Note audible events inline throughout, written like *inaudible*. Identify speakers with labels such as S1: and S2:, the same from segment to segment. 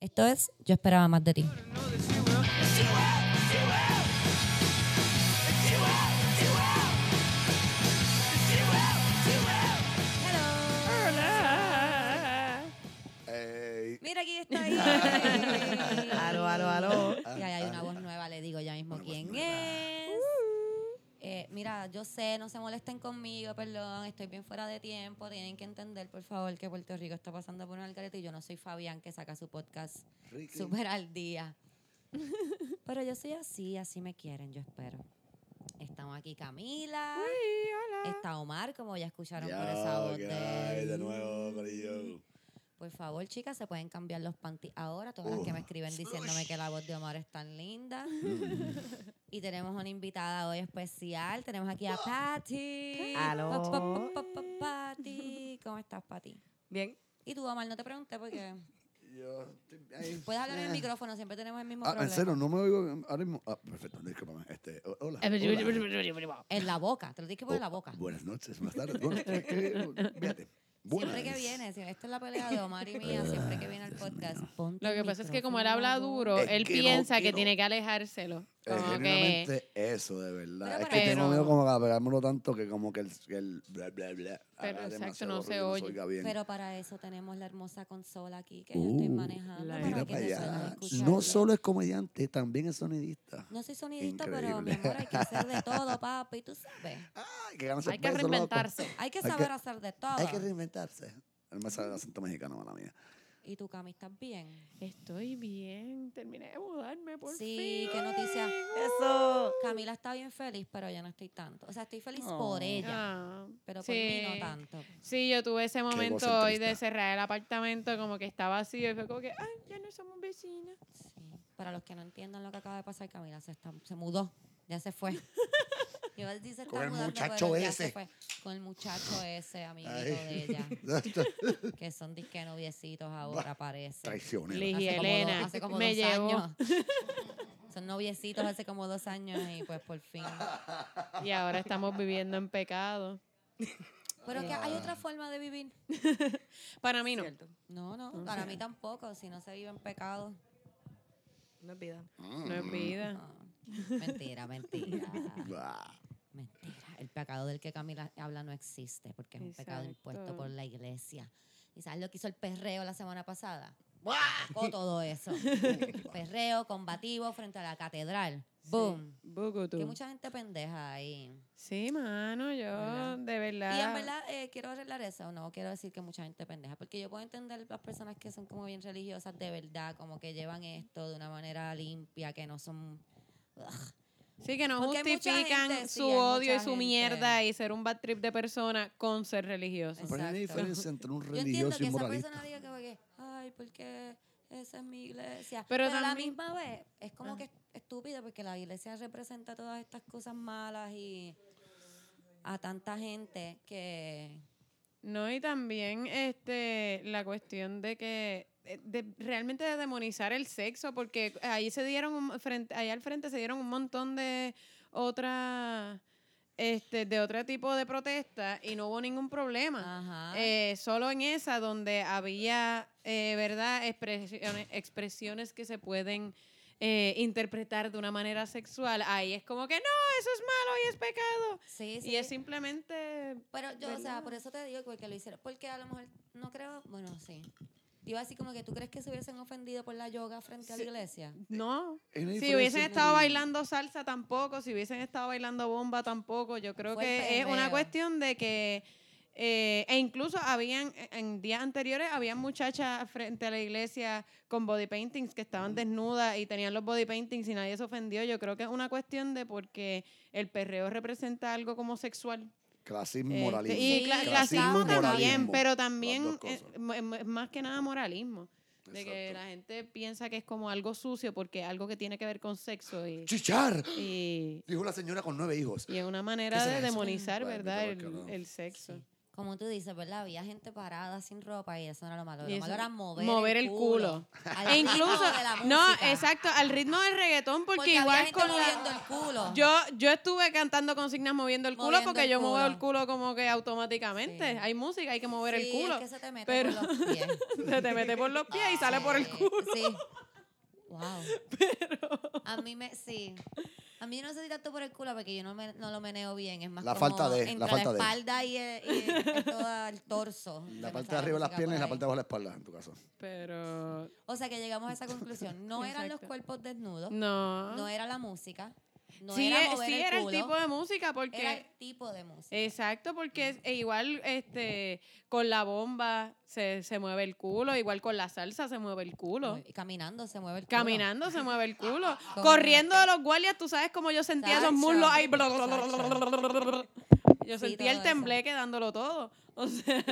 S1: Esto es Yo esperaba más de ti.
S2: Ey,
S1: Mira quién está ahí.
S3: Aló, aló, aló.
S1: Y ahí hay una voz nueva, le digo ya mismo quién es. Eh, mira, yo sé, no se molesten conmigo, perdón, estoy bien fuera de tiempo. Tienen que entender, por favor, que Puerto Rico está pasando por un algarete y yo no soy Fabián que saca su podcast
S2: Ricky.
S1: súper al *laughs* día. Pero yo soy así, así me quieren, yo espero. Estamos aquí Camila. Está Omar, como ya escucharon por esa
S2: Ya,
S1: voz
S2: que
S1: de
S2: hay de
S1: él.
S2: nuevo, Corillo.
S1: Por favor, chicas, se pueden cambiar los panties ahora. Todas las que me
S2: Oh.
S1: escriben diciéndome que la voz de Omar es tan
S2: *laughs*
S1: linda. y tenemos una invitada hoy especial. Tenemos aquí a Patty.
S3: Aló.
S1: Pa- pa- pa- pa- pa- Patty. ¿Cómo estás, Patty?
S3: Bien.
S1: Y tú, Omar, no te pregunté porque
S2: Yo estoy ahí.
S1: puedes hablar en el
S2: Eh.
S1: micrófono, siempre tenemos el mismo
S2: Ah,
S1: problema.
S2: en serio, no me oigo ahora mismo. Ah, perfecto, discúlpame. Este, o- hola.
S4: Eh,
S2: hola.
S1: En la boca, te lo tienes que poner en la boca.
S2: Oh, buenas noches, buenas tardes. Buenas, eh, eh, fíjate, buenas.
S1: Siempre que viene, si- esta es la pelea de Omar y mía, siempre que viene al podcast. ponte
S4: Lo
S1: el
S4: que pasa es que como él
S1: micrófono
S4: habla
S1: en la boca.
S4: duro,
S2: Es
S4: él
S2: que no
S4: piensa que
S2: quiero.
S4: tiene que alejárselo.
S2: Eh,
S4: Como que
S2: genuinamente eso, de verdad.
S1: Pero
S2: es que
S4: para-
S2: tengo
S4: Pero-
S2: miedo como que apegármelo tanto que como que el, que el bla, bla, bla.
S4: Pero
S2: haga
S4: exacto,
S2: demasiado
S4: no se
S2: ruido y
S4: oye.
S2: oiga bien.
S1: Pero para eso tenemos la hermosa consola aquí que yo estoy
S2: Uh,
S1: manejando.
S3: la
S1: para
S2: Mira
S3: verdad
S1: que
S2: para
S1: te puedas
S2: allá.
S1: escuchar
S2: No
S1: bien.
S2: solo es comediante, también es sonidista.
S1: No soy sonidista, pero mi
S2: Increíble.
S1: amor, hay que hacer
S2: *laughs*
S1: de todo, papi, tú sabes.
S2: Ay, que ganas
S4: hay que reinventarse.
S1: Hay que
S2: Hay que-
S1: saber hacer de todo.
S2: Hay que reinventarse. Él me sale el acento mexicano, mala mía.
S1: Y tu Cami, ¿estás bien?
S4: Estoy bien, terminé de mudarme por
S1: sí,
S4: fin.
S1: qué noticia.
S3: Eso.
S1: Camila está bien feliz, pero yo no estoy tanto. O sea, estoy feliz por ella,
S4: Ah,
S1: pero por
S4: sí.
S1: mí no tanto.
S4: Sí, yo tuve ese momento
S2: egocentrista.
S4: hoy de cerrar el apartamento, como que está vacío y fue como que, ay, ya no somos vecinas.
S1: Sí. Para los que no entiendan lo que acaba de pasar, Camila se, está- se mudó, ya se
S4: *laughs*
S1: fue. Yo sí se está
S2: Con el
S1: mudando, pero
S2: muchacho
S1: ya se
S2: ese.
S1: fue. Con el muchacho ese, amiguito
S2: Ay.
S1: de ella,
S2: *laughs*
S1: que son disque noviecitos ahora, parece.
S2: Traicionero.
S4: Le-
S1: Hace
S4: Y
S1: como
S4: Elena,
S1: dos- hace como
S4: me
S1: dos
S4: llevó.
S1: años.
S4: *laughs*
S1: Son noviecitos hace como dos años y pues por fin.
S4: Y ahora estamos viviendo en pecado.
S1: Pero que hay otra forma de vivir.
S4: Para mí no.
S3: Cierto.
S1: No, no,
S4: No
S1: para
S4: sé.
S1: mí tampoco, si no se vive en pecado.
S3: No es vida.
S2: Mm.
S4: No es vida.
S1: No. Mentira, mentira.
S2: Bah.
S1: mentira. El pecado del que Camila habla no existe porque es un pecado impuesto
S4: Exacto.
S1: por la iglesia. ¿Y sabes lo que hizo el perreo la semana pasada? Sacó todo eso. perreo combativo frente a la catedral. Boom.
S4: Bucutú.
S1: Que mucha gente pendeja ahí.
S4: Sí, mano, yo
S1: ¿Verdad?
S4: de verdad.
S1: Y en verdad eh, quiero arreglar eso, no quiero decir que mucha gente pendeja, porque yo puedo entender las personas que son como bien religiosas de verdad, como que llevan esto de una manera limpia, que no son... Ugh.
S4: Sí, que no
S1: Porque hay mucha
S4: justifican
S1: gente, sí,
S4: su
S1: hay
S4: odio
S1: mucha
S4: y su
S1: gente.
S4: mierda y ser un bad trip de persona con ser religioso.
S1: Exacto.
S2: Pero hay una diferencia entre un
S1: Yo entiendo
S2: religioso
S1: que
S2: y un
S1: esa
S2: moralista.
S1: persona diga que, porque, ay, porque esa es mi iglesia. Pero,
S4: Pero
S1: a la
S4: también- Ah.
S1: misma vez es como que es estúpido, porque la iglesia representa todas estas cosas malas y a tanta gente que...
S4: No, y también este la cuestión de que eh, de- realmente de demonizar el sexo, porque ahí se dieron un, frente, ahí al frente se dieron un montón de otra este, de otro tipo de protesta y no hubo ningún problema.
S1: Ajá.
S4: Eh, solo en esa donde había eh, verdad expresiones, expresiones que se pueden eh, interpretar de una manera sexual, ahí es como que no, eso es malo y es pecado.
S1: sí, sí.
S4: Y es simplemente
S1: Pero yo, o sea,
S4: ¿Verdad?
S1: por eso te digo que lo hicieron. Porque a lo mejor no creo, bueno, sí. Iba así como que tú crees que se hubiesen ofendido por la yoga frente a la iglesia.
S4: no.
S2: Hay una
S4: Si
S2: diferencia
S4: hubiesen estado
S2: entre-
S4: bailando salsa tampoco, si hubiesen estado bailando bomba tampoco, yo creo
S1: Fue
S4: que es
S1: perreo.
S4: una cuestión de que eh, e incluso habían en días anteriores habían muchachas frente a la iglesia con body paintings que estaban desnudas y tenían los body paintings y nadie se ofendió. Yo creo que es una cuestión de porque el perreo representa algo como sexual.
S2: Clasismo,
S4: Este,
S2: moralismo.
S4: y cla-
S1: Sí,
S4: clasismo
S1: clasismo,
S4: también,
S2: moralismo.
S4: pero
S2: Las
S4: también
S2: dos cosas.
S4: eh, m- m- más que nada moralismo. De que
S2: Exacto.
S4: la gente piensa que es como algo sucio porque es algo que tiene que ver con sexo y,
S2: ¡Chichar!
S4: y,
S2: Dijo la señora con nueve hijos.
S4: y es una manera
S2: ¿Qué
S4: de
S2: será eso?
S4: demonizar,
S2: Bueno,
S4: ¿verdad?
S2: mira,
S4: El,
S2: cabrón.
S4: el sexo.
S1: Sí. Como como tú dices, ¿verdad? Había gente parada sin ropa y eso no era lo malo.
S4: Y
S1: Lo
S4: eso-
S1: malo era mover,
S4: mover el
S1: el culo. al
S4: E
S1: ritmo
S4: incluso,
S1: de la
S4: no,
S1: música.
S4: exacto, al ritmo del reggaetón, porque,
S1: Porque
S4: igual
S1: había gente
S4: con la-
S1: moviendo el culo.
S4: Yo, yo estuve cantando consignas moviendo el culo
S1: Moviendo
S4: porque
S1: el
S4: yo muevo el
S1: culo.
S4: culo como que automáticamente.
S1: Sí.
S4: Hay música, hay que mover
S1: Sí,
S4: el culo.
S1: es que se te mete
S4: pero-
S1: por los pies.
S4: Se *laughs* te mete por los pies *laughs* y
S1: *laughs*
S4: sale por el
S1: Ay,
S4: culo.
S1: Sí.
S4: *laughs*
S1: Wow. A mí me. Sí. A mí no se tira todo por el culo porque yo no, me, no lo meneo bien. Es más
S2: La
S1: como
S2: falta de, la
S1: entre
S2: falta de.
S1: espalda y, el, y el- y todo el torso.
S2: La
S1: Me sale
S2: parte de arriba de las
S1: música
S2: piernas y
S1: por
S2: la
S1: ahí.
S2: parte de abajo de la espalda, en tu caso.
S4: Pero
S1: O sea que llegamos a esa conclusión. No eran los
S4: Exacto.
S1: cuerpos desnudos. No.
S4: no.
S1: era la música. No
S4: sí,
S1: era
S4: eh,
S1: mover
S4: sí
S1: el
S4: era
S1: culo,
S4: el tipo de música porque
S1: Era el tipo de música.
S4: Exacto, porque es- e igual este con la bomba se, se mueve el culo, igual con la salsa se mueve el culo.
S1: Muy- Caminando se mueve el culo.
S4: Caminando se mueve
S1: *laughs*
S4: el culo.
S1: Como-
S4: Corriendo de los guardias, tú sabes cómo yo sentía esos
S1: Chacho,
S4: muslos ahí.
S1: chacho.
S4: Yo
S1: Sí,
S4: sentía el
S1: todo eso.
S4: tembleque dándolo todo. *laughs* O sea,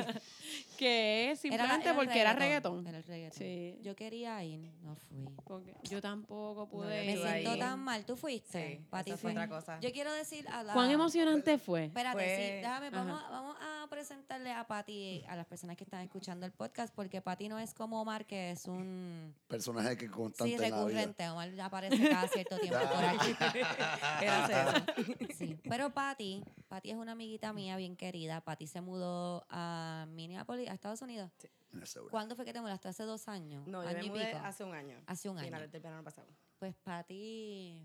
S4: que es
S1: Era la-
S4: simplemente
S1: era el
S4: porque era reggaetón.
S1: Era el reggaetón.
S4: Sí.
S1: Yo quería ir, no fui.
S4: Porque yo tampoco
S3: yo
S4: pude
S1: Me
S4: ir.
S3: iba
S1: siento
S3: ahí.
S1: tan mal. ¿Tú fuiste?
S3: Sí,
S1: Pati,
S3: eso fue
S1: fui.
S3: otra cosa.
S1: Yo quiero decir a la...
S4: ¿Cuán emocionante fue?
S1: Espérate, sí,
S3: Fue-
S1: déjame,
S4: Ajá.
S1: vamos, a- vamos a presentarle a Pati, a las personas que están escuchando el podcast, porque Pati no es como Omar, que es un...
S2: Personaje que constante
S1: Sí,
S2: en la vida.
S1: recurrente. Omar ya aparece cada cierto
S2: *laughs*
S1: tiempo por
S4: *laughs*
S1: aquí.
S2: Ah,
S3: Era César.
S1: Sí. Pero Patty, Patty es una amiguita mía bien querida. Patty se mudó a Minneapolis, a Estados Unidos.
S2: En ese lugar.
S1: ¿Cuándo fue que te mudaste? ¿Hace dos años?
S3: No, yo
S1: ¿Año
S3: me
S1: y
S3: mudé
S1: pico?
S3: hace un año.
S1: Hace un año.
S3: Finales del verano pasado.
S1: Pues Patty...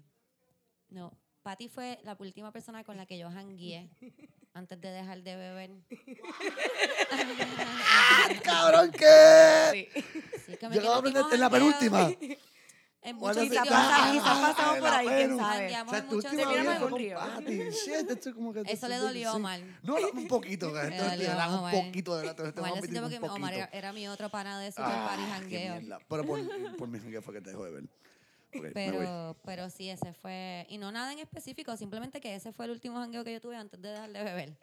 S1: No, Patty fue la última persona con la que yo jangué antes de dejar de beber.
S2: ¡Ah, ¡Cabrón, qué!
S3: Sí.
S1: Sí, que me
S2: Llegaba a
S1: quedé
S2: aprender
S1: tipo
S2: en la
S1: jangueos
S2: penúltima.
S1: En
S2: Guarda
S1: muchos
S2: ese-
S3: Quizás
S1: sitios.
S3: pasa-
S2: Ah,
S3: quizás pasamos
S2: en
S3: por
S2: la
S3: ahí,
S2: penu.
S3: quién sabe.
S1: Jangueamos en
S2: tu
S1: muchos
S2: última
S1: sitios.
S2: vida
S3: Terminamos en
S2: con
S3: un río.
S2: Patty, shit, esto es como que-
S1: Eso le dolió, Omar.
S2: No, no, un
S1: *laughs*
S2: poquito. que esto-
S1: dolió,
S2: era
S1: Omar.
S2: un poquito de la te
S1: Omar,
S2: vamos a
S1: lo
S2: pedir
S1: siento
S2: un
S1: porque Omar era,
S2: poquito.
S1: era mi otro pana de Super
S2: Ah,
S1: Party
S2: qué
S1: Jangueo.
S2: mierda. Pero por, por mi jangueo fue que te dejó de ver. Ok, me voy.
S1: Pero, pero sí, ese fue. Y no nada en específico, simplemente que ese fue el último jangueo que yo tuve antes de dejar de
S2: *laughs*
S1: beber.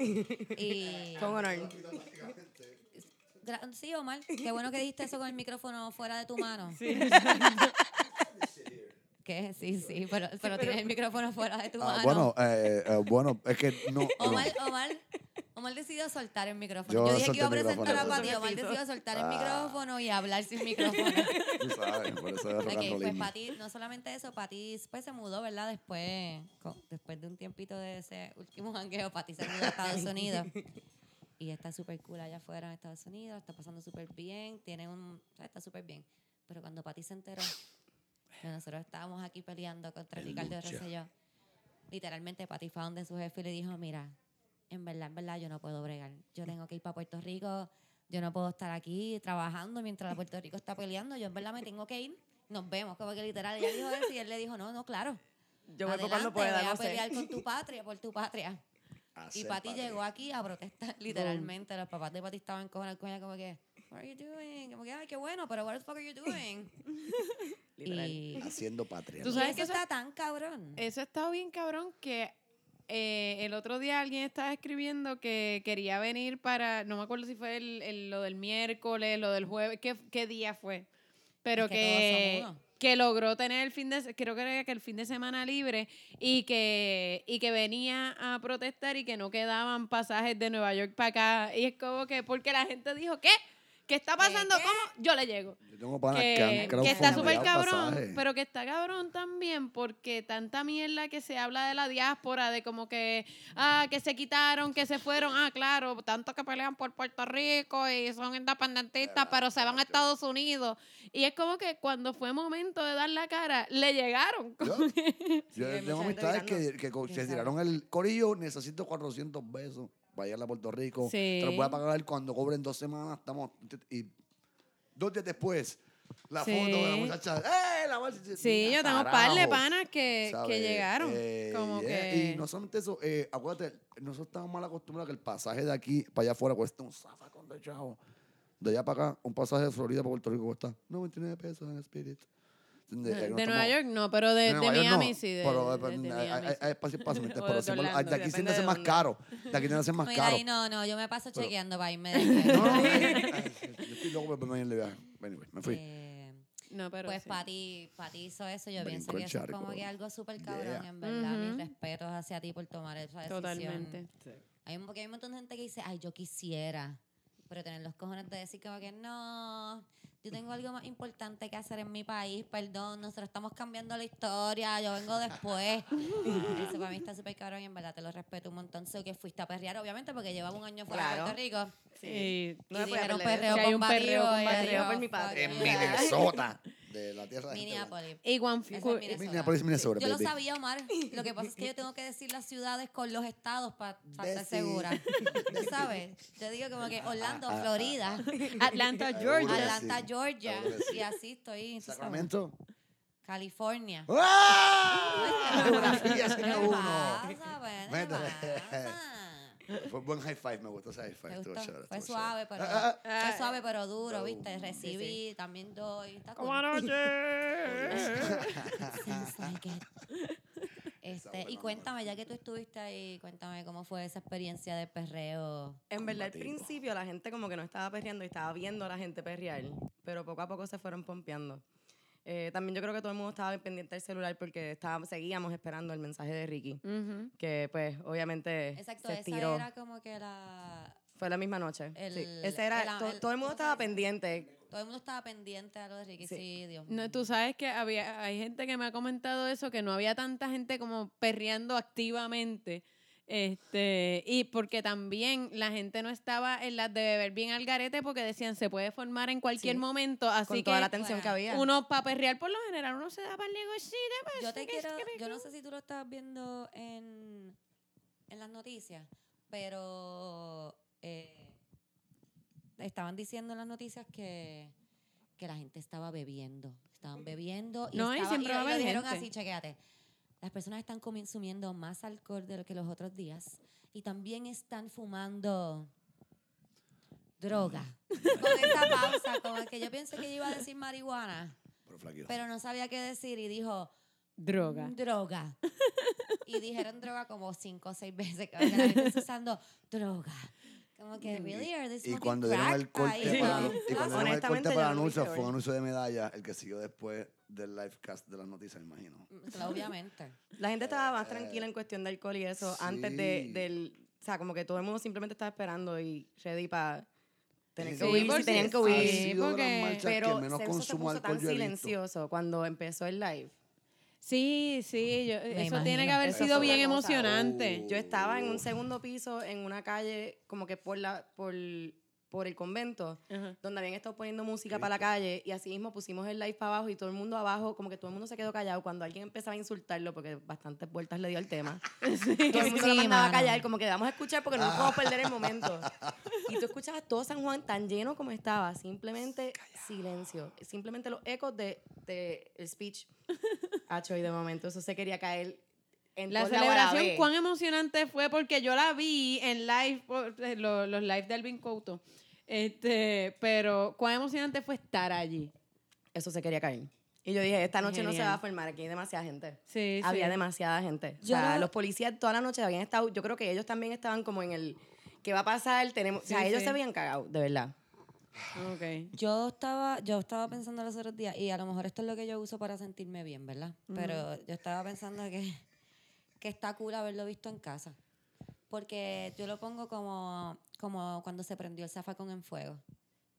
S1: Y.
S3: Con honor.
S1: gra- Sí, Omar, qué bueno que dijiste eso con el micrófono fuera de tu mano. Sí. ¿Qué? Sí, sí, pero, pero, tienes el micrófono fuera de tu
S2: Ah,
S1: mano.
S2: bueno, eh, eh, bueno, es que
S1: *laughs*
S2: no. no.
S1: Omar, Omar, Omar decidió soltar el micrófono.
S2: Yo
S1: Yo, dije que
S2: solté
S1: iba a
S2: el micrófono.
S1: presentar a
S2: Eso
S1: Pati.
S3: me
S1: Omar
S3: piso.
S1: decidió soltar el
S2: Ah.
S1: micrófono y hablar sin
S2: *laughs*
S1: micrófono.
S2: Tú sabes, por eso es rock and
S1: ok, pues
S2: rollismo.
S1: Pati, no solamente eso, Pati pues, se mudó, ¿verdad? Después, co- después de un tiempito de ese último jangueo, Pati se mudó a Estados Unidos. Y está súper cool allá afuera en Estados Unidos, está pasando súper bien, tiene un, o sea, está súper bien. Pero cuando Pati se enteró que nosotros estábamos aquí peleando contra
S2: En
S1: Ricardo
S2: lucha.
S1: Rosselló, literalmente Pati fue a donde su jefe y le dijo, mira, en verdad, en verdad, yo no puedo bregar. Yo tengo que ir para Puerto Rico, yo no puedo estar aquí trabajando mientras Puerto Rico está peleando, yo en verdad me tengo que ir. Nos vemos, como que literal, ella dijo eso y él le dijo, no, no, claro.
S3: *laughs* Yo vuelvo
S1: adelante,
S3: cuando pueda,
S1: ve a
S3: no sé.
S1: pelear con tu patria, por tu patria. Y
S2: Hacer
S1: Patty
S2: patria.
S1: llegó aquí a protestar, literalmente. Los papás de Patty estaban cojonados con ella, como que, What are you doing? Como que, ay, qué bueno, pero what the fuck are you doing?
S3: Literal.
S1: y,
S2: Haciendo patria.
S4: Tú
S1: y
S4: sabes
S1: eso Eh,
S4: que eso-
S1: está tan cabrón.
S4: Eso está bien cabrón que eh, el otro día alguien estaba escribiendo que quería venir para, no me acuerdo si fue el, el- lo del miércoles, lo del jueves, qué, qué día fue, pero
S1: Es que
S4: que,
S1: todos son uno.
S4: que logró tener el fin de, se- creo que era que el fin de semana libre y que, y que venía a protestar y que no quedaban pasajes de Nueva York para acá. Y es como que, porque la gente dijo, ¿qué? ¿Qué está pasando?
S1: qué?
S4: ¿Cómo? Yo le llego
S2: Yo tengo panas que, han
S4: que, que está
S2: crowdfundeado
S4: súper cabrón,
S2: pasajes.
S4: pero que está cabrón también porque tanta mierda que se habla de la diáspora, de como que, ah, que se quitaron, que se fueron, ah, claro, tanto que pelean por Puerto Rico y son independentistas, pero se van a Estados Unidos. Y es como que cuando fue momento de dar la cara, le llegaron. *laughs*
S2: Yo, yo
S3: hay
S2: tengo
S3: mucha gente
S2: amistades
S3: mirando.
S2: que, que co- se
S1: ¿Quién sabe?
S2: tiraron el corillo, necesito 400 pesos para ir a Puerto Rico.
S4: Sí.
S2: Te los voy a pagar cuando cobren dos semanas. Estamos, y dos días después, la
S4: Sí.
S2: foto de la muchacha. ¡Eh, la muchacha!
S4: Sí, yo tengo un par de panas que, que
S2: ¿sabes?
S4: llegaron.
S2: Eh,
S4: como
S2: yeah.
S4: que...
S2: Y no solamente eso, eh, acuérdate, nosotros estamos mal acostumbrados a que el pasaje de aquí para allá afuera cuesta un zafacón de chavo. De allá para acá, un pasaje de Florida para Puerto Rico cuesta 99 pesos en Spirit. ¿Entiendes?
S4: de
S2: Que eh, no
S4: de Nueva
S2: estamos-
S4: York no, pero de, de
S2: no, Nueva York
S4: Miami
S2: no,
S4: sí. de-
S2: pero,
S4: de-
S2: eh,
S4: de
S2: hay-
S4: Miami,
S2: hay,
S4: sí.
S2: hay espacio para
S4: O de
S2: pero sí,
S4: Orlando,
S2: hay- de aquí
S3: depende
S2: siempre hace
S3: de
S2: más
S3: dónde.
S2: caro. De aquí tiende a ser más
S1: Mira,
S2: caro.
S1: y no, no, yo me paso
S2: Pero-
S1: chequeando para irme
S2: *laughs* No, no, no,
S1: de
S2: ay, yo estoy loco por ponerme en el viaje. Anyway, me fui.
S1: Eh,
S4: No, pero
S1: Pues
S4: sí.
S1: Pati, Pati hizo eso, yo pienso
S2: Brincó el
S1: que eso es
S2: charco.
S1: como que algo súper cabrón,
S2: Yeah.
S1: en verdad. Mis
S4: Ujú.
S1: respetos hacia ti por tomar esa decisión.
S4: Totalmente.
S3: Sí.
S1: Hay un, porque hay un montón de gente que dice, ay, yo quisiera, pero tener los cojones de decir como que no, yo tengo algo más importante que hacer en mi país, perdón, nosotros estamos cambiando la historia, yo vengo después. Eso para mí está súper cabrón y en verdad te lo respeto un montón. Sé que fuiste a perrear, obviamente, porque llevaba un año fuera
S3: Claro.
S1: de Puerto Rico. Y
S4: Y-
S3: Eh, No me podía
S1: dijeron
S3: perder
S1: perreo
S4: eso. Si hay un
S1: combativo,
S4: perreo
S1: y yo
S4: combativo
S1: digo,
S3: por mi padre.
S1: "Fuck
S2: En
S1: yeah".
S2: Minnesota, de la tierra de gente blanca.
S1: *laughs* Minneapolis.
S4: y Juan-
S1: Eso es
S4: cu-
S1: Minnesota.
S2: Minneapolis, Minnesota,
S1: Yo lo
S2: baby.
S1: sabía, Omar. Lo que pasa es que yo tengo que decir las ciudades con los estados para estar
S2: Bessie.
S1: segura.
S2: *laughs*
S1: *laughs* ¿Tú sabes? Yo digo como
S2: Ah,
S1: que Orlando, Florida,
S4: *laughs* Atlanta, *laughs* Georgia.
S2: Seguro.
S1: Atlanta,
S2: sí.
S1: Georgia.
S2: Seguro que sí.
S1: Y así estoy. tú sabes.
S2: Sacramento.
S1: California.
S2: ¡Ah! Geografía
S1: ¿Qué
S2: 101.
S1: pasa, pues? ¿Qué
S2: Métele. *laughs*
S1: pasa?
S2: Fue un buen high five, me gustó ese high five.
S1: Me
S2: estuvo
S1: gustó.
S2: chévere,
S1: Fue
S2: estuvo
S1: suave, pero
S2: chévere. Ah, ah,
S1: fue suave pero duro,
S2: Pero-
S1: ¿viste?
S3: sí.
S1: Recibí, también doy. Está
S4: Como
S1: cool.
S2: *laughs*
S4: anoche.
S1: Sounds like it. Este,
S2: buena
S1: y
S2: onda.
S1: cuéntame, ya que tú estuviste ahí, cuéntame cómo fue esa experiencia de perreo.
S3: En verdad, al
S2: Combativo.
S3: principio la gente como que no estaba perreando y estaba viendo a la gente perrear, pero poco a poco se fueron pompeando. Eh, también yo creo que todo el mundo estaba pendiente del celular porque estaba- seguíamos esperando el mensaje de Ricky,
S4: Ujú.
S3: que pues obviamente
S1: Exacto,
S3: se
S1: esa
S3: estiró.
S1: era como que la...
S3: Fue la misma noche.
S1: El-
S3: sí. Ese era,
S1: el-
S3: to-
S1: el-
S3: todo el
S1: ¿cómo se llama?
S3: mundo estaba pendiente.
S1: Todo el mundo estaba pendiente a lo de Ricky, sí,
S3: Sí.
S1: Dios mío.
S4: No, tú sabes que había, hay gente que me ha comentado eso, que no había tanta gente como perreando activamente. Este, y porque también la gente no estaba en las de beber bien al garete porque decían se puede formar en cualquier
S3: Sí.
S4: momento, así
S3: con
S4: que
S3: toda la atención
S1: bueno,
S3: que había.
S4: uno para perrear por lo general uno se da para el negocio.
S1: Yo te
S4: que es
S1: quiero,
S4: que me
S1: yo no sé si tú lo estabas viendo en, en las noticias, pero eh, estaban diciendo en las noticias que, que la gente estaba bebiendo. Estaban bebiendo y,
S4: No, y
S1: estaba-
S4: siempre
S1: y lo-
S4: va a
S1: y lo
S4: haber
S1: dijeron
S4: gente.
S1: así, chequéate. Las personas están consumiendo más alcohol de lo que los otros días y también están fumando droga. Con esa pausa, como que yo pensé que yo iba a decir marihuana,
S2: Pero flaqueó.
S1: pero no sabía qué decir y dijo,
S4: Droga.
S1: *laughs* Droga. y dijeron droga como cinco o seis veces. Que la gente está usando droga. Como que, really, are they
S2: Y
S1: smoking
S2: cuando dieron
S1: crack
S2: el corte
S1: ahí?"
S2: para,
S1: Sí.
S2: y cuando dieron el corte
S3: Honestamente,
S2: para
S3: yo no lo vi,
S2: anuncios,
S3: pero
S2: fue un
S3: bueno.
S2: anuncio de medalla, el que siguió después del livecast de las noticias, me imagino.
S1: Claro, Obviamente.
S3: La gente estaba más
S2: Eh,
S3: tranquila en cuestión de alcohol y eso antes de,
S2: sí.
S3: del... O sea, como que todo el mundo simplemente estaba esperando y ready para tener que
S4: Sí,
S3: huir
S4: por
S3: si tenían
S4: si-
S3: que
S2: Ha
S3: huir.
S4: Sí,
S2: sido de
S4: porque-
S2: las marchas
S3: Pero
S2: que menos
S3: se- eso se
S2: consumo
S3: puso
S2: alcohol
S3: tan
S2: yo he visto.
S3: silencioso cuando empezó el live.
S4: Sí, sí, yo- eso tiene
S1: imagino.
S4: que haber
S3: Eso
S4: sido
S3: fue
S4: bien
S3: una cosa.
S4: emocionante.
S3: Yo estaba en un
S2: Uf.
S3: segundo piso en una calle como que por la por, por el convento
S4: Ajá.
S3: donde habían estado poniendo música para la calle y así mismo pusimos el live para abajo y todo el mundo abajo como que todo el mundo se quedó callado cuando alguien empezaba a insultarlo porque bastantes vueltas le dio al tema. *laughs* Todo el mundo
S1: Sí,
S3: lo mandaba a
S1: mano.
S3: callar como que vamos a escuchar porque no nos podemos perder el momento. Y tú escuchabas todo San Juan tan lleno como estaba, simplemente silencio, simplemente los ecos de, de el speech. Hacho, y de momento eso se quería caer en
S4: La
S3: todos lados a Pues la
S4: celebración,
S3: vez.
S4: cuán emocionante fue porque yo la vi en live, por- eh, lo- los live de Alvin Couto. Este, pero cuán emocionante fue estar allí.
S3: Eso se quería caer. Y yo dije, esta noche no se
S4: Genial.
S3: va a formar, aquí hay demasiada gente.
S4: Sí,
S3: Había demasiada gente. O
S1: Yo
S3: sea,
S1: lo-
S3: los policías toda la noche habían estado, yo creo que ellos también estaban como en el, ¿qué va a pasar? Tenemos, o sea,
S4: Sí,
S3: ellos
S4: sí.
S3: se habían cagado, de verdad.
S4: Ok. *laughs*
S1: Yo estaba, yo estaba pensando los otros días, y a lo mejor esto es lo que yo uso para sentirme bien, ¿verdad? Pero yo estaba pensando que, que está cool haberlo visto en casa. Porque yo lo pongo como, como cuando se prendió el zafacón en fuego.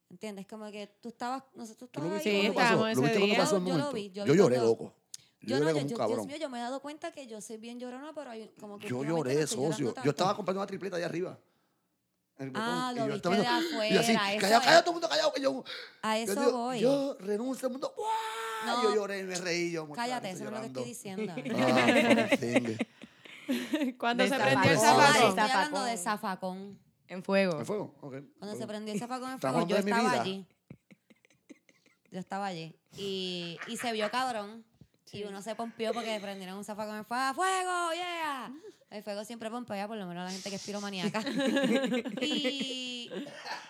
S1: ¿Entiendes? Como que tú estabas, nosotros
S2: ¿Tú lo
S1: estábamos
S2: viste
S4: Sí,
S1: ahí
S2: cuando
S1: como-
S4: estábamos
S2: pasó?
S4: ese
S2: ¿Lo viste cuando
S1: día.
S2: pasó el
S1: Yo- yo lo
S2: momento?
S1: vi, yo
S2: Yo,
S1: vi
S2: lloré,
S1: cuando-
S2: loco. Yo, lloré
S1: no,
S2: como un
S1: Dios
S2: cabrón.
S1: mío, yo me he dado cuenta que yo soy bien llorona, pero hay como que.
S2: Yo
S1: últimamente no
S2: lloré,
S1: estoy llorando
S2: socio.
S1: tanto.
S2: Yo estaba comprando una tripleta allá arriba. en el
S1: Ah, lo
S2: botón, y yo
S1: viste
S2: estaba-
S1: de afuera.
S2: Y así,
S1: eso
S2: callado,
S1: es.
S2: callado, todo el mundo callado. Que yo,
S1: a
S2: yo
S1: eso
S2: digo,
S1: voy.
S2: Yo renuncio al mundo. ¡guau!
S1: No.
S2: Yo lloré, me reí yo. muchacho,
S1: Cállate, eso no es lo que
S2: llorando.
S1: estoy diciendo.
S2: *laughs* Ah, fucking thing.
S4: Cuando se
S3: Desafío.
S4: prendió el
S2: Pues,
S1: Ah,
S2: Zafacón.
S1: estoy
S4: zapato.
S1: hablando
S3: Zafacón.
S1: de zafacón.
S3: En fuego.
S2: ¿Me fuego? Ok.
S1: Cuando se
S2: Fuego.
S1: prendió el zafacón en
S2: Estamos
S1: fuego, yo
S2: hablando de mi
S1: estaba
S2: vida.
S1: allí. Yo estaba allí. Y, y se vio cabrón. Y uno se pompió porque prendieron un zafacón en fuego. ¡A ¡Fuego! ¡Yeah! El fuego siempre pompea, por lo menos la gente que es
S2: *laughs*
S1: piromaníaca. y,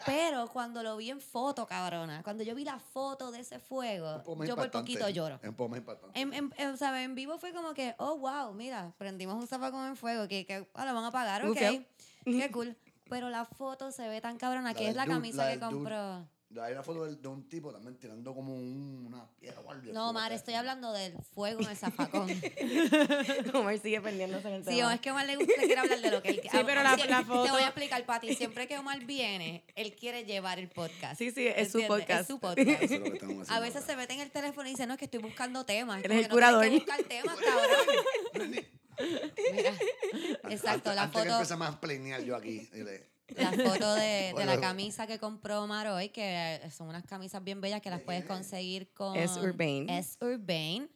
S1: pero cuando lo vi en foto, cabrona, cuando yo vi la foto de ese fuego,
S2: Un poco más
S1: yo por
S2: impactante.
S1: poquito lloro. Eh.
S2: Un poco más impactante.
S1: En, en, en- o sea, en vivo fue como que, oh, wow, mira, prendimos un zafacón en fuego, que, que ah, lo van a pagar, ok.
S3: Ufia.
S1: Qué cool. Pero la foto se ve tan cabrona, que
S2: del
S1: es la
S2: dude,
S1: camisa
S2: la
S1: que
S2: del dude.
S1: compró.
S2: Hay una foto del- de un tipo también tirando como un- una piedra o algo.
S1: No, Mar, estoy hablando del fuego en el
S3: *laughs*
S1: zafacón. sí,
S3: Omar sigue perdiéndose en el tema.
S1: es que a Omar le gusta le quiere hablar de lo que él quiere.
S4: Sí, pero la- la
S1: Te
S4: foto-
S1: voy a explicar, Pati. Siempre que Omar viene, él quiere llevar el podcast.
S3: Sí, sí, es su
S1: ¿Entiendes?
S3: podcast. *laughs*
S1: Es su podcast.
S2: *laughs* Eso es lo que estamos
S1: A
S2: haciendo
S1: veces se mete en el teléfono y dice, no, es que estoy buscando temas.
S3: Él es
S1: Como
S3: el
S1: que no tienes
S3: curador.
S1: que buscar temas, cabrón. Mira,
S2: ahora.
S1: exacto,
S2: Antes-
S1: la
S2: antes que
S1: foto,
S2: empezamos a planear yo aquí. dile,
S1: la foto de, de la
S2: Bueno.
S1: camisa que compró Omar hoy, que eh, son unas camisas bien bellas que las puedes conseguir con...
S3: Es Urbane.
S1: Es Urbane.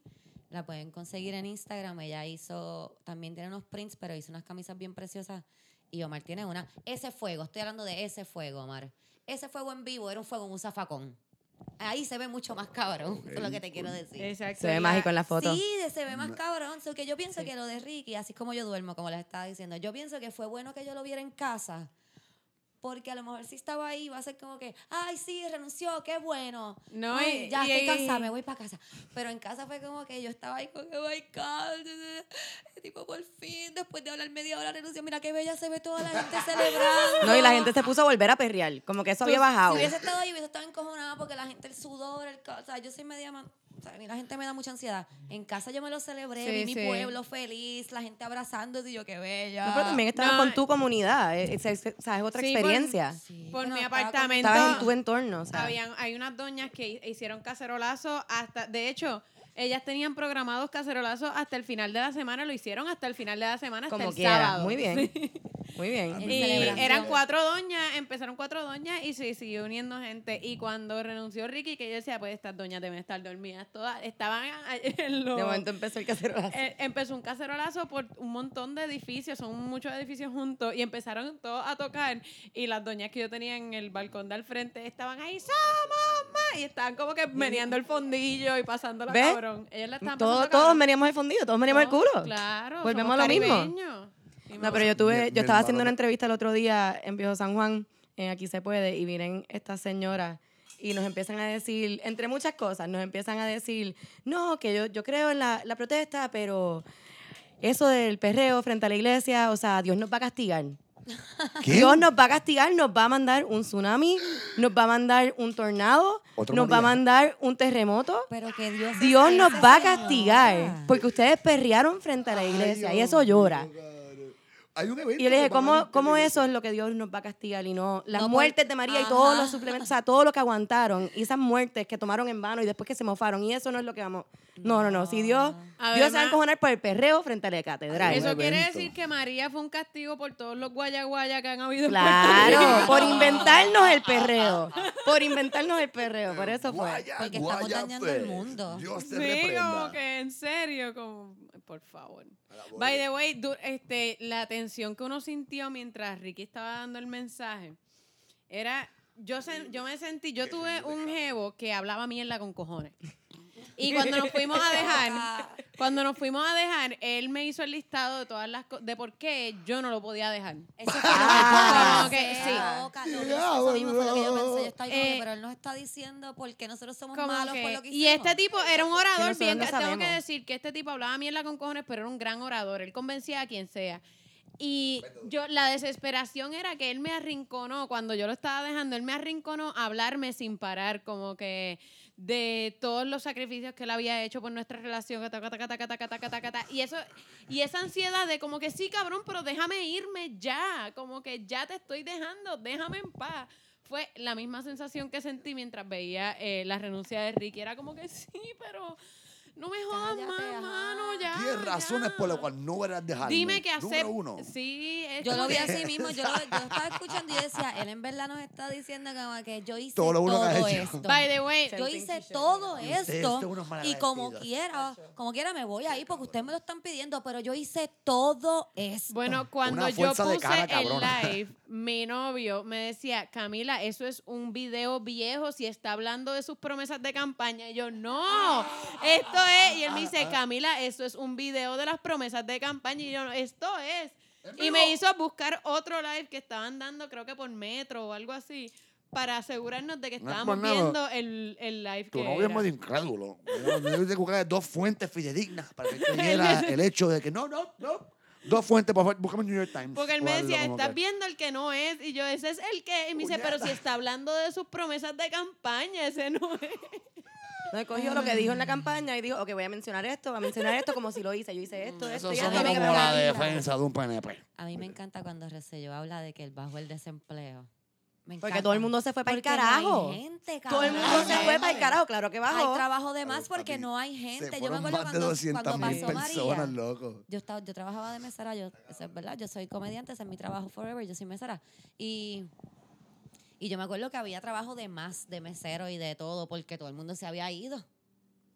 S1: La pueden conseguir en Instagram. Ella hizo, también tiene unos prints, pero hizo unas camisas bien preciosas. Y Omar tiene una. Ese fuego, estoy hablando de ese fuego, Omar. Ese fuego en vivo era un fuego en un zafacón. Ahí se ve mucho más cabrón. *laughs* Eso es lo que te quiero decir.
S4: Exacto.
S3: Se ve
S4: y
S3: mágico en la foto.
S1: Sí, de- se ve más cabrón. So, que yo pienso que lo de Ricky, así es como yo duermo, como les estaba diciendo, yo pienso que fue bueno que yo lo viera en casa. Porque a lo mejor si estaba ahí, va a ser como que, ay, sí, renunció, qué bueno.
S4: No,
S1: Ay,
S4: y-
S1: ya
S4: y-
S1: estoy cansada, me voy para casa. Pero en casa fue como que yo estaba ahí con que, oh my God, tipo, por fin, después de hablar media hora, renunció. Mira qué bella se ve toda la
S4: *laughs*
S1: gente celebrando.
S3: No, y la gente se puso a volver a perrear. Como que eso había bajado.
S1: Si hubiese estado ahí, hubiese estado encojonada porque la gente, el sudor, el, ca- o sea, yo soy media... man- o sea, a mí la gente me da mucha ansiedad. En casa yo me lo celebré,
S4: Sí,
S1: vi mi
S4: sí.
S1: pueblo feliz, la gente abrazándose y yo, qué bella.
S3: No, pero también estabas
S4: ah, No,
S3: con tu comunidad. eh, Es, es- o sea, es otra
S4: Sí, pues, por-
S3: experiencia.
S1: Sí,
S4: Por
S1: pero
S4: mi
S1: estaba con-
S4: apartamento.
S3: Estabas en tu entorno. o sea.
S4: Habían, hay unas doñas que hi- hicieron cacerolazo hasta, de hecho, ellas tenían programados cacerolazos hasta el final de la semana, lo hicieron hasta el final de la semana, hasta
S3: Como
S4: el
S3: quiera.
S4: sábado.
S3: Muy bien. Muy
S2: A
S3: bien.
S2: mí
S4: *laughs*
S1: En
S4: Y
S1: celebración.
S4: eran cuatro doñas, empezaron cuatro doñas y se siguió uniendo gente. Y cuando renunció Ricky, que yo decía, pues estas doñas deben estar dormidas todas, estaban *laughs* en los...
S3: De momento empezó el cacerolazo.
S4: Eh, empezó un cacerolazo por un montón de edificios, son muchos edificios juntos, y empezaron todos a tocar. Y las doñas que yo tenía en el balcón del frente estaban ahí, ¡Somos más! Y estaban como que meneando el fondillo y pasando la
S3: ¿Ves?
S4: cabrón. Ellas la estaban
S3: Todos,
S4: pasando
S3: todos
S4: cabrón.
S3: meríamos el fondido, todos meríamos el culo.
S4: Claro. somos
S3: Volvemos a lo mismo.
S4: caribeños. Y
S3: No,
S4: me-
S3: pero yo
S2: Mi-
S3: tuve,
S2: mi
S3: yo estaba
S2: hermano
S3: haciendo una
S2: que-
S3: entrevista el otro día en Viejo San Juan, en Aquí se puede, y vienen estas señoras y nos empiezan a decir, entre muchas cosas, nos empiezan a decir, no, que yo, yo creo en la, la protesta, pero eso del perreo frente a la iglesia, o sea, Dios nos va a castigar.
S2: ¿Qué?
S3: Dios nos va a castigar, nos va a mandar un tsunami, nos va a mandar un tornado,
S2: Otro
S3: nos va a
S2: María.
S3: mandar un terremoto.
S1: Pero que Dios... es
S3: Dios nos
S1: esa
S3: va a
S1: señora.
S3: castigar porque ustedes perrearon frente a la iglesia y eso llora.
S2: Hay un evento.
S3: Y yo le dije,
S2: que van a
S3: ¿cómo,
S2: venir
S3: cómo
S2: de
S3: eso es lo que Dios nos va a castigar y no las
S1: No, por-
S3: muertes de María y todos
S1: Ajá.
S3: los suplementos, o sea, todo lo que aguantaron y esas muertes que tomaron en vano y después que se mofaron y eso no es lo que vamos. No, no, no, si Dios,
S4: Además-
S3: Dios se va a encojonar por el perreo frente a la catedral.
S4: Eso
S2: un
S4: quiere
S2: evento.
S4: decir que María fue un castigo por todos los guayaguayas que han habido. en *laughs* Puerto
S3: Claro,
S4: Rico.
S3: por inventarnos el perreo, por inventarnos el perreo, por eso fue.
S2: Guaya,
S1: Porque estamos
S2: guaya,
S1: dañando
S2: fe.
S1: el mundo.
S2: Dios
S4: Sí,
S2: te reprenda.
S4: como que en serio, como, por favor.
S2: Ahora voy.
S4: By the way, du- este, la tensión que uno sintió mientras Ricky estaba dando el mensaje era. Yo, sen- yo me sentí, yo tuve un jevo que hablaba mierda con cojones. Y cuando nos fuimos a
S1: *laughs*
S4: dejar, cuando nos fuimos a dejar, él me hizo el listado de todas las cosas, de por qué yo no lo podía dejar.
S1: Eso fue
S3: Ah.
S1: lo que
S4: Como que sí.
S1: sí. Oh, Eso mismo fue lo que yo pensé. Yo estaba ahí como que,
S4: Eh,
S1: pero él nos está diciendo porque nosotros somos
S4: Como
S1: malos
S4: que-
S1: por lo que
S4: y
S1: hicimos.
S4: este tipo era un orador
S3: nosotros
S4: bien
S3: no
S4: tengo que
S3: sabemos.
S4: decir que este tipo hablaba mierda con cojones pero era un gran orador él convencía a quien sea y yo la desesperación era que él me arrinconó cuando yo lo estaba dejando él me arrinconó a hablarme sin parar como que de todos los sacrificios que él había hecho por nuestra relación taca, taca, taca, taca, taca, taca, taca. y eso y esa ansiedad de como que sí cabrón pero déjame irme ya como que ya te estoy dejando déjame en paz fue la misma sensación que sentí mientras veía eh, la renuncia de Ricky. Era como que sí, pero no me jodas
S1: Cállate,
S4: más,
S1: ajá.
S4: mano, ya.
S2: Diez razones
S4: ya.
S2: por las cuales no verás dejarme.
S4: Dime qué hacer.
S2: Número uno.
S4: Sí, es
S1: Yo
S4: como
S1: lo vi
S4: que-
S1: así mismo, yo, lo, yo estaba escuchando y yo decía, él en verdad nos está diciendo como que yo hice
S2: Todo
S1: todo,
S2: lo bueno que has hecho.
S1: esto.
S4: By the way,
S1: Yo
S3: Sentencia y
S1: hice
S3: se
S1: todo
S2: Ustedes son
S1: esto
S2: unos
S1: y como
S2: malagradecidos.
S1: quiera, como quiera me voy ahí porque ustedes me lo están pidiendo, pero yo hice todo esto.
S4: bueno, cuando yo
S2: fuerza de
S4: puse
S2: cara,
S4: el
S2: cabrona. *laughs*
S4: live, mi novio me decía, Camila, eso es un video viejo si está hablando de sus promesas de campaña. Y yo, no, esto es. Y él me dice, Camila, eso es un video de las promesas de campaña. Y yo, "No, esto es. Y me hizo buscar otro live que estaban dando, creo que por metro o algo así, para asegurarnos de que
S2: No es
S4: estábamos
S2: por nada.
S4: viendo el, el live
S2: Tu
S4: que
S2: novio es
S4: era.
S2: más incrédulo. Yo tengo que buscar dos fuentes fidedignas para que creyera el hecho de que no, no, no. Dos fuentes, por favor, búscame en New York Times.
S4: Porque él
S2: o
S4: me
S2: algo
S4: decía,
S2: como
S4: estás
S2: que-
S4: viendo el que no es. Y yo, ese es el que. Y me dice, pero si está hablando de sus promesas de campaña, ese no es.
S3: Entonces cogió lo que dijo en la campaña y dijo, ok, voy a mencionar esto, voy a mencionar esto como si lo hice. Yo hice esto, esto
S2: Eso
S3: y
S1: ya
S2: son
S1: no
S2: como
S3: esto.
S1: me
S3: porque me
S2: la
S3: van a-
S2: defensa de un PNP.
S1: A mí me encanta cuando Resello habla de que el bajo el desempleo. Me
S3: Porque
S1: encanta.
S3: todo el mundo se fue para el
S1: Porque no hay
S3: carajo.
S1: gente,
S3: Todo el
S1: cabrón.
S3: mundo se fue para el carajo, claro que
S1: Hay
S3: bajó.
S1: trabajo de más
S2: Pero,
S1: porque
S2: papi,
S1: no hay
S2: Se
S1: gente. Yo me
S2: fueron
S1: acuerdo
S2: más de
S1: cuando,
S2: 200
S1: cuando
S2: mil
S1: pasó María.
S2: personas, loco.
S1: Yo, estaba, yo trabajaba de mesera, yo, eso es verdad, yo soy comediante, ese es mi trabajo forever, yo soy mesera. Y, y yo me acuerdo que había trabajo de más, de mesero y de todo, porque todo el mundo se había ido.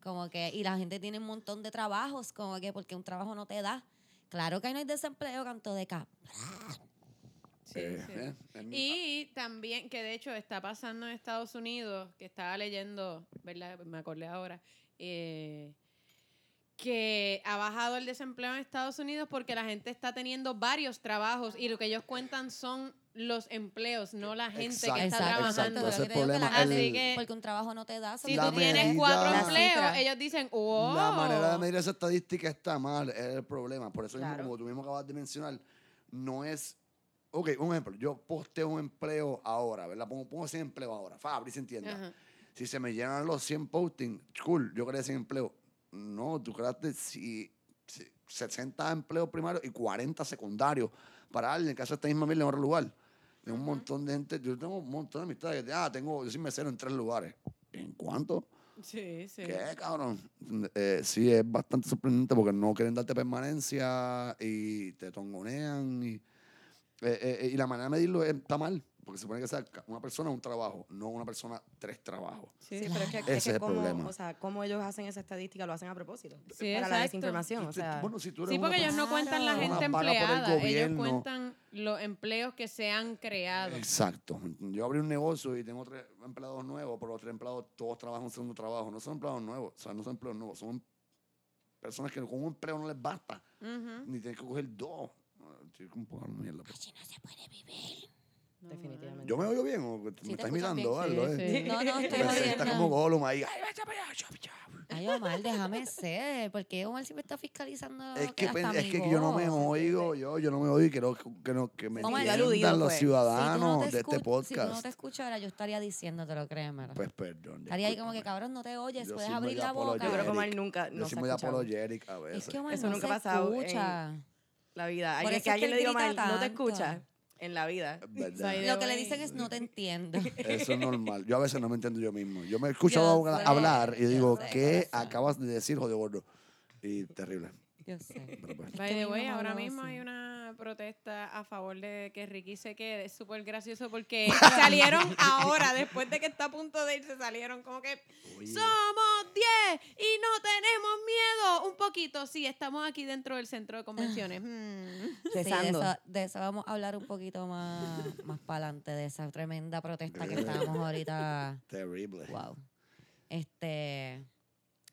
S1: Como que, y la gente tiene un montón de trabajos, como que porque un trabajo no te da. Claro que ahí no hay desempleo, canto de cap.
S4: Sí,
S2: Eh,
S4: sí.
S2: eh, es mi-
S4: Y también, que de hecho está pasando en Estados Unidos, que estaba leyendo, ¿verdad? Me acordé ahora, eh, que ha bajado el desempleo en Estados Unidos porque la gente está teniendo varios trabajos y lo que ellos cuentan son los empleos, no la gente que está
S2: Exacto,
S4: trabajando.
S2: exacto, ese es
S1: Yo
S2: el
S1: creo que la
S2: problema,
S1: gente-
S4: el- Así
S2: Eh,
S4: que-
S1: porque un trabajo no te da.
S4: Si
S2: La
S4: tú tienes
S2: medida-
S4: cuatro
S2: La
S4: empleos,
S3: cifra.
S4: ellos dicen, "Oh". wow.
S2: La manera de medir esa estadística está mal, es el problema. Por eso mismo,
S3: Claro.
S2: como tú mismo acabas de mencionar, no es... Ok, un ejemplo. Yo posteo un empleo ahora, ¿verdad? Pongo, pongo 100 empleos ahora. Fabri se entienda.
S4: Ajá.
S2: Si se me llenan los 100 postings, cool, yo creé 100 empleos. No, tú creaste si, si- 60 empleos primarios y 40 secundarios para alguien que hace esta misma mierda en otro lugar. Y un montón de gente, yo tengo un montón de amistades que, ah, tengo, yo soy mesero en tres lugares. ¿En cuánto?
S4: Sí, sí.
S2: ¿Qué, cabrón? Eh, sí, es bastante sorprendente porque no quieren darte permanencia y te tongonean. Y, eh, eh, eh, y la manera de medirlo es- está mal, porque se supone que sea ca- una persona un trabajo, no una persona tres trabajos.
S4: Sí,
S3: Sí, pero es que,
S2: Ese
S3: es
S2: es
S3: que
S2: el
S3: cómo,
S2: problema.
S3: o sea, cómo ellos hacen esa estadística, lo hacen a propósito.
S4: Sí,
S3: para
S4: exacto.
S3: la desinformación. O
S2: Este,
S3: sea,
S2: bueno, si tú eres
S4: Sí,
S2: una
S4: porque ellos
S2: persona-
S4: no cuentan la
S1: Claro.
S4: gente
S2: Una paga por el
S4: empleada, ellos
S2: gobierno.
S4: cuentan los empleos que se han creado.
S2: Exacto. Yo abrí un negocio y tengo tres empleados nuevos, pero los tres empleados todos trabajan un segundo trabajo. No son empleados nuevos, o sea, no son empleados nuevos, son personas que con un empleo no les basta,
S4: Ujú.
S2: ni tienen que coger dos. Ah, estoy como pagando mierda, pero-
S1: Así no se puede vivir.
S4: No,
S3: definitivamente.
S2: Yo me oigo bien, o me
S1: te
S2: estás
S1: escuchas
S2: mirando,
S1: bien.
S2: algo,
S4: Sí,
S2: ¿eh?
S1: *laughs*
S4: sí.
S1: No, no, estoy
S2: Me sienta como
S1: jodiendo.
S2: Gollum ahí. "Ay, vete para allá, chop, chop".
S1: Ay, Omar, déjame ser. Porque Omar siempre está fiscalizando.
S2: Es que,
S1: hasta
S2: pen- es
S1: mi
S2: que yo no me
S1: voz.
S2: oigo, yo, yo no me oigo y quiero que, que no- que me
S1: Omar,
S2: entiendan
S3: aludido,
S2: los
S3: pues. Si tú no
S2: ciudadanos
S1: Si tú no te
S2: de este
S1: escu- Si tú no
S2: podcast.
S1: te escuchara, yo estaría diciéndotelo, créemelo.
S2: Pues perdón.
S1: estaría ahí como que,
S2: discúlpame.
S1: cabrón, no te oyes,
S2: Yo
S1: puedes
S2: soy
S1: abrir
S2: medio
S1: la boca.
S2: apologético.
S3: Pero como él
S2: Eric,
S3: nunca
S2: Yo
S3: nos
S2: soy
S3: ha
S2: muy
S3: escuchado
S2: apologético a veces.
S1: Es que Omar
S3: Eso
S1: no
S3: nunca
S1: se
S3: ha pasado en-
S1: escucha.
S3: la vida.
S1: Por eso
S3: Alguien- que
S1: es que
S3: alguien
S1: él
S3: le diga
S1: grita
S3: mal, no te
S1: tanto".
S3: escucha en la vida.
S2: Es verdad.
S4: Soy-
S1: Lo que le dicen es no te
S2: *laughs*
S1: entiendo.
S2: Eso es normal. Yo a veces no me entiendo yo mismo. Yo me he escuchado
S1: Yo sé,
S2: hablar y
S1: yo
S2: digo,
S1: sé,
S2: ¿qué
S1: corazón.
S2: acabas de decir, joder gordo? Y terrible.
S1: Yo sé. Este
S2: Pero pues,
S4: By
S1: que
S4: the
S1: mi
S4: way,
S1: mamá
S4: ahora
S1: hablaba
S4: mismo
S1: así.
S4: hay una protesta a favor de que Ricky se quede. Es súper gracioso
S2: *laughs*
S4: porque salieron ahora, después de que está a punto de irse, salieron como que
S2: oye,
S4: somos 10 y no tenemos miedo. Un poquito, sí, estamos aquí dentro del centro de convenciones.
S2: Ah.
S4: Mm.
S1: Sí, de,
S3: Rezando.
S1: eso, de eso vamos a hablar un poquito más, más para adelante, de esa tremenda protesta
S2: *laughs*
S1: que estábamos ahorita.
S2: terrible.
S1: Wow. Este.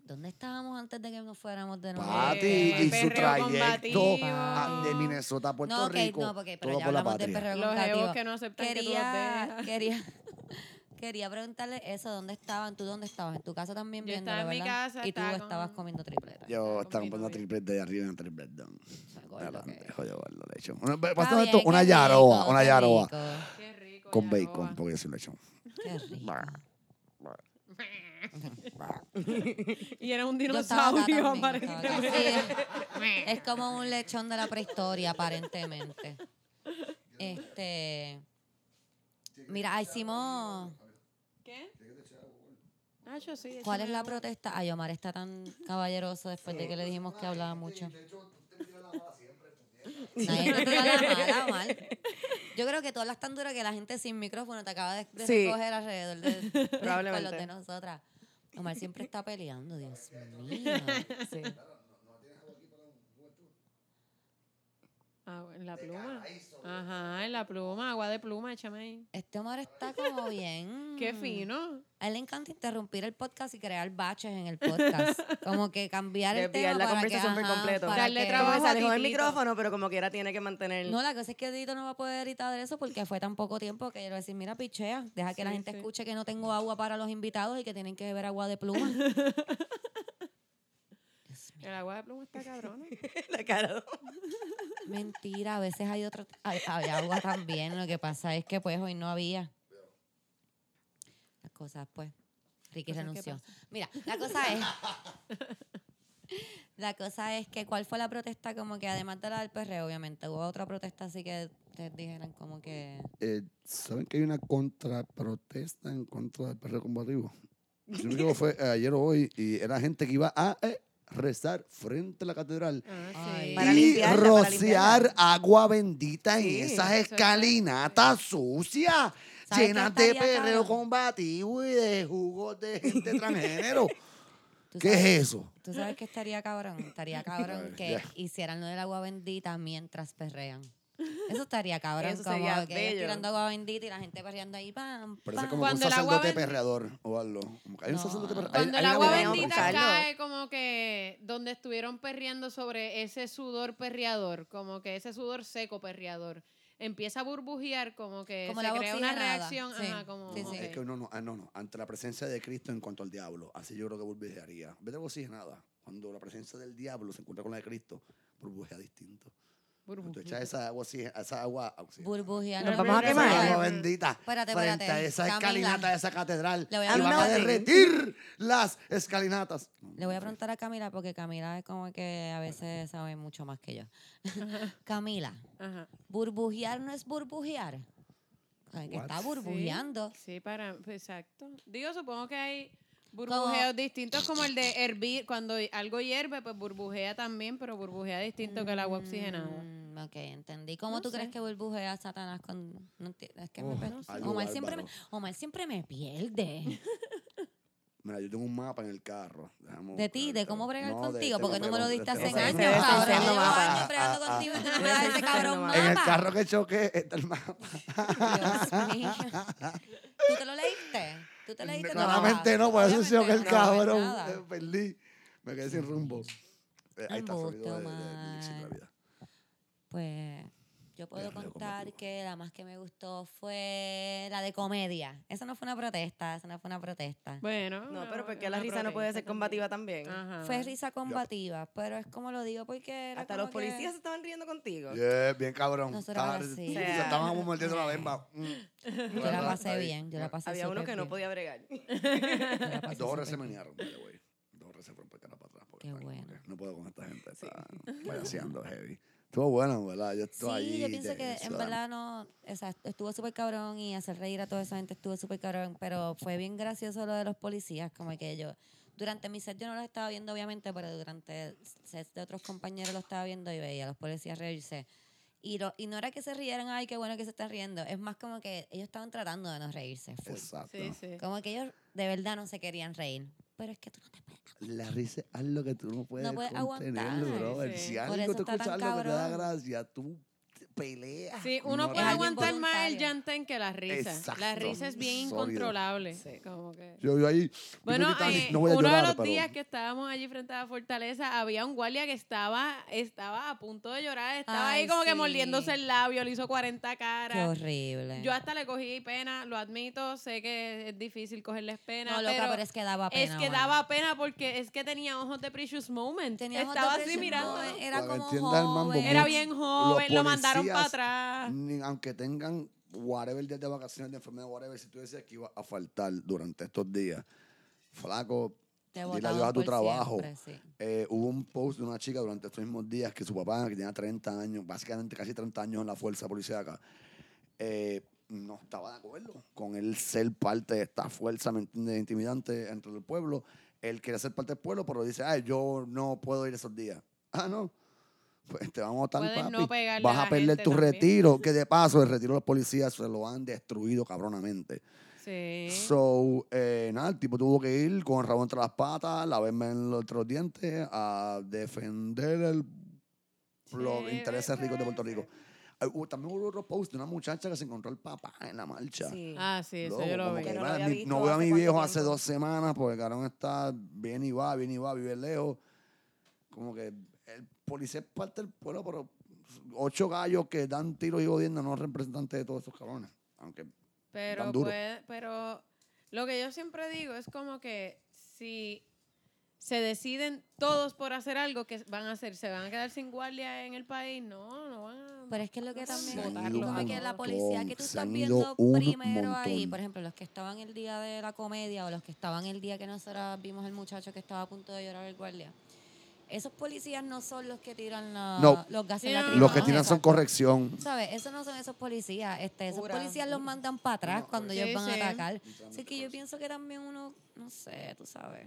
S1: ¿Dónde estábamos antes de que nos fuéramos de nuevo?
S2: Pati
S4: Eh,
S2: y su
S4: perreo
S2: trayecto
S4: combativo.
S2: a- Ah, de Minnesota a Puerto
S1: no, ok,
S2: Rico.
S1: no, porque pero
S2: todo
S1: ya
S2: por la
S1: hablamos de
S2: patria.
S1: perreo
S4: Los
S1: combativo.
S4: egos que no aceptan
S1: quería,
S4: que tú los dejas. *laughs*
S1: quería, quería preguntarle eso, ¿dónde estaban? ¿Tú dónde estabas? En tu casa también
S4: Yo
S1: viéndolo,
S4: estaba en mi
S1: ¿verdad?
S4: casa,
S1: Y tú
S4: estaba
S1: estabas
S4: con-
S1: comiendo tripletas.
S2: Yo
S4: Con
S2: estaba
S4: mi
S2: comprando
S4: novio.
S2: triplets de arriba y una triplet down.
S1: Me acuerdo
S2: Adelante,
S1: que-
S2: joder, gordo, lechón. Una-
S1: Está
S2: Pasando esto,
S1: bien,
S2: una
S1: qué rico,
S2: yaroa, una
S1: qué
S2: yaroa.
S1: rico,
S4: Qué rico.
S2: Con
S4: Yaroa.
S2: bacon, porque yo soy un lechón.
S1: Qué rico.
S4: Y era un
S1: Yo estaba acá
S4: dinosaurio,
S1: también, estaba acá.
S4: aparentemente. *laughs*
S1: Sí, es como un lechón de la prehistoria, aparentemente. Este. Mira, hicimos.
S4: ¿Qué? Ah, yo sí. eso
S1: ¿Cuál
S4: me
S1: es la
S4: gusta.
S1: protesta? Ay, Omar está tan caballeroso después de que le dijimos que hablaba mucho. Nadie te tira la mala, Omar. Yo creo que tú hablas tan duro que la gente sin micrófono te acaba de, de
S3: Sí.
S1: recoger alrededor de, de- con los
S3: Probablemente.
S1: de nosotras. Omar siempre está peleando, Dios mío.
S3: Sí.
S4: Ah, en la pluma. Ajá, en la pluma, agua de pluma, échame ahí.
S1: Este Omar está como bien.
S4: Qué fino.
S1: A él le encanta interrumpir el podcast y crear baches en el podcast. Como que cambiar el
S3: Desviar
S1: tema
S3: la
S1: para
S3: conversación
S1: que,
S3: por
S1: ajá,
S3: completo.
S1: para
S4: Darle
S1: que-
S3: Como que
S4: trabajo.
S3: se alejó
S4: a
S3: del
S4: Titito.
S3: micrófono, pero como quiera tiene que mantener...
S1: No, la cosa es que Edito no va a poder editar eso porque fue tan poco tiempo que yo le voy a decir, mira, pichea, deja que la
S4: Sí,
S1: gente
S4: sí.
S1: escuche que no tengo agua para los invitados y que tienen que beber agua de
S4: *laughs*
S1: pluma. Dios mío.
S4: El agua de pluma está cabrona.
S3: la cara. de-
S1: Mentira, a veces hay otro, hay, hay agua también, lo que pasa es que pues hoy no había. Las cosas pues. Ricky
S4: Cosas que
S1: renunció. Mira, la cosa es. *laughs* la cosa es que, ¿cuál fue la protesta? Como que además de la del PRO, obviamente, hubo otra protesta así que te dijeran como que.
S2: Eh, ¿Saben que hay una contraprotesta en contra del perro combativo? Yo me equivoco, *laughs* fue ayer o hoy y era gente que iba a eh, rezar frente a la catedral
S4: Ah,
S1: sí.
S3: Para
S2: y
S3: limpiarla, para
S2: rociar
S3: limpiarla.
S2: agua bendita
S3: Sí,
S2: en esas
S4: eso es
S2: escalinatas sucias,
S1: ¿Sabes
S2: llenas
S1: qué
S2: de E,
S1: estaría
S2: perreo
S1: cabrón?
S2: combativo y de jugos de
S1: *laughs*
S2: gente transgénero.
S1: ¿tú
S2: ¿Qué
S1: sabes?
S2: es eso?
S1: ¿Tú sabes que estaría cabrón?
S2: *laughs*
S1: Estaría cabrón
S2: Ay,
S1: que
S2: ya.
S1: hicieran lo del agua bendita mientras perrean. Eso estaría cabrón,
S3: Eso
S1: como
S3: sería
S1: que ellos
S3: bello.
S1: tirando agua bendita y la gente perreando ahí, pam,
S2: Parece
S1: pam.
S2: como que un
S4: Cuando el agua
S2: sacerdote
S4: ben-
S2: perreador o algo. Como que Hay un
S1: No.
S2: sacerdote perreador.
S4: Cuando el
S2: Hay- hay una
S4: agua
S2: buena-
S4: bendita
S3: buscarlo.
S4: cae, como que donde estuvieron perreando sobre ese sudor perreador, como que ese sudor seco perreador, empieza a burbujear, como que
S1: Como
S4: se
S1: el agua
S4: crea una
S1: oxigenada,
S4: reacción.
S1: sí.
S4: Ajá, como,
S1: Sí, sí.
S2: No,
S4: ok.
S2: Es que no, no, ah, no, no. Ante la presencia de Cristo en cuanto al diablo, así yo creo que burbujearía. Vete nada. Cuando la presencia del diablo se encuentra con la de Cristo, burbujea distinto. Cuando Tú echas esa agua, oxige- esa agua oxigenada,
S1: Burbujeando.
S3: Nos vamos a
S2: esa
S3: quemar.
S2: agua bendita.
S1: Espérate,
S2: frente
S1: espérate.
S2: a esa
S1: Camila.
S2: escalinata de esa catedral.
S1: Le voy a
S2: y
S1: dar
S2: van
S1: una
S2: a
S1: orden.
S2: derretir las escalinatas.
S1: Le voy a preguntar a Camila porque Camila es como que a veces sabe mucho más
S3: *laughs*
S1: que yo. Camila,
S2: *laughs*
S4: Ajá.
S1: burbujear no es burbujear. Ay, que
S2: What?
S1: está
S2: Sí.
S1: burbujeando.
S4: Sí, para, exacto. Digo, supongo que hay burbujeos distintos, como el de hervir, cuando algo hierve, pues burbujea también, pero burbujea distinto que el agua oxigenada.
S1: Mm, ok, entendí. ¿Cómo
S4: No
S1: tú crees
S4: sé.
S1: que burbujea Satanás con.? No enti- es que me
S2: Oh,
S1: pe-
S2: no sé. algo
S1: Omar, siempre me,
S2: bárbaro.
S1: Omar siempre me pierde.
S2: Mira, yo tengo un mapa en el carro. Déjame
S1: De ti, de
S2: buscarlo.
S1: cómo bregar
S2: No, de
S1: contigo,
S2: este
S1: porque
S2: mapa
S1: no me lo
S2: de
S1: diste
S2: este
S1: hace
S2: mapa.
S1: años,
S3: Te ves
S1: cabrón. Yo
S3: enfermo,
S1: llevo
S3: mapa.
S1: años bregando
S2: Ah, ah,
S1: contigo y tú no me das ese cabrón
S3: enfermo,
S1: mapa.
S2: *laughs* En el carro que choqué está el mapa.
S1: Dios mío. ¿Tú te lo leíste? ¿Tú te leíste? todo?
S2: Claramente no, por eso
S1: Obviamente
S2: sigo que el
S1: no,
S2: cabrón
S1: nada.
S2: eh, perdí. Me quedé sin rumbo. Eh, ahí está
S1: Rumbo,
S2: sonido de, de,
S1: Omar.
S2: de Elixir de la vida.
S1: Pues yo puedo
S2: Perreo como
S1: contar
S2: tú.
S1: que la más que me gustó fue la de comedia. Esa no fue una protesta, esa no fue una protesta.
S4: Bueno.
S3: No,
S4: una-
S3: pero porque la
S4: una
S3: risa no puede
S4: protesta
S3: ser combativa también.
S4: Ajá.
S1: Fue risa combativa, pero es como lo digo porque era
S3: Ah. Hasta
S1: como
S3: los
S1: que-
S3: policías se estaban riendo contigo.
S2: Yeah, bien cabrón.
S1: Nosotros ahora
S2: Estaba-
S1: sí.
S2: se
S3: Yeah.
S2: Estábamos mordiendo la bemba. Mm.
S1: Yo la pasé bien, yo la pasé
S3: Había uno
S1: súper
S3: que no
S1: bien.
S3: podía bregar.
S1: Yo la pasé
S2: Dos horas se
S1: súper bien.
S2: menearon, by the way. Dos horas se fueron para acá, para atrás.
S1: Qué
S2: porque están como
S1: bueno.
S2: que No puedo con esta gente. Está
S4: *laughs*
S2: payaseando heavy. Estuvo bueno, ¿verdad? Yo estoy allí.
S1: Sí, yo pienso
S2: de-
S1: que en
S2: ciudadano.
S1: verdad no, o sea, estuvo súper cabrón y hacer reír a toda esa gente estuvo súper cabrón, pero fue bien gracioso lo de los policías, como que yo, durante mi set yo no los estaba viendo obviamente, pero durante el set de otros compañeros lo estaba viendo y veía a los policías reírse. Y, lo- y no era que se rieran, ay, qué bueno que se están riendo, es más como que ellos estaban tratando de no reírse. full.
S2: Exacto.
S4: Sí, sí.
S1: Como que ellos de verdad no se querían reír, pero es que tú no te puedes.
S2: La risa haz lo que tú no puedes,
S1: No puedes
S2: contenerlo,
S1: aguantar,
S2: brother.
S4: sí.
S2: Si
S1: Por
S2: algo
S1: eso
S2: te
S1: está
S2: escuchas
S1: tan
S2: algo que te da
S1: cabrón.
S2: gracia, tú te peleas.
S4: Sí,
S2: con
S4: uno
S2: otra
S4: puede
S1: Es
S2: gente.
S1: algo
S4: aguantar más el
S1: involuntario.
S4: llantén que la risa. La
S2: Exacto.
S4: risa es bien
S2: Sólido.
S4: incontrolable.
S3: Sí.
S4: Como que...
S2: Yo vivo ahí.
S4: Bueno,
S2: vivo en Titanic,
S4: eh,
S2: no voy a
S4: uno
S2: llorar,
S4: de los
S2: pero-
S4: días que estábamos allí frente a la fortaleza, había un guardia que estaba, estaba a punto de llorar, estaba
S1: Ay,
S4: ahí como
S1: sí.
S4: que mordiéndose el labio, le hizo 40
S1: Qué
S4: caras.
S1: horrible.
S4: Yo hasta le cogí pena, lo admito, sé que es difícil cogerles pena,
S1: no, loca, pero,
S4: pero,
S1: es que daba pena.
S4: es que
S1: mano.
S4: daba pena porque es que tenía ojos de Precious Moment.
S1: Tenía ojos de
S4: estaba así
S1: Precious
S4: mirando.
S1: Moment.
S4: eh,
S1: era
S2: Para que
S1: como
S2: entienda el mambo,
S1: joven.
S4: Era
S2: muchos-
S4: bien
S2: los
S4: joven, lo mandaron para
S2: policías, mm,
S4: atrás.
S2: ni- aunque tengan whatever días de vacaciones, de enfermedad, whatever, si tú decías que iba a faltar durante estos días, flaco,
S1: Te
S2: dile
S1: botaban
S2: adiós a tu
S1: por
S2: trabajo.
S1: siempre, sí.
S2: Eh, hubo un post de una chica durante estos mismos días que su papá, que tenía 30 años, básicamente casi 30 años en la fuerza policíaca, eh, no estaba de acuerdo con él ser parte de esta fuerza ¿me entiendes? intimidante entre el pueblo. Él quiere ser parte del pueblo, pero dice, ay, yo no puedo ir esos días. *laughs* Ah, no. Pues te vamos a votar,
S4: Pueden
S2: papi.
S4: no pegarle
S2: Vas
S4: a
S2: a,
S4: la
S2: perder
S4: gente
S2: tu
S4: también.
S2: retiro, que de paso el retiro de los policías se lo han destruido cabronamente.
S4: Sí.
S2: So, eh, nada, el tipo tuvo que ir con el rabo entre las patas, la verme en los, entre los dientes, a defender el- los
S4: Chévere.
S2: intereses ricos de Puerto Rico. Ay, hubo- también hubo otro post de una muchacha que se encontró el papá en la marcha.
S3: Sí.
S4: Ah, sí, eso
S2: Loco,
S4: yo lo
S2: como
S4: vi.
S2: que,
S3: Que no lo
S2: man,
S3: había
S2: mi-
S3: visto
S2: no veo a
S3: hace
S2: mi
S3: cuánto
S2: viejo hace
S3: tiempo.
S2: dos semanas porque el cabrón está bien y va, bien y va, vive lejos. Como que el policía es parte del pueblo, pero ocho gallos que dan tiros y gobierno no representantes de todos esos cabrones. Aunque
S4: Pero,
S2: duro.
S4: puede- pero lo que yo siempre digo es como que si se deciden todos por hacer algo que van a hacer, se van a quedar sin guardia en el país, no, no van a...
S1: Pero es que lo que
S4: Se
S1: también
S4: han
S1: como
S4: ido un
S1: que la
S4: montón,
S1: policía que tú
S2: se
S1: estás
S2: han ido
S1: viendo
S2: un
S1: primero ahí,
S2: montón.
S1: por ejemplo, los que estaban el día de la comedia o los que estaban el día que nosotros vimos al muchacho que estaba a punto de llorar el guardia. Esos policías no son los que tiran la-
S2: No.
S1: los gases
S4: No.
S1: lacrimógenos.
S2: Los que tienen son
S1: Exacto.
S2: corrección.
S1: ¿Sabes? Esos no son esos policías. Este, esos
S3: Jura.
S1: policías los mandan para atrás cuando
S4: Sí,
S1: ellos van
S4: sí.
S1: a atacar.
S2: Literalmente
S1: Así que
S2: por
S1: yo
S2: eso.
S1: pienso que también uno, no sé, tú sabes.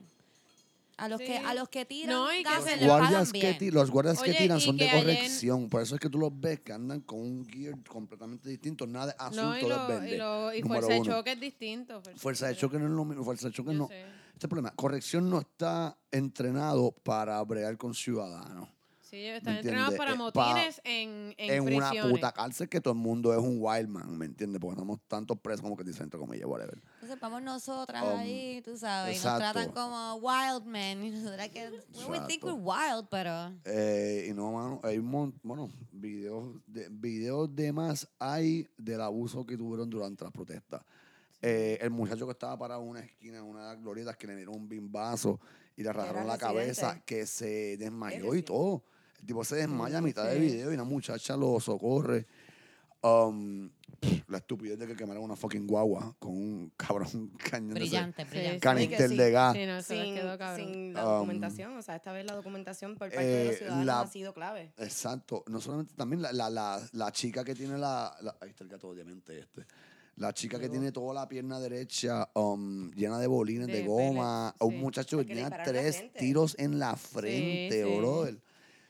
S1: A los,
S4: Sí.
S1: que, a los que tiran
S4: No, y que
S1: gases
S4: se
S1: les
S4: les
S2: guardias
S1: pagan
S2: que
S1: bien.
S2: ti- los guardias
S4: Oye,
S2: que tiran
S4: y
S2: son de
S4: que ayer-
S2: corrección. Por eso es que tú los ves que andan con un gear completamente distinto. Nada es azul,
S4: No, y,
S2: todo es
S4: lo,
S2: verde.
S4: y, lo- y
S2: Número
S4: fuerza de
S2: uno.
S4: choque es distinto.
S2: Fuerza de choque no es lo mismo. Fuerza de choque
S4: Yo
S2: no.
S4: sé.
S2: Este problema, corrección no está entrenado para bregar con ciudadanos.
S4: Sí, ellos están
S2: ¿Me
S4: entrenados
S2: entiendes?
S4: para
S2: Eh,
S4: motines en, en,
S2: En, una
S4: prisiones.
S2: puta cárcel que todo el mundo es un wild man, ¿me entiendes? Porque somos tantos presos como que dicen, entre comillas, whatever.
S1: Entonces vamos nosotras
S2: Um,
S1: ahí, tú sabes, y nos
S2: exacto.
S1: tratan como wild men. *laughs* Y nosotras que. we would think
S2: Exacto.
S1: we're wild, pero.
S2: Eh, y no, mano, hay un mon- bueno, videos de, videos de más hay del abuso que tuvieron durante las protestas. Eh, el muchacho que estaba parado en una esquina, en una de las glorietas, que le dieron un bimbazo y le rajaron la
S3: residente.
S2: cabeza, que se desmayó y
S3: residente.
S2: todo. El tipo se desmaya a mitad
S4: sí.
S2: del video y una muchacha lo socorre. Um, la estupidez de que quemaron una fucking guagua con un *laughs* cabrón cañón de ese
S1: Brillante,
S4: Sí,
S1: brillante.
S2: canister
S3: Sí,
S2: de gas.
S4: Sí, no, eso les
S3: sin,
S4: quedó cabrón.
S3: sin la
S2: Um,
S3: documentación, o sea, esta vez la documentación por parte de
S2: eh,
S3: los ciudadanos
S2: la-
S3: ha sido clave.
S2: Exacto. No solamente también la, la, la, la chica que tiene la, la- Ahí está el gato, obviamente, este. La chica que tiene toda la pierna derecha um, llena de bolines,
S4: De
S2: de, goma.
S4: pellets,
S2: a
S4: sí.
S2: un muchacho que
S3: Porque le
S2: tenía
S3: dispararon en la
S2: tres
S3: frente.
S2: tiros en la frente,
S4: sí.
S2: brother.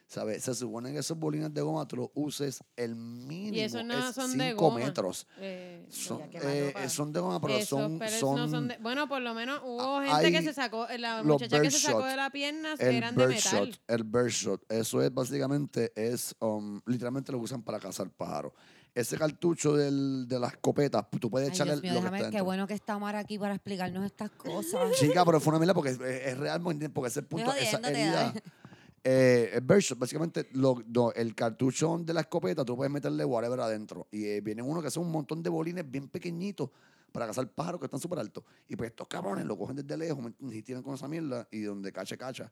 S2: ¿Sabes? Se supone que esos bolines de goma tú los uses el mínimo.
S4: no
S2: es
S4: son de
S2: cinco
S4: goma.
S2: metros.
S4: Eh,
S2: Son,
S3: ya, qué
S2: eh,
S3: maloca.
S2: son de goma, pero
S4: Esos
S2: son,
S4: pellets
S2: son,
S4: no son de- bueno, por lo menos hubo
S2: Ah,
S4: gente que
S2: hay
S4: se sacó, eh, la
S2: los
S4: muchacha que
S2: bird
S4: se sacó
S2: shot,
S4: de la pierna
S2: el
S4: eran de
S2: bird
S4: metal.
S2: shot, el bird shot, eso es básicamente, es um, literalmente lo que usan para cazar pájaros. Ese cartucho del, de las escopetas, tú puedes
S1: Ay,
S2: echarle
S1: Dios mío,
S2: lo que
S1: déjame
S2: está
S1: ver qué
S2: dentro.
S1: bueno que está Mara aquí para explicarnos estas cosas.
S2: Chica, pero fue una mierda porque es, es- es real, ¿me entiendes? porque ese punto, esa
S1: jodiéndote,
S2: herida.
S1: dale.
S2: eh, el bird shot, básicamente, lo- lo- el cartucho de la escopeta, tú puedes meterle whatever adentro. Y eh, viene uno que hace un montón de bolines bien pequeñitos para cazar pájaros que están súper altos. Y pues estos cabrones lo cogen desde lejos, ¿me entiendes? Y tiran con esa mierda y donde cacha, cacha.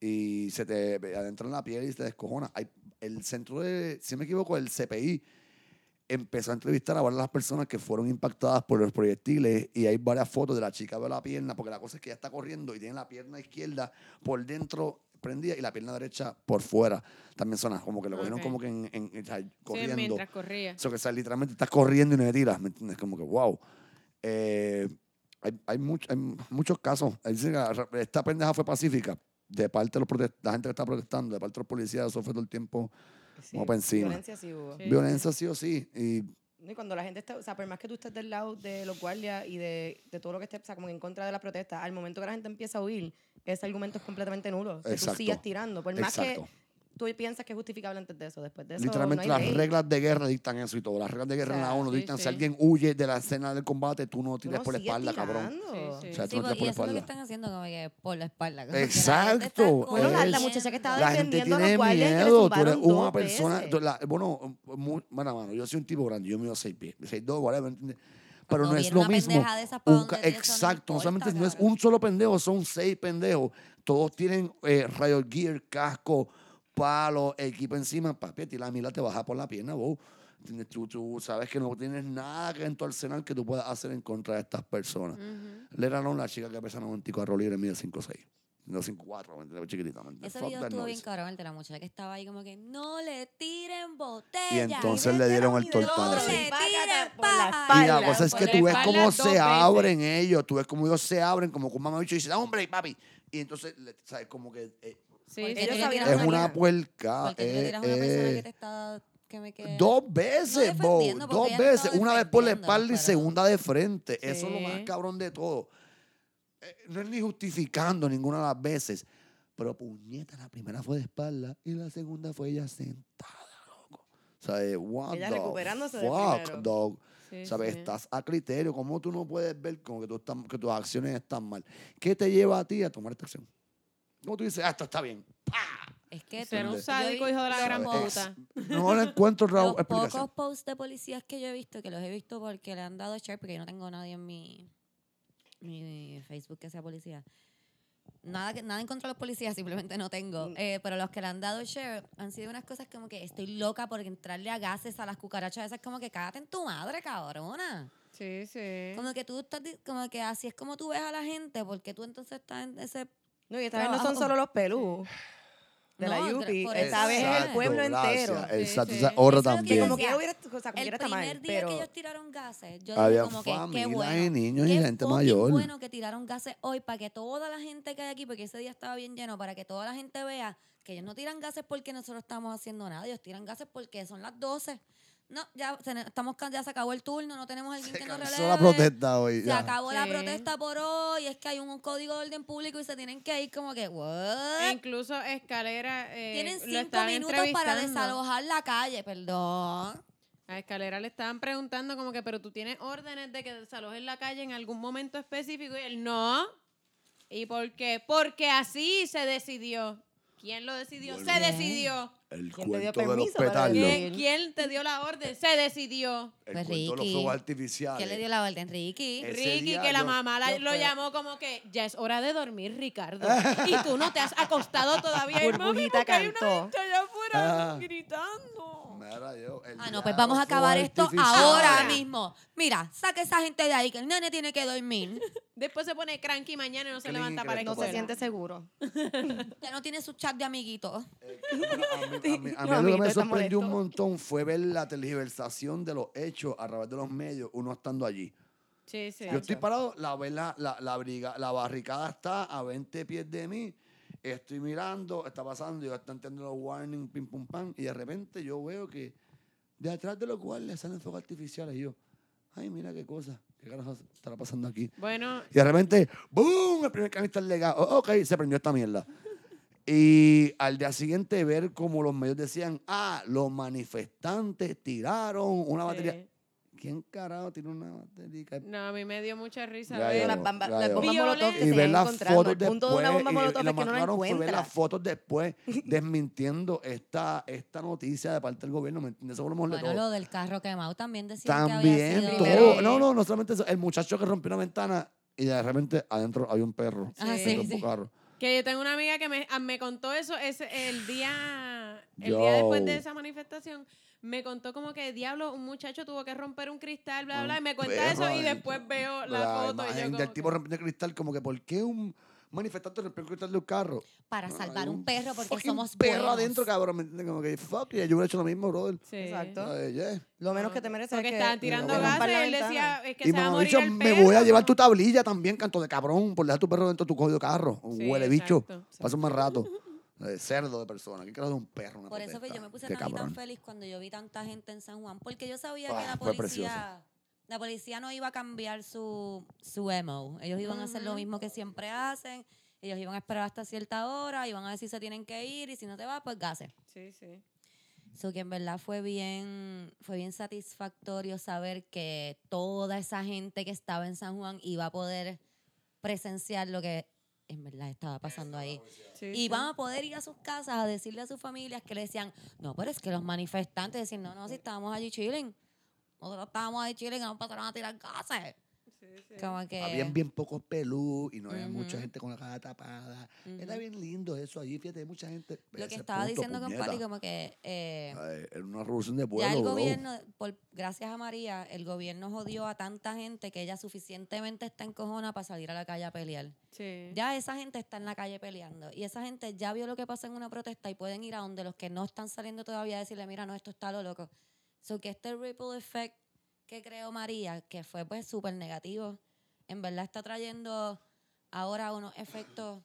S2: y se te adentra en la piel y te descojona. Hay, el centro de, si no me equivoco, el CPI empezó a entrevistar a varias de las personas que fueron impactadas por los proyectiles y hay varias fotos de la chica de la pierna, porque la cosa es que ella está corriendo y tiene la pierna izquierda por dentro prendida y la pierna derecha por fuera. También suena como que lo cogieron
S4: Ok.
S2: como que en, en- en- o sea,
S4: Sí,
S2: corriendo.
S4: mientras corría.
S2: Eso que o sea, literalmente estás corriendo y no te tiras, ¿me entiendes? Como que, wow. Eh, hay, hay, much- hay muchos casos. Ahí dice que Esta pendeja fue pacífica de parte de los protest- la gente que está protestando, de parte de los policías, eso fue todo el tiempo.
S3: Sí,
S2: Vamos pa' encima.
S3: Violencia sí hubo.
S4: Sí.
S2: Violencia sí o sí. Y
S3: No, Y cuando la gente está, o sea, por más que tú estés del lado de los guardias y de, de todo lo que esté, o sea, como que en contra de la protesta, al momento que la gente empieza a huir, ese argumento es completamente nulo. Que tú
S2: Exacto.
S3: sigas tirando. Por más
S2: exacto.
S3: que tú piensas que es justificable antes de eso, después de eso.
S2: Literalmente
S3: no hay
S2: las
S3: ley.
S2: reglas de guerra dictan eso y todo. Las reglas de guerra
S3: sea,
S2: en la ONU
S4: sí,
S2: dictan
S4: sí.
S2: si alguien huye de la escena del combate, tú no
S3: Tú
S2: tires
S3: no
S2: por la
S3: sigues
S2: espalda, cabrón.
S3: tirando.
S4: Sí,
S2: O
S4: sí.
S2: sea,
S1: Sí,
S2: tú no
S1: pues,
S2: tires
S1: y
S2: por la
S1: eso es lo que
S2: espalda.
S1: están haciendo como que por la espalda. como que la gente está
S2: Exacto.
S1: corriendo.
S3: Bueno, la, la
S2: es-
S3: muchacha que estaba
S2: La gente
S3: defendiendo a los
S2: tiene
S3: guardias que le
S2: miedo. Tú eres
S3: zumbaron
S2: una
S3: dos
S2: persona.
S3: veces.
S2: tú- la- bueno, mu- bueno, mano, yo soy un tipo grande. Yo mido seis pies, seis dos, whatever, ¿entiendes? Pero
S1: Cuando
S2: no es
S1: viene
S2: lo
S1: una
S2: mismo.
S1: pendeja de esas pa'
S2: un
S1: donde
S2: ca-
S1: ti, eso no
S2: exacto. No
S1: importa,
S2: solamente no es
S1: cabrón.
S2: un solo pendejo, son seis pendejos. Todos tienen eh, radio gear, casco, palo, equipo encima. Papi, a ti la mila te baja por la pierna, vos. ¿Entiendes? Tú, tú sabes que no tienes nada que en tu arsenal que tú puedas hacer en contra de estas personas.
S4: Ujú.
S2: Lera Long, la chica que pesa 94 libras, mide 5'6. No 5'4, ¿me entiendes? Chiquitita, ¿me entiendes?
S1: Ese
S2: Fuck
S1: video
S2: that
S1: estuvo bien
S2: noise.
S1: cabrón, el de la muchacha que estaba ahí como que no le tiren
S2: Y
S1: botella.
S2: entonces le
S3: vete
S2: dieron
S3: la
S2: el
S3: vida del
S1: no
S2: tortazo.
S3: otro.
S1: le tiren
S3: Por la
S1: paja.
S2: Y
S3: espalda.
S2: la cosa es que
S4: por la
S2: tú ves
S4: espalda
S2: cómo
S4: dos
S2: se
S4: veces.
S2: abren ellos, tú ves cómo ellos se abren, como que un mamabicho dice, hombre, papi. Y entonces, le- ¿sabes? Como que eh,
S4: Sí,
S3: Porque
S4: sí,
S3: ellos
S4: sí.
S3: sabían-
S2: es
S3: una
S2: una
S3: mierda.
S2: puerca.
S1: Porque tú le
S2: eh,
S1: tiras a una persona
S2: eh,
S1: que te está... Que me que...
S2: Dos veces, Bo.
S1: defendiendo, porque
S2: Dos
S1: ella no
S2: veces.
S1: estaba
S2: Una vez por la
S1: defendiendo,
S2: espalda y
S1: pero-
S2: segunda de frente. Eso es lo más
S4: Sí.
S2: cabrón de todo. Eh, no es ni justificando ninguna de las veces. Pero puñeta, la primera fue de espalda y la segunda fue ella sentada, loco. O sea, eh, what
S3: Ella
S2: the
S3: recuperándose del
S2: fuck,
S3: primero.
S2: dog.
S4: Sí,
S2: ¿Sabes?
S4: sí.
S2: Estás a criterio. ¿Cómo tú no puedes ver como que, tú estás, que tus acciones están mal? ¿Qué te lleva a ti a tomar esta acción? ¿Cómo tú dices, ah, esto está bien?
S1: Es que
S4: Ser un
S1: yo-
S4: sádico, hijo de la
S1: yo-
S4: gran
S1: los
S2: ¿Sabes?
S4: puta.
S2: No le encuentro Raúl,
S1: Los
S2: Eh, explicación.
S1: pocos posts de policías que yo he visto, que los he visto porque le han dado share, porque yo no tengo nadie en mi, mi Facebook que sea policía. nada, que- nada en contra de los policías, simplemente no tengo.
S2: Mm.
S1: Eh, pero los que le han dado share han sido unas cosas como que estoy loca por entrarle a gases a las cucarachas. Esas como que cágate en tu madre, cabrona.
S4: Sí, sí.
S1: Como que tú estás, di- como que así es como tú ves a la gente, porque tú entonces estás en ese...
S3: No, y esta vez no son
S1: Trabajo.
S3: solo los pelú de la
S1: No, tra-
S3: Yupi.
S1: por
S3: Esta
S1: eso
S3: vez es
S1: es.
S3: el pueblo
S2: gracias,
S3: entero.
S2: Exacto,
S4: Sí,
S2: esa
S1: Eso es
S4: sí.
S2: hora
S1: lo que
S3: Que
S2: también.
S3: como
S1: Bien.
S3: quiera hubiera, o sea, como
S1: El
S3: quiera está
S1: primer
S3: mal,
S1: día
S3: pero
S1: que ellos tiraron gases, yo
S2: Había
S1: dije como que
S2: familia
S1: qué
S2: de
S1: bueno.
S2: niños y
S1: qué
S2: gente
S1: fucking
S2: mayor.
S1: bueno que tiraron gases hoy para que toda la gente que hay aquí, porque ese día estaba bien lleno, para que toda la gente vea que ellos no tiran gases porque nosotros estamos haciendo nada, ellos tiran gases porque son las 12. No, ya se, nos- estamos can- ya se acabó el turno, no tenemos alguien que nos
S2: Eso la
S1: releve.
S2: protesta hoy.
S1: Se
S2: ya.
S1: acabó la
S4: Sí.
S1: protesta por hoy, es que hay un, un código de orden público y se tienen que ir como que,
S4: E
S1: what?
S4: incluso escalera. eh,
S1: Tienen
S4: lo
S1: cinco
S4: estaban
S1: minutos para
S4: entrevistando.
S1: desalojar la calle, perdón.
S4: A escalera le estaban preguntando como que, pero tú tienes órdenes de que desalojen la calle en algún momento específico y él no. ¿Y por qué? Porque así se decidió. ¿Quién lo decidió?
S2: Vuelvo.
S4: Se decidió.
S2: El
S3: ¿Quién te dio
S2: cuento de los
S3: permiso para
S2: petardos.
S3: decir?
S4: ¿Quién, quién te dio la orden? Se decidió.
S2: El
S1: Pues
S2: cuento de los
S1: Ricky.
S2: fuegos artificiales. Eh,
S1: ¿Quién le dio la orden, Ricky?
S2: Ese
S4: Ricky,
S2: día
S4: que la
S2: yo-
S4: mamá la-
S2: yo
S4: lo
S2: fue-
S4: llamó como que ya es hora de dormir,
S2: *laughs*
S4: Ricardo. y tú no te has acostado todavía. Y, "Mami,
S3: Burbujita
S4: porque hay una
S3: cantó.
S4: gente allá afuera
S2: Ah.
S4: gritando.
S2: Mira, yo, el
S1: Ah,
S2: día
S1: no, pues vamos a
S2: de los
S1: acabar
S2: fuegos
S1: esto
S2: artificiales. Eh,
S1: ahora mismo. Mira, saca esa gente de ahí que el nene tiene que dormir. *laughs*
S4: Después se pone cranky mañana y no se
S2: Clean,
S4: levanta
S2: que
S4: para
S2: le
S4: la
S3: no
S2: toca
S3: se
S2: Bueno.
S4: escuela.
S3: siente seguro.
S1: Ya no tiene su chat de amiguitos.
S2: Eh, A mí,
S1: *laughs*
S2: a mí- a mí
S3: No,
S2: lo que
S3: amiguito,
S2: me
S3: está
S2: sorprendió un
S3: molesto.
S2: montón fue ver la tergiversación de los hechos a través de los medios, uno estando allí.
S4: Sí, sí.
S2: Yo estoy parado, la, vela- la, la, briga- la barricada está a 20 pies de mí, estoy mirando, está pasando, yo están teniendo los warnings, pim, pum, pam, y de repente yo veo que de atrás de los guardias salen fuegos artificiales. Y yo, ay, mira qué cosa, qué carajo estará pasando aquí.
S4: Bueno,
S2: Y de repente, ¡boom! El primer camionista legado. Oh, ok, se prendió esta mierda. Y al día siguiente ver como los medios decían, ah, los manifestantes tiraron una batería.
S4: sí.
S2: ¿Quién carajo tiene una batería?
S4: eh, No, a mí me dio mucha risa.
S2: Ya,
S4: ver-
S2: ya.
S3: Las, bamba-
S2: ya,
S3: las
S2: ya.
S3: bombas molotov que
S4: Y
S2: Y ver
S3: se están
S2: las
S3: encontrando.
S2: fotos
S3: El
S2: después.
S3: punto de una bomba
S2: pues, y- y
S3: molotov
S2: lo
S3: es que
S2: más
S3: no la
S2: raro fue ver las
S3: encuentras.
S2: fotos después desmintiendo esta, esta noticia de parte del gobierno. ¿Me entiendes? Eso fue lo mejor de
S1: Bueno,
S2: todo.
S1: lo del carro quemado también decía que
S2: También
S1: había sido...
S2: todo.
S4: Primero-
S2: No, no, no solamente eso. El muchacho que rompió una ventana y de repente adentro había un perro.
S1: Ah,
S4: Sí.
S2: Dentro
S1: sí,
S2: de
S1: sí.
S2: un carro.
S4: Que yo tengo una amiga que me, ah, me contó eso ese, el día el día después de
S2: Yo.
S4: esa manifestación. Me contó como que, diablo, un muchacho tuvo que romper un cristal, bla,
S2: Un
S4: bla, y me cuenta
S2: perro
S4: eso y
S2: adentro.
S4: después veo la, foto. Y yo
S2: imagen
S4: como
S2: del tipo
S4: que-
S2: rompiendo el cristal, como que ¿por qué un manifestante rompió el cristal de un carro?
S1: Para
S2: No,
S1: salvar
S2: hay
S1: un perro porque
S2: fucking
S1: somos
S2: perro
S1: buenos.
S2: adentro, cabrón, ¿me entiendes? Como que fuck, yeah, yo hubiera hecho lo mismo, brother.
S4: Sí.
S3: Exacto.
S2: Ay, yeah.
S3: Lo menos que te mereces
S4: Porque
S3: es que
S4: estaban tirando
S2: le
S4: gases
S2: rompan
S4: y él decía, es que
S2: y
S4: se va a
S2: mamá
S4: morir
S2: bicho,
S4: el
S2: me voy a
S4: perro".
S2: llevar tu tablilla también, canto de cabrón, por dejar tu perro dentro de tu código de carro.
S4: Sí,
S2: Huele bicho,
S4: exacto.
S2: pasa un
S4: *laughs*
S2: más rato. Eh, cerdo de persona, ¿qué carajo de un perro? una
S1: Por eso que
S2: protesta?
S1: yo me puse
S2: Qué
S1: tan, y tan
S2: cabrón.
S1: feliz cuando yo vi tanta gente en San Juan, porque yo sabía
S2: Ah,
S1: que la
S2: fue precioso.
S1: policía, la policía no iba a cambiar su, su emo. Ellos iban a hacer lo
S4: Ujú.
S1: mismo que siempre hacen. Ellos iban a esperar hasta cierta hora, iban a decir se tienen que ir y si no te vas, pues gases.
S4: Sí, sí.
S1: So que en verdad fue bien, fue bien satisfactorio saber que toda esa gente que estaba en San Juan iba a poder presenciar lo que en verdad estaba pasando ahí.
S4: sí,
S1: Y
S4: sí.
S1: van a poder ir a sus casas a decirle a sus familias que le decían, no, pero es que los manifestantes decían, no, no, si estábamos allí chilling. Nosotros estábamos allí chilling, nos pasaron a tirar gases.
S4: Sí, sí.
S1: Como que...
S2: Habían bien pocos pelú y no había mucha
S1: Ujú.
S2: gente con la cara tapada. Era
S1: Ujú.
S2: bien lindo eso allí, fíjate, hay mucha gente.
S1: Lo
S2: Ese
S1: que estaba
S2: punto,
S1: diciendo con
S2: puñeta. Ah,
S1: Pati, como que... eh,
S2: Ay, Era una revolución de pueblo,
S1: ya el
S2: bro.
S1: gobierno, por, gracias a María, el gobierno jodió a tanta gente que ella suficientemente está encojona para salir a la calle a pelear.
S4: Sí.
S1: Ya esa gente está en la calle peleando y esa gente ya vio lo que pasa en una protesta y pueden ir a donde los que no están saliendo todavía a decirle, mira, no, esto está lo loco. So que este ripple effect que creó María, que fue pues súper negativo, en verdad está trayendo ahora unos efectos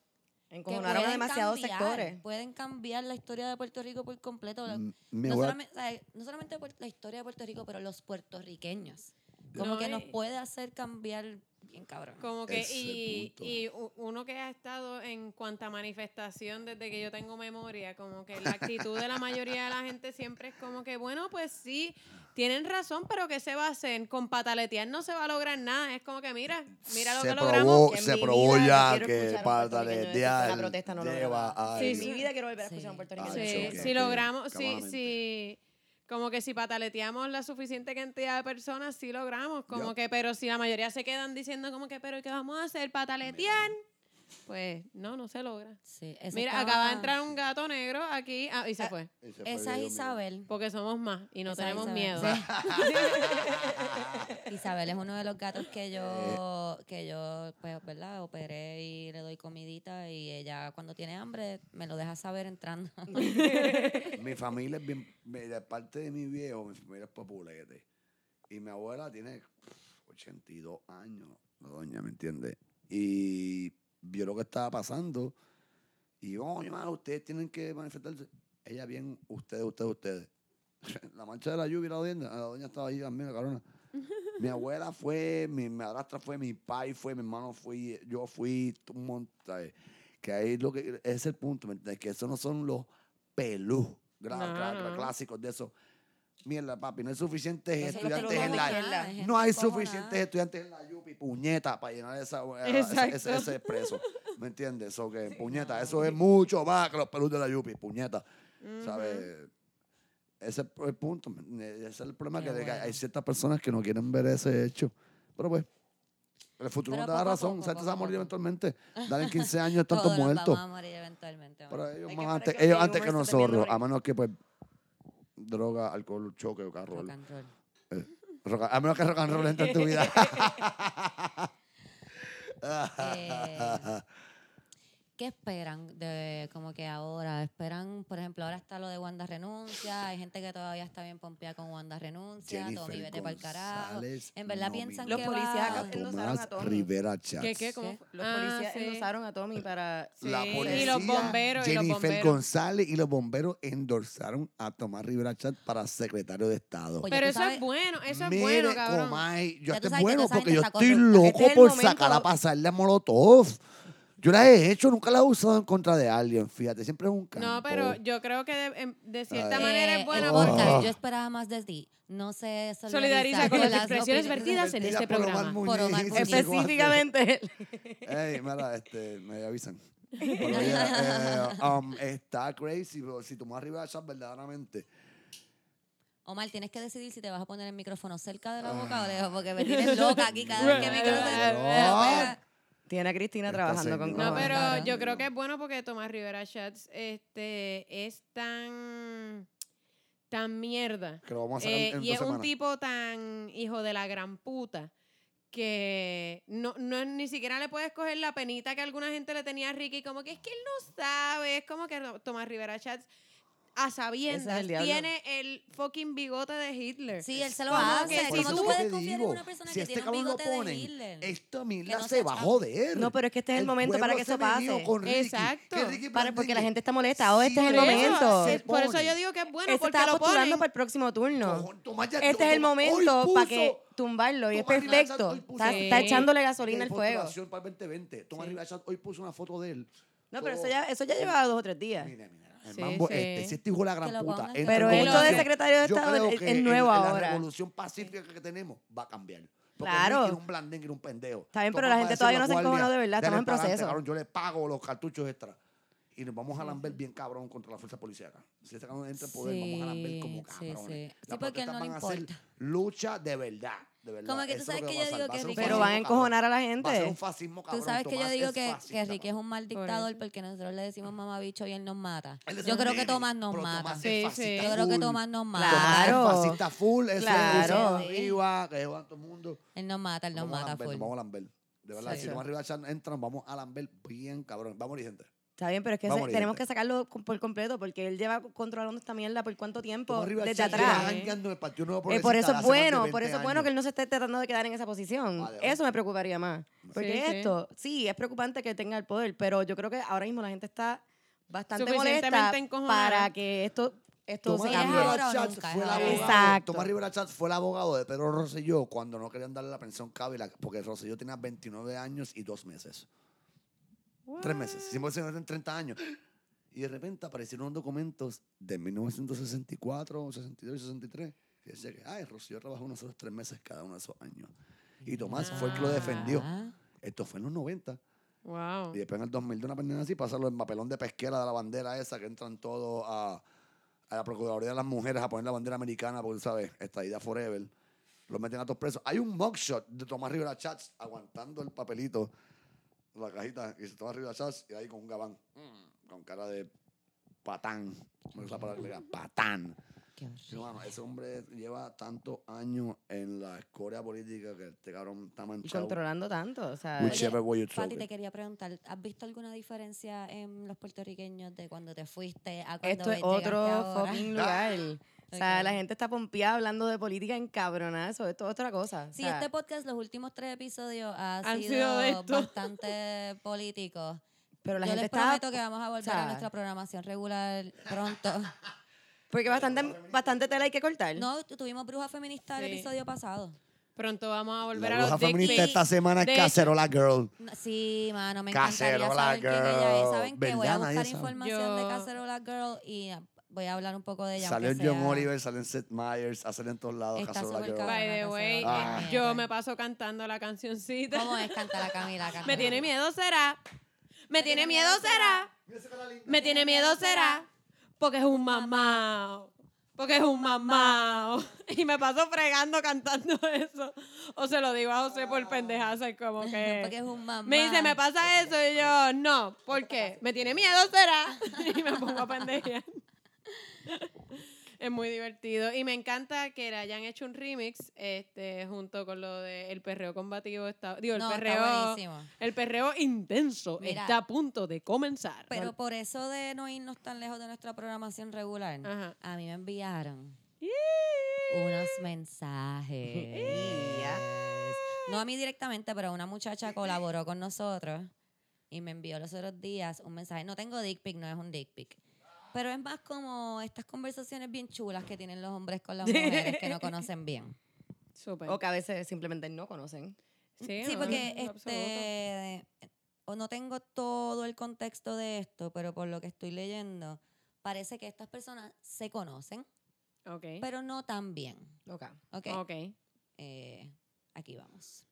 S1: que
S3: Encojonaron a
S1: pueden
S3: demasiados
S1: cambiar,
S3: sectores.
S1: Pueden cambiar la historia de Puerto Rico por completo. La-
S2: M- Mm, mi
S1: no,
S2: abuela-
S1: solamente, o sea, no solamente por la historia de Puerto Rico, pero los puertorriqueños. Como
S4: No,
S1: que nos
S4: y-
S1: puede hacer cambiar bien cabrón.
S4: Como que,
S2: Ese
S4: y,
S2: punto.
S4: y u- uno que ha estado en cuanta manifestación desde que yo tengo memoria, como que la actitud de la mayoría de la gente siempre es como que, bueno, pues sí, tienen razón, pero ¿qué se va a hacer? Con pataletear no se va a lograr nada. Es como que, mira, mira lo
S2: se
S4: que
S2: probó,
S4: logramos.
S3: que en
S2: Oh, se
S3: mi
S2: probó
S3: vida
S2: ya
S3: quiero
S2: que
S3: escuchar a un puertorriqueño decir que
S2: pataletear
S3: la protesta no lo
S2: lleva
S3: lograba.
S2: a
S4: Sí,
S3: En
S2: eso.
S3: mi vida quiero volver a escuchar a un
S1: Sí.
S3: puertorriqueño.
S2: Ah,
S4: Sí,
S2: ok,
S4: si
S2: ok.
S4: logramos, sí,
S2: Cabalmente.
S4: sí. Como que si pataleteamos la suficiente cantidad de personas, sí logramos. Como
S2: Yup.
S4: que, pero si la mayoría se quedan diciendo como que, pero ¿qué vamos a hacer? ¿Pataletear? pues no, no se logra.
S1: Sí, eso Eh.
S4: Mira,
S1: estaba-
S4: acaba de entrar un gato negro aquí ah, y se fue.
S2: Y se
S1: Esa
S2: fue
S1: es
S2: Dios mío.
S1: Isabel.
S4: Porque somos más y no
S1: Esa
S4: tenemos
S1: Isabel.
S4: miedo.
S2: *laughs*
S1: Sí. Isabel es uno de los gatos que yo,
S2: Eh.
S1: que yo, pues, ¿verdad? Operé y le doy comidita y ella cuando tiene hambre me lo deja saber entrando.
S2: Mi familia es bien. mi- De parte de mi viejo, mi familia es populete. Y mi abuela tiene pff, 82 años, la doña, ¿me entiendes? Y vio lo que estaba pasando. Y yo, "Coño, mano, ustedes tienen que manifestarse. Ella bien, ustedes, ustedes, ustedes. *laughs* la mancha de la lluvia, y la doña, la doña estaba ahí también, la cabrona. Mi abuela fue, mi madrastra fue, mi pai fue, mi hermano fue, yo fui, tú un montón, ¿sabes? Que ahí lo que ese es el punto, ¿me entiendes? Que esos no son los pelú gra-
S4: No,
S2: gra- gra-
S4: no.
S2: clásicos de eso. Mierda, papi, no hay suficientes
S1: Eso es lo que
S2: estudiantes
S1: yo
S2: en la
S1: digo, nada,
S2: no hay
S1: gente
S2: suficientes
S1: encojonada.
S2: estudiantes en la Yupi, puñeta, para llenar esa, esa-
S4: Exacto.
S2: ese, ese expreso. ¿Me entiendes?
S1: *laughs*
S2: So que, puñeta, eso es mucho más que los pelus de la Yupi, puñeta. ¿Sabes? Ese es el punto. Ese es el problema,
S1: Qué
S2: que, de que
S1: bueno.
S2: hay ciertas personas que no quieren ver ese hecho. Pero pues, el futuro
S1: Pero
S2: no te da
S1: poco a
S2: razón.
S1: poco,
S2: ¿Sabes? Te vas
S1: poco
S2: a
S1: a
S2: morir
S1: poco.
S2: eventualmente. Dale en
S1: *laughs*
S2: 15 años, están todos
S1: Todos nos
S2: muertos.
S1: Vamos a morir eventualmente. ¿no?
S2: Pero ellos,
S3: Hay que
S2: más
S3: esperar
S2: antes,
S3: que los
S2: ellos
S3: baby
S2: antes que
S3: boomers se terminen
S2: nosotros,
S3: de
S2: a
S3: morir.
S2: menos que pues droga, alcohol, choque o carro.
S1: Rock and roll.
S2: Rock- a menos que rock and roll entre en tu
S1: *laughs*
S2: vida. *laughs*
S1: Eh, ¿Qué esperan de como que ahora? ¿Esperan, por ejemplo, ahora está lo de Wanda renuncia? Hay gente que todavía está bien pompeada con Wanda renuncia, Tommy vete para el carajo.
S2: González
S1: En verdad piensan
S2: nominó
S1: que
S3: Los policías
S1: va-
S3: acá
S2: a
S3: endosaron a
S2: Tomás
S3: Tommy.
S2: Ah, Rivera Chats.
S4: ¿Qué, qué? ¿Cómo
S1: Sí.
S4: fue?
S3: Los
S4: Ah,
S3: policías
S4: sí.
S3: endosaron a Tommy para...
S4: Sí,
S2: La
S4: y
S2: policía,
S4: los bomberos, y los
S2: Jennifer
S4: bomberos.
S2: González y los bomberos endorsaron a Tomás Rivera Chat para secretario de Estado.
S1: Oye,
S4: Pero
S1: tú
S4: eso
S1: sabes-
S4: es bueno, eso es
S2: Mire,
S4: bueno, cabrón.
S2: Comay, yo
S1: Ya tú
S2: estoy
S1: sabes que
S2: bueno
S1: toda esa
S2: porque
S1: gente
S2: yo
S1: está
S2: estoy
S1: corrupta.
S2: loco
S3: Este es el
S2: por
S3: momento.
S2: sacar a pasarle a Molotov. Yo la he hecho, nunca la he usado en contra de alguien, fíjate, siempre es un campo.
S4: No, pero yo creo que de, en- de cierta
S1: Eh,
S4: manera es bueno
S1: el
S2: oh.
S4: porque...
S1: podcast,
S2: Ah.
S1: Yo esperaba más de ti. No sé
S4: Solidariza con las expresiones
S1: opiniones-
S4: vertidas en este
S2: Por Omar
S4: programa.
S2: Muñiz,
S1: Por Omar
S2: sí,
S1: Muñiz.
S2: igual.
S3: Específicamente él.
S2: este-". Ey, mira, este, me avisan. Pero oye, eh, um, está crazy, pero si tomás arriba de esas verdaderamente.
S1: Omar, tienes que decidir si te vas a poner el micrófono cerca
S2: Ah.
S1: de la boca o lejos, porque me tienes loca aquí cada vez que el micrófono se-
S2: Cabrón.
S3: *laughs* Tiene a Cristina
S2: Esta
S3: trabajando con
S2: señora.
S4: No,
S3: cojones.
S4: pero
S1: Claro.
S4: yo creo que es bueno porque Tomás Rivera Schatz este, es tan, tan mierda.
S2: Que lo vamos a sacar
S4: Eh,
S2: en
S4: y
S2: dos
S4: es un
S2: semanas.
S4: tipo tan hijo de la gran puta que no, no- ni siquiera le puedes coger la penita que alguna gente le tenía a Ricky, como que es que él no sabe, es como que no- Tomás Rivera Schatz a sabiendas
S3: diablo.
S4: tiene el fucking bigote de Hitler.
S1: Sí, él se lo
S4: Como
S1: hace.
S4: que
S1: ¿Cómo
S4: si
S1: tú,
S4: tú-
S1: puedes
S2: te
S1: confiar en
S2: digo,
S1: una persona
S2: si
S1: que
S2: este
S1: tiene un
S2: cabrón lo
S1: bigote de
S2: ponen,
S1: Hitler?
S2: Esta mierda
S1: no
S2: se
S1: se
S2: va a
S1: chapa.
S2: joder.
S3: No, pero es que este es el momento para
S2: pueblo
S3: que
S2: se
S3: eso
S2: bebió
S3: pase.
S2: con Ricky,
S4: Exacto.
S2: que Ricky
S3: Para- porque la
S2: Blandini-
S3: gente está molesta. Oh, este es el
S4: Por eso,
S3: momento.
S4: sí,
S2: se
S4: por eso
S2: pone.
S4: yo digo que es bueno
S3: Este
S4: porque
S3: estaba
S4: lo
S3: postulando
S4: ponen.
S3: para el próximo turno.
S2: Cojón, Tomás ya
S3: Este
S2: estuvo-
S3: es el
S2: hoy
S3: momento
S2: puso
S3: para que tumbarlo y es
S2: Tomás Rivera Chat
S3: perfecto.
S2: hoy puso-
S3: Está,
S4: Sí.
S3: está echándole gasolina al
S2: de
S3: fuego.
S2: postulación para el 2020. Tomás
S3: Sí.
S2: Rivera Chat hoy puso una foto de él.
S3: No, pero
S2: Todo-
S3: eso ya, eso ya lleva dos o tres días.
S2: Oh. Mira, mira, el
S4: Sí,
S2: mambo
S4: sí.
S2: este, si este hijo de la
S1: Que
S2: gran
S1: lo
S2: puta.
S1: pongan.
S2: entra en
S3: Pero esto de
S2: gobernación,
S3: secretario de
S2: yo
S3: Estado
S2: creo
S3: es-
S2: que
S3: es
S2: en-
S3: nuevo
S2: en La
S3: ahora.
S2: revolución pacífica que tenemos va a cambiar. Porque
S3: Claro.
S2: Ricky Era un blandín, era un pendejo.
S3: Está bien, pero
S2: Tomás
S3: la gente
S2: va a decir
S3: todavía
S2: a
S3: no se
S2: guardia,
S3: encojonó de verdad,
S2: dale
S3: estamos en
S2: pa'lante,
S3: proceso.
S2: cabrón, yo le pago los cartuchos extra. Y nos vamos a lamber bien cabrón contra la fuerza policial. Si este cabrón entra en poder, vamos a lamber como
S1: Sí, sí,
S2: cabrones.
S1: sí.
S2: Las
S1: Sí, porque a él no
S2: protestas
S1: le
S2: van a ser
S1: importa.
S2: lucha de verdad. De verdad.
S1: Como que tú
S2: Eso es
S1: sabes
S2: lo
S1: que
S2: va a
S1: yo
S2: pasar.
S1: digo
S2: Va a
S1: que
S2: ser un
S1: Ricky-
S3: Pero
S2: fascismo
S3: van a encojonar a la
S2: cabrón. Va a ser un
S3: gente.
S2: fascismo cabrón.
S1: Tú sabes que yo
S2: Tomás
S1: digo
S2: es
S1: que, que
S2: fascista,
S1: Ricky es
S2: cabrón.
S1: un mal dictador porque nosotros le decimos mamabicho y él nos mata.
S2: Él es
S1: Yo
S2: un
S1: creo que
S2: nene,
S1: Tomás nos
S2: pero
S1: mata.
S2: Tomás es
S4: Sí, sí.
S2: fascista
S1: Yo creo que
S2: full.
S1: Tomás nos mata.
S3: Claro.
S2: Tomás es fascista full, ese
S3: Claro.
S2: claro.
S1: Sí.
S2: arriba, que llevan todo el mundo.
S1: Él nos mata, él nos
S2: vamos a
S1: mata
S2: lamber,
S1: full.
S2: nos Vamos a lamber. De verdad,
S3: Sí.
S2: si Tomás Rivera Chan entran, vamos a lamber bien cabrón. Vamos a morir, gente.
S3: Está bien, pero es que
S2: Va a
S3: ese-
S2: morir,
S3: tenemos
S2: gente.
S3: que sacarlo com- por completo porque él lleva controlando esta mierda por cuánto tiempo
S2: Tomás Rivera
S3: desde
S2: Chan
S3: atrás.
S2: lleva jangueando en el Partido Nuevo
S3: Eh, por eso
S2: Progresista
S3: es
S2: hace más de
S3: bueno,
S2: 20
S3: por eso es bueno
S2: años.
S3: que él no se esté tratando de quedar en esa posición.
S2: Vale, vale.
S3: Eso me preocuparía más. Porque
S4: Sí, sí.
S3: esto, sí, es preocupante que tenga el poder, pero yo creo que ahora mismo la gente está bastante
S4: Suficientemente
S3: molesta
S4: encojonada.
S3: para que esto, esto
S2: Tomás
S3: se
S1: Rivera
S3: cambie.
S1: ahora o
S2: Chatz
S1: nunca,
S2: fue el
S1: es ahora.
S2: abogado.
S3: Exacto.
S2: Tomás Rivera Chatz fue el abogado de Pedro Rosselló cuando no querían darle la pensión Cávila, porque Rosselló tenía 29 años y dos meses. Tres meses. Siempre se meten 30 años. Y de repente aparecieron unos documentos de 1964, 62 y 63 que decía que, ay, Rosselló trabajó nosotros tres meses cada uno de esos años. Y Tomás fue el que lo defendió.
S1: Ah.
S2: Esto fue en los 90.
S4: Wow.
S2: Y después en el 2000 de una pendeja así, pasarlo en papelón de pesquera de la bandera esa que entran todos a, a la Procuraduría de las Mujeres a poner la bandera americana, porque tú sabes, estadía forever. Los meten a todos presos. Hay un mugshot de Tomás Rivera Chats aguantando el papelito la cajita y se estaba arriba chas y ahí con un gabán, mm, con cara de patán. Me gusta la palabra, le diga, patán.
S1: Qué
S2: Sí,
S1: horrible.
S2: mano, ese hombre lleva tantos años en la escoria política que este cabrón está
S3: Y
S2: manchado.
S3: controlando tanto, o sea...
S1: Oye,
S2: Whichever way you
S1: Pati,
S2: throw
S1: te
S2: it.
S1: quería preguntar, ¿has visto alguna diferencia en los puertorriqueños de cuando te fuiste a cuando
S3: Esto es
S1: llegaste
S3: otro
S1: ahora?
S3: fucking lugar. O sea,
S1: Ok.
S3: la gente está pompeada hablando de política en cabronazo. Esto es otra cosa. o
S1: Sí,
S3: sea,
S1: este podcast, los últimos tres episodios ha
S4: Han
S1: sido,
S4: sido de esto.
S1: bastante políticos.
S3: pero la
S1: Yo
S3: gente
S1: les
S3: está...
S1: prometo que vamos a volver
S3: sea,
S1: a nuestra programación regular
S3: *laughs*
S1: pronto.
S3: Porque bastante, bastante tela hay que cortar.
S1: No, tu- tuvimos bruja feminista el
S4: Sí.
S1: episodio pasado.
S4: Pronto vamos a volver
S2: La
S4: a
S2: bruja
S4: los dick
S2: feminista
S4: pics.
S2: esta semana es
S4: De-
S2: Cacerola Girl.
S1: No, Sí, mano, me encantaría
S2: Cacerola
S1: saber quién ella es.
S2: Girl.
S1: ¿Saben qué? Voy a
S2: ¿Verdad? Nadie
S1: buscar
S2: sabe.
S1: información de
S4: Yo-
S1: Cacerola Girl y ah, voy a hablar un poco de ella.
S2: Salió en
S1: aunque
S2: John
S1: sea-
S2: Oliver, salió en Seth Meyers, salió en todos lados
S1: Está
S2: Cacerola
S1: súper
S2: Girl.
S1: cabrón.
S4: By the
S1: Cacerola.
S4: way,
S2: Ah.
S4: yo me paso cantando la cancioncita.
S1: ¿Cómo es? Cántala, Camila.
S4: *laughs* Me
S1: cántala.
S4: tiene miedo será. Oh, Me tiene miedo será. Me tiene miedo será. Porque es un mamao. Porque es un mamao. *laughs* Y me paso fregando cantando eso. O se lo digo a José por pendejaza y como que.
S1: Porque es un mamá.
S4: Me dice, me pasa eso y yo, no, ¿por qué? Me tiene miedo, será. *laughs* Y me pongo
S1: *laughs*
S4: a pendejear. Es muy divertido. Y me encanta que le hayan hecho un remix este, junto con lo de el perreo combativo. Está, digo, el
S1: No, está
S4: perreo.
S1: buenísimo.
S4: el perreo intenso
S1: Mira.
S4: está a punto de comenzar.
S1: Pero por eso de no irnos tan lejos de nuestra programación regular,
S4: Ajá.
S1: a mí me enviaron unos mensajes. No a mí directamente, pero una muchacha colaboró con nosotros y me envió los otros días un mensaje. No tengo dick pic, no es un dick pic. Pero es más como estas conversaciones bien chulas que tienen los hombres con las mujeres que no conocen bien.
S4: Súper.
S3: O que a veces simplemente no conocen.
S4: Sí,
S1: Sí,
S4: no,
S1: porque
S4: en absoluto.
S1: este, o no tengo todo el contexto de esto, pero por lo que estoy leyendo, parece que estas personas se conocen,
S4: Ok.
S1: pero no tan bien.
S3: Ok.
S1: ¿ok?
S4: Ok.
S1: Eh, aquí vamos.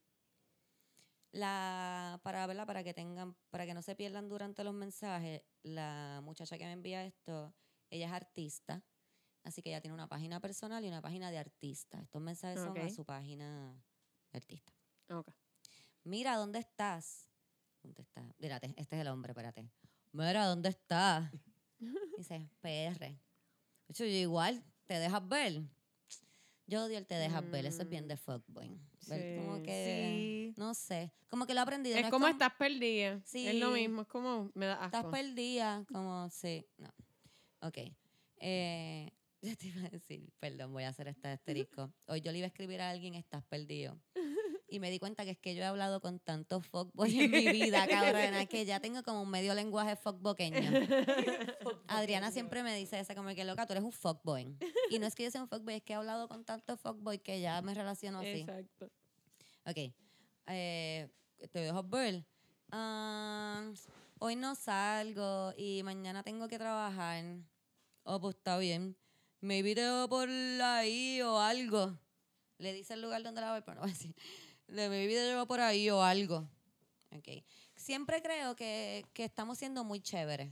S1: La, para, ¿verdad? para que tengan, para que no se pierdan durante los mensajes, la muchacha que me envía esto, ella es artista, así que ella tiene una página personal y una página de artista. Estos mensajes son a
S4: Ok.
S1: su página de artista.
S4: Ok.
S1: Mira, ¿dónde estás? ¿Dónde está? Espérate, este es el hombre, espérate. Mira, ¿dónde
S4: *laughs*
S1: estás? Dice, PR. Yo, yo igual, ¿te dejas ver? Yo odio el te dejas ver, eso es bien de fuckboy. Ver
S4: Mm. Sí.
S1: Como que,
S3: Sí.
S1: no sé, como que lo he aprendido.
S4: Es
S1: no
S4: como
S1: con-
S4: estás perdida.
S1: Sí.
S4: Es lo mismo, es como me da asco.
S1: Estás perdida, como, sí, no. Ok. Eh, *laughs* yo te iba a decir, perdón, voy a hacer este asterisco. Hoy yo le iba a escribir a alguien, estás perdido. Y me di cuenta que es que yo he hablado con tantos fuckboys en mi vida, cabrona, que ya tengo como un medio lenguaje fuckboqueño. Adriana siempre me dice esa, como que loca, tú eres un fuckboy. Y no es que yo sea un fuckboy, es que he hablado con tantos fuckboys que ya me relaciono así.
S4: Exacto.
S1: Ok. Eh, te dejo ver. Ah, hoy no salgo y mañana tengo que trabajar. Oh, pues está bien. Maybe te veo por ahí o algo. Le dice el lugar donde la voy, pero no va a decir. Le maybe te veo por ahí o algo. Ok. Siempre creo que, que estamos siendo muy chéveres.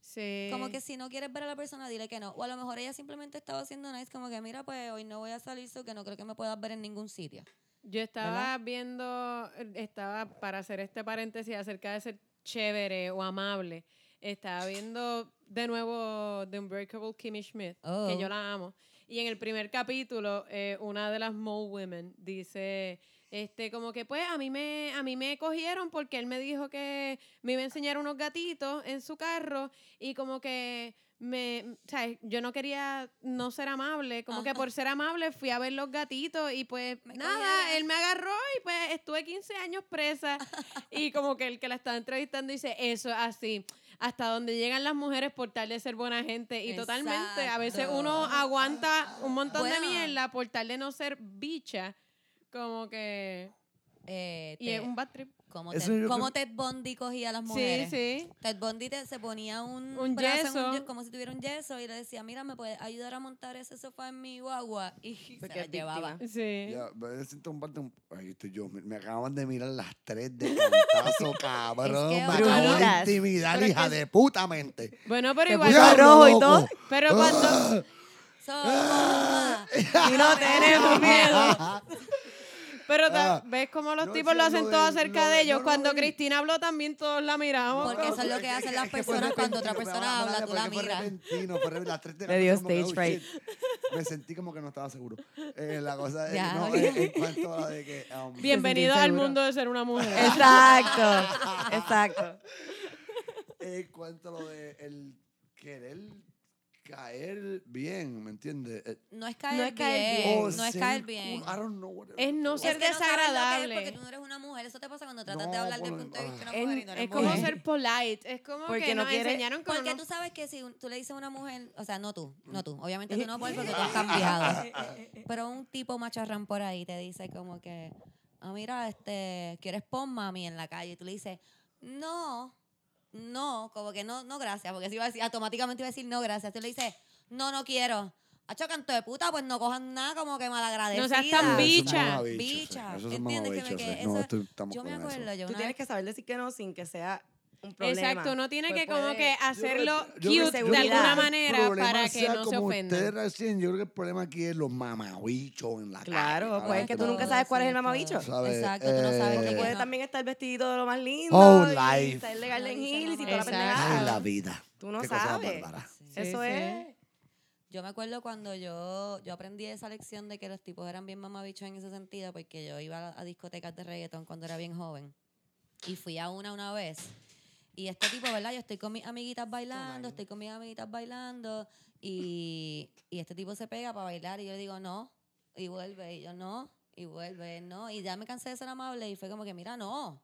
S4: Sí.
S1: Como que si no quieres ver a la persona, dile que no. O a lo mejor ella simplemente estaba haciendo nice, como que mira, pues hoy no voy a salir, so que no creo que me puedas ver en ningún sitio.
S4: Yo estaba viendo, estaba para hacer este paréntesis acerca de ser chévere o amable. Estaba viendo de nuevo The Unbreakable Kimmy Schmidt,
S1: Oh.
S4: que yo la amo. Y en el primer capítulo, eh, una de las Mole Women dice, este, como que pues a mí me, a mí me cogieron porque él me dijo que me iba a enseñar unos gatitos en su carro y como que me, ¿sabes? yo no quería no ser amable, como que por ser amable fui a ver los gatitos y pues
S1: Me
S4: nada,
S1: cogieron.
S4: él me agarró y pues estuve 15 años presa y como que el que la estaba entrevistando dice eso es así, hasta donde llegan las mujeres por tal de ser buena gente y totalmente, a veces
S1: Exacto.
S4: uno aguanta un montón de
S1: Bueno.
S4: mierda por tal de no ser bicha, como que...
S1: Eh,
S4: Y es
S1: te-
S4: un bad trip.
S1: Como
S2: Eso
S1: Ted,
S2: yo
S1: como
S2: creo-
S1: Ted Bundy cogía a las mujeres.
S4: Sí, sí.
S1: Ted Bundy te- se ponía un,
S4: Un
S1: brazo en
S4: yeso.
S1: ye- como si tuviera un yeso y le decía, mira, ¿me puedes ayudar a montar ese sofá en mi guagua? Y se
S3: Porque
S1: la
S3: es víctima.
S1: llevaba.
S4: Sí.
S2: Ya, me siento un parte. Ahí estoy yo. Me, me acaban de mirar las tres de
S1: *laughs*
S2: cantazo, cabrón.
S1: Es que
S2: me acabo de
S3: brutas.
S2: intimidar,
S4: Pero es
S2: hija
S4: que-
S2: de puta
S1: *laughs*
S2: mente.
S4: Bueno, pero
S3: Te
S4: igual.
S3: puse
S2: ¡Ya,
S3: rojo y
S2: loco! *laughs*
S3: todo.
S4: Pero cuando.
S1: So, mamá,
S2: *laughs*
S3: Y no tenemos miedo.
S4: Pero ta-
S2: Ah,
S4: ves cómo los
S2: no,
S4: tipos
S2: sí,
S4: lo hacen
S2: lo
S4: todo
S2: de-
S4: acerca
S2: lo
S4: de
S2: de-
S4: ellos.
S2: no, lo
S4: Cuando
S2: vi.
S4: Cristina habló también todos la miramos.
S1: Porque eso es lo que hacen las personas cuando otra persona habla, tú la miras.
S3: *laughs* Le dio stage
S2: fright.
S3: fright.
S2: "Oh, Me sentí como que no estaba seguro. Eh, la cosa
S1: *laughs*
S2: es,
S1: Ya.
S2: no, en, en cuanto a la de que... um,
S4: Bienvenidos
S3: Se sintió
S4: al
S3: insegura.
S4: mundo de ser una mujer.
S1: *laughs*
S3: Exacto, exacto.
S2: en cuanto a lo de el querer caer bien, ¿me entiendes? Eh,
S1: No es caer,
S3: No es caer
S1: bien,
S2: o
S1: no es
S2: ser
S1: caer
S2: cool,
S1: bien.
S2: I don't know what-
S4: Es no
S1: Es
S4: ser
S1: que no sabes lo que es
S4: desagradable.
S1: porque tú no eres una mujer. Eso te pasa cuando tratas de
S2: No,
S1: hablar del
S2: bueno,
S1: punto de vista de una
S3: ah.
S1: mujer y no eres
S4: Es como
S1: mujer.
S4: ser polite. Es como
S3: Porque
S4: que
S3: no
S4: nos
S3: quiere-
S4: enseñaron que
S1: Porque
S4: uno-
S1: tú sabes que si un- tú le dices a una mujer, o sea, no tú, no tú, obviamente tú no puedes porque tú has cambiado. Pero un tipo macharrán por ahí te dice como que, ah, mira, este, ¿quieres pon mami en la calle? Y tú le dices, no, no, como que no, no gracias, porque si iba a decir, automáticamente iba a decir no gracias. Tú le dices, no, no quiero. Hacho canto de puta, pues no cojan nada como que malagradecida.
S4: No seas tan
S2: Ah, Eso es
S4: bicha.
S2: mamabicho, sí.
S1: Bicha.
S2: Eso es
S1: ¿Entiendes? Que me
S2: mamabicho,
S1: quedé-
S2: sí. No,
S1: eso-
S2: estoy- estamos
S1: Yo me
S2: con eso.
S1: acuerdo, yo
S3: Tú
S1: una
S3: tienes
S1: vez-
S3: que saber decir que no sin que sea un problema.
S4: Exacto, uno tiene
S3: Pues
S4: que como
S3: puede-
S4: que hacerlo
S2: Yo creo que- yo creo
S4: cute
S2: que-
S3: de
S2: yo creo que
S4: alguna
S2: el
S4: manera
S2: problema
S4: para que
S2: sea
S4: no se
S2: como Ustedes
S4: ofendan.
S2: recién, yo creo que el problema aquí es los mamabichos en la calle.
S3: Claro, pues es que tú
S2: Adelante,
S3: nunca
S2: no.
S3: sabes cuál es el
S1: Exacto.
S3: mamabicho.
S2: ¿Sabes?
S1: Exacto, tú no sabes
S2: Eh,
S1: qué
S3: Porque puede
S1: no.
S3: también estar vestido de lo más lindo.
S2: Oh,
S3: y
S2: life.
S3: Estar legal en
S1: No dice
S3: heels
S1: nada.
S3: y toda la
S4: Exacto.
S3: pendejada.
S2: Ay, la vida.
S3: Tú no
S2: Qué cosa
S3: sabes.
S2: bárbara.
S1: Sí.
S3: Eso
S4: Sí, sí.
S3: es.
S1: Eh, Yo me acuerdo cuando yo, yo aprendí esa lección de que los tipos eran bien mamabichos en ese sentido, porque yo iba a, a discotecas de reggaetón cuando era bien joven. Y fui a una una vez. Y este tipo, ¿verdad? Yo estoy con mis amiguitas bailando, estoy con mis amiguitas bailando. Y, y este tipo se pega para bailar y yo le digo, no. Y vuelve, y yo, no. Y vuelve, no. Y ya me cansé de ser amable y fue como que, mira, no.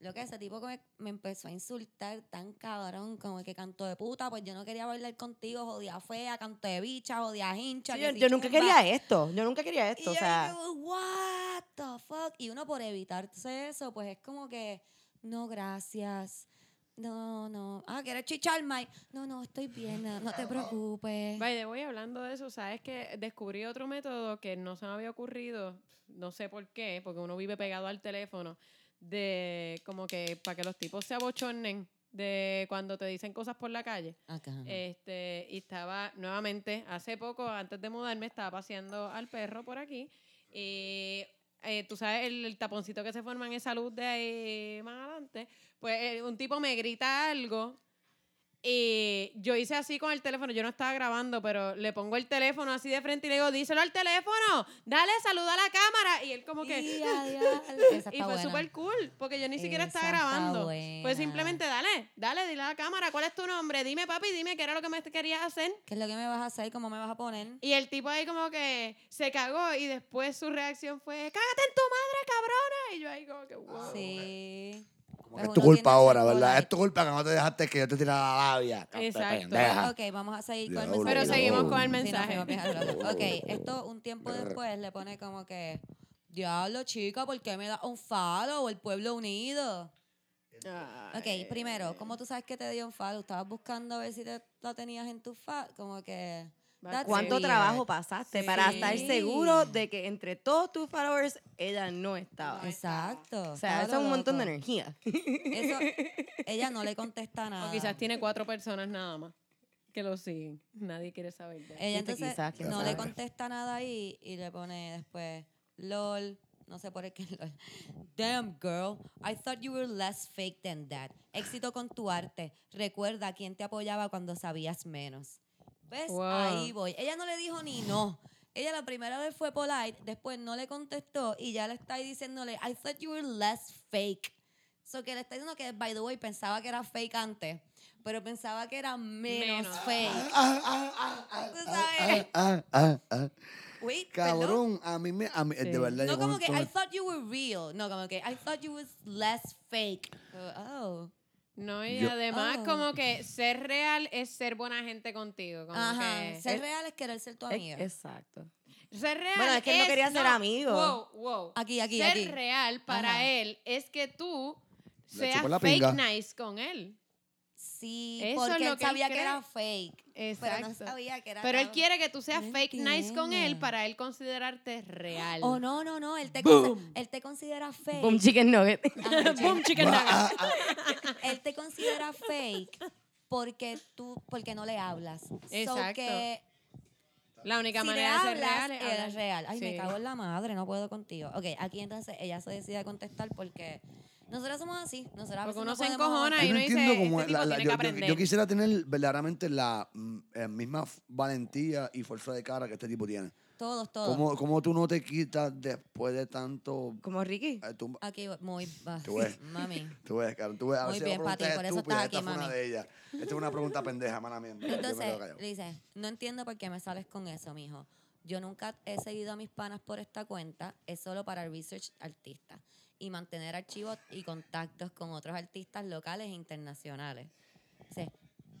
S1: Lo que ese tipo que me, me empezó a insultar tan cabrón, como que canto de puta, pues yo no quería bailar contigo, jodida fea, canto de bicha, jodida hincha.
S3: Sí,
S1: que
S3: yo,
S1: si
S3: yo nunca
S1: chimba.
S3: quería esto. Yo nunca quería
S1: Y
S3: esto.
S1: yo
S3: O sea,
S1: digo, what the fuck. Y uno por evitarse eso, pues es como que, no, gracias. No, no. Ah, ¿quieres chichar, Mike? No, no, estoy bien, no, no te preocupes.
S4: By the way, hablando de eso, sabes que descubrí otro método que no se me había ocurrido, no sé por qué, porque uno vive pegado al teléfono, de como que para que los tipos se abochornen de cuando te dicen cosas por la calle.
S1: Acá.
S4: Este, y estaba nuevamente, hace poco, antes de mudarme, estaba paseando al perro por aquí. Y eh, tú sabes, el, el taponcito que se forma en esa luz de ahí más adelante. Pues eh, un tipo me grita algo. Y yo hice así con el teléfono, yo no estaba grabando, pero le pongo el teléfono así de frente y le digo, díselo al teléfono, dale, saluda a la cámara. Y él como que... *laughs*
S1: Y, adiós. Esa
S4: Y
S1: está
S4: fue
S1: buena.
S4: súper cool, porque yo ni siquiera estaba
S1: Esa está
S4: grabando.
S1: buena.
S4: Pues simplemente dale, dale, dile a la cámara, ¿cuál es tu nombre? Dime, papi, dime qué era lo que me querías hacer.
S1: ¿Qué es lo que me vas a hacer? ¿Cómo me vas a poner?
S4: Y el tipo ahí como que se cagó y después su reacción fue, cágate en tu madre, cabrona. Y yo ahí como que, wow.
S1: Sí.
S2: Como que
S1: Pues
S2: es tu
S1: uno tiene
S2: culpa
S1: que
S2: ahora,
S1: ser
S2: ¿verdad?
S1: polite.
S2: Es tu culpa que no te dejaste que yo te tirara la labia.
S4: Exacto.
S2: pendeja.
S1: Ok, vamos a seguir con el
S2: Diablo,
S1: mensaje.
S4: Pero seguimos con el
S1: Sí, nos
S4: mensaje.
S1: fuimos bien a lo loco. ok, esto un tiempo después le pone como que, diablo chica, ¿por qué me da un falo o el pueblo unido? Ok,
S3: Eh,
S1: primero, ¿cómo tú sabes que te dio un falo? ¿Estabas buscando a ver si te, lo tenías en tu falo? Como que... that's
S3: ¿cuánto
S1: weird.
S3: trabajo pasaste para estar
S1: Sí.
S3: seguro de que entre todos tus followers ella no estaba?
S1: Exacto.
S3: O sea, eso es un montón de energía. *laughs*
S1: energía. ella no le contesta nada.
S4: O quizás tiene cuatro personas nada más que lo siguen. Nadie quiere saber de él.
S1: Ella
S3: Viste,
S1: entonces
S3: quizás, quién
S1: no
S3: sabe.
S1: le contesta nada ahí y le pone después, lol, no sé por qué *laughs* lol. Damn girl, I thought you were less fake than that. Éxito con tu arte. Recuerda quién te apoyaba cuando sabías menos. ¿Ves?
S4: Wow.
S1: Ahí voy. Ella no le dijo ni no. Ella la primera vez fue polite, después no le contestó y ya le está ahí diciéndole, I thought you were less fake. So que le está diciendo que, by the way, pensaba que era fake antes, pero pensaba que era menos,
S4: Menos.
S1: fake. Tú sabes.
S2: Ah, ah, ah, ah.
S1: Wait, perdón.
S2: Cabrón, a mí me. A mí, De verdad,
S1: No
S2: yo
S1: como que
S2: cuando-
S1: I thought you were real. No como que I thought you was less fake. Yo, Oh.
S4: No, y
S2: Yo-
S4: además
S1: Oh.
S4: como que ser real es ser buena gente contigo. Como
S1: Ajá.
S4: que-
S1: Ser real es querer ser tu amiga.
S3: Exacto.
S4: Ser real.
S3: Bueno, es que él no quería ser amigo.
S4: Wow, wow.
S1: Aquí, aquí,
S4: ser
S1: aquí.
S4: real para
S1: Ajá.
S4: él es que tú
S2: Le
S4: seas
S2: chupó la
S4: fake
S2: pinga.
S4: nice con él.
S1: sí,
S4: Eso es
S1: porque
S4: lo
S1: él
S4: que él
S1: sabía que
S4: cree.
S1: era fake. Pero no
S4: Exacto.
S1: sabía que era
S4: Pero él
S1: real.
S4: quiere que tú seas
S1: No
S4: fake nice con él
S1: entiendo.
S4: para él considerarte real.
S1: Oh, no, no, no. Él te, consi- él te considera fake.
S3: Boom chicken nugget.
S1: Ajá,
S3: *laughs*
S4: Boom, chicken
S2: Ah,
S4: nugget.
S2: ah, ah,
S1: él te considera fake porque tú porque no le hablas. So
S4: Exacto.
S1: que
S4: La única
S1: si le
S4: manera de ser
S1: hablas,
S4: real es
S1: eres
S4: hablar.
S1: real. Ay, me
S4: Sí.
S1: cago en la madre, no puedo contigo. Ok, aquí entonces ella se decide a contestar porque nosotros somos así. Nosotras a
S4: Porque
S1: veces
S4: uno
S1: no
S4: se
S1: podemos-
S4: encojona Ahí y-
S2: yo no
S4: uno dice,
S2: entiendo cómo
S4: este
S2: la-
S4: tipo
S2: la-
S4: tiene que
S2: yo, yo-
S4: aprender.
S2: yo quisiera tener verdaderamente la mm, eh, misma f- valentía y fuerza de cara que este tipo tiene.
S1: Todos, todos.
S2: ¿Cómo, cómo tú no te quitas después de tanto...
S3: Como Ricky.
S2: eh, tú,
S1: Aquí, voy, muy... ah,
S2: Tú ves.
S1: Mami.
S2: tú ves, Carol, tú ves, a
S1: Muy
S2: veces
S1: bien,
S2: hago preguntas
S1: Pati, por eso
S2: estúpidas,
S1: estás aquí,
S2: esta fue una
S1: mami.
S2: de ellas. Esta es una pregunta pendeja, mala mía. en verdad, *laughs* yo me
S1: Entonces,
S2: quedo callado.
S1: le dice, no entiendo por qué me sales con eso, mijo. Yo nunca he seguido a mis panas por esta cuenta, es solo para research artistas y mantener archivos y contactos con otros artistas locales e internacionales. Dice,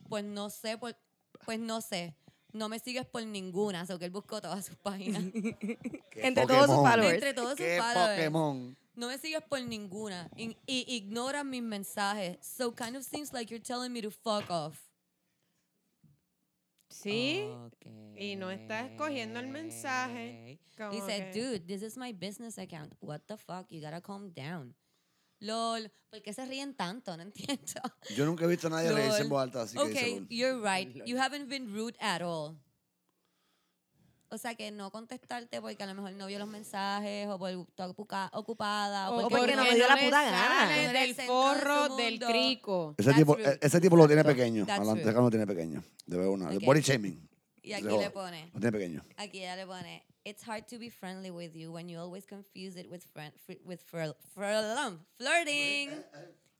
S1: pues no sé, por- pues no sé, no me sigues por ninguna, o que él buscó todas sus páginas.
S2: Qué
S3: Entre todos sus
S2: Pokémon.
S3: followers.
S1: Entre todos sus
S2: Qué
S1: followers.
S2: Pokémon.
S1: No me sigues por ninguna in- y ignoras mis mensajes. So kind of seems like you're telling me to fuck off.
S4: Sí.
S1: Ok.
S4: Y no está escogiendo el mensaje.
S1: He
S4: como
S1: said,
S4: que-
S1: dude, this is my business account. What the fuck? You gotta calm down. Lol, ¿por qué se ríen tanto? No *laughs* entiendo.
S2: Yo nunca he visto a nadie
S1: Lol.
S2: reírse en voz alta, así que dice,
S1: okay,
S2: "Lol".
S1: you're right. You haven't been rude at all. O sea, que no contestarte porque a lo mejor no vio los mensajes o por está ocupa- ocupada o,
S4: O
S1: porque,
S4: porque
S3: no
S4: no
S3: le dio la
S4: le
S3: puta gana.
S4: sale
S1: No era el
S4: del
S1: centro de su
S4: forro del
S1: mundo.
S4: crico.
S2: Ese
S1: That's
S2: tipo,
S1: rude.
S2: e- ese tipo lo tiene
S1: Exacto.
S2: pequeño.
S1: That's
S2: A
S1: rude.
S2: lo tiene pequeño. Debe una.
S1: Ok.
S2: Body shaming.
S1: Y aquí
S2: Lo-
S1: le pone.
S2: Lo tiene pequeño.
S1: Aquí ella le pone, it's hard to be friendly with you when you always confuse it with friend, fr- with fril- fril- flirting.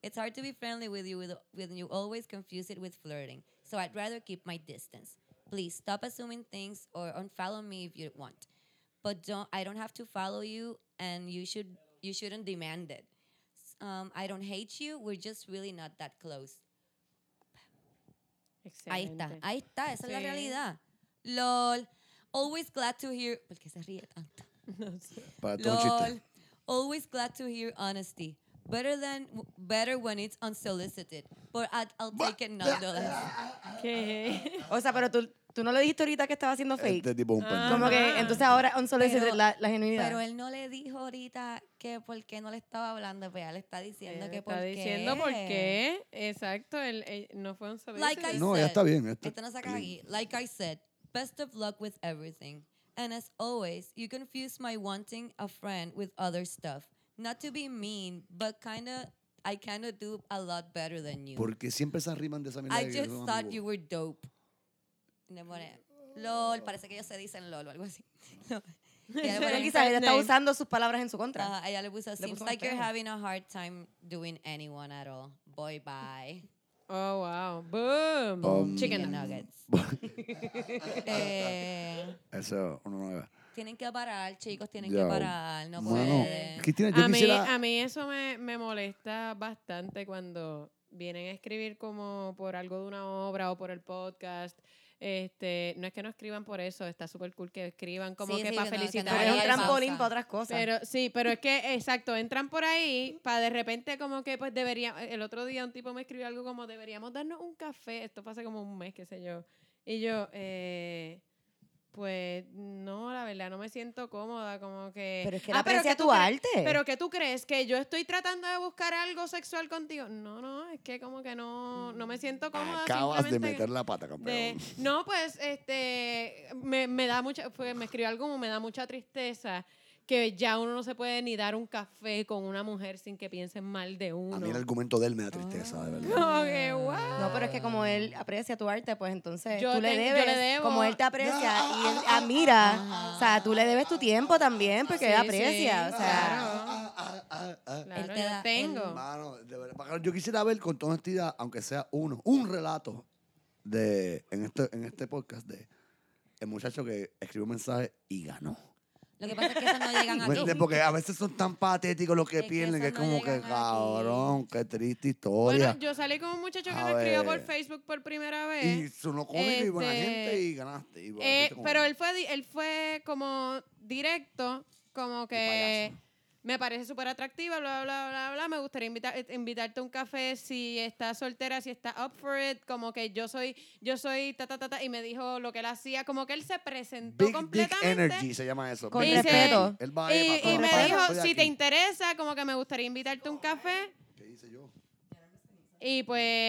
S1: It's hard to be friendly with you with, when you always confuse it with flirting. So I'd rather keep my distance. Please stop assuming things or unfollow me if you want. But don't I don't have to follow you and you should you shouldn't demand it. S- Um, I don't hate you. We're just really not that close. Ahí está,
S4: Excelente.
S1: ahí está, esa es la
S4: Sí.
S1: realidad. LOL. Always glad to hear. ¿Por qué se ríe tanto?
S2: Para todo un
S1: LOL.
S2: chiste.
S1: Always glad to hear honesty. Better than better when it's unsolicited. But I'd, I'll take it nonetheless.
S4: ¿Qué?
S3: O sea, pero tú, tú no le dijiste ahorita que estaba haciendo fake.
S2: Este tipo es un
S4: Ah.
S2: pendejo.
S3: Como que
S4: Ajá.
S3: entonces ahora un solo
S1: Pero-
S3: la, la genuinidad.
S1: Pero él no le dijo ahorita que por qué no le estaba hablando, pero él está diciendo
S4: Él
S1: que
S4: está
S1: por qué.
S4: diciendo por qué. Exacto, él, él- no fue un solo
S1: Like I
S2: No, ya está bien. Este,
S1: Ah, Esto no saca aquí. Like I said, best of luck with everything. And as always, you confuse my wanting a friend with other stuff. Not to be mean, but kind of, I kind of do a lot better than you.
S2: Porque siempre se arriman de esa mierda.
S1: I
S2: de que
S1: just
S2: son
S1: thought
S2: amigos.
S1: you were dope. Y le pone, LOL, parece que ellos se dicen LOL o algo así. *laughs*
S3: *laughs*
S1: Y ella le
S3: Pero
S1: pone,
S3: quizás él está
S4: Nickname.
S3: usando sus palabras en su contra.
S1: ajá, ella le puso, seems
S3: puso un
S1: like you're
S3: espejo.
S1: having a hard time doing anyone at all. Boy,
S2: *laughs*
S1: bye.
S4: Oh, wow. Boom.
S2: Um,
S4: Chicken
S1: Chicken
S4: nugget.
S2: *laughs*
S1: nuggets. Eh,
S2: Eso, uno no ve.
S1: Tienen que parar, chicos, tienen
S2: Ya.
S1: que parar. No
S2: Bueno,
S1: pueden.
S2: Cristina, *laughs* yo
S4: A mí,
S2: quisiera...
S4: a mí eso me, me molesta bastante cuando vienen a escribir como por algo de una obra o por el podcast. Este, no es que no escriban por eso, está súper cool que escriban como
S1: Sí,
S4: que
S1: sí,
S4: para
S1: que no- que no
S4: felicitar.
S3: Pero es
S1: ahí
S3: un
S1: hay
S3: trampolín
S1: pausa.
S3: para otras cosas.
S4: Pero sí, pero es que, exacto, entran por ahí para de repente como que pues debería, el otro día un tipo me escribió algo como deberíamos darnos un café, esto fue hace como un mes, qué sé yo, y yo, eh, pues no, la verdad, no me siento cómoda, como que...
S3: Pero es que él
S4: "Ah, pero
S3: aprecia
S4: tú
S3: tu
S4: cre-
S3: arte.
S4: Pero que tú crees que yo estoy tratando de buscar algo sexual contigo. No, no, es que como que no, no me siento cómoda.
S2: Acabas de
S4: simplemente que-
S2: meter la pata,
S4: de-
S2: campeón.
S4: no, pues, este, me, me da mucha, fue- me escribió algo como me da mucha tristeza que ya uno no se puede ni dar un café con una mujer sin que piensen mal de uno.
S2: A mí el argumento de él me da tristeza, de verdad.
S3: Oh,
S4: Como que, "What?".
S3: no, pero es que como él aprecia tu arte, pues entonces
S4: Yo
S3: tú le
S4: ten- yo
S3: debes.
S4: le debo.
S3: Como él te aprecia
S2: Ah,
S3: y él admira. O sea, tú le debes tu tiempo también porque él
S4: Sí,
S3: aprecia.
S4: sí,
S3: o sea,
S2: Ah, ah, ah, ah.
S4: Claro,
S1: Él te
S4: yo
S1: da-
S4: tengo.
S2: Mano, de verdad, para- yo quisiera ver con toda honestidad, aunque sea uno, un relato de en este, en este podcast de el muchacho que escribió un mensaje y ganó.
S1: Lo que pasa es que esas no llegan
S2: *laughs* ¿Me entiendes?
S1: aquí.
S2: Porque a veces son tan patéticos los que
S1: Es que
S2: pierden que es
S1: esos no
S2: como que,
S1: llegan aquí.
S2: cabrón, qué triste historia.
S4: Bueno, yo salí con un muchacho que
S2: A
S4: me escribió por
S2: ver.
S4: Facebook por primera
S2: y
S4: vez.
S2: sonó cómico y buena
S4: este,
S2: gente y ganaste. y bueno,
S4: Eh,
S2: viste como-
S4: pero él fue, di- él fue como directo, como que
S2: payaso.
S4: me parece súper atractiva, bla, bla, bla, bla, bla. Me gustaría invitar, eh, invitarte a un café si estás soltera, si estás up for it. Como que yo soy, yo soy ta, ta, ta, ta. Y me dijo lo que él hacía. Como que él se presentó
S2: Big Dick
S4: completamente.
S2: Energy se llama eso.
S3: Con
S2: Big Dick
S3: respeto.
S2: Energy. Él va
S4: Y, y
S3: Con
S4: me
S3: respeto.
S4: dijo, si te interesa, como que me gustaría invitarte a un café.
S2: ¿Qué hice yo?
S4: Y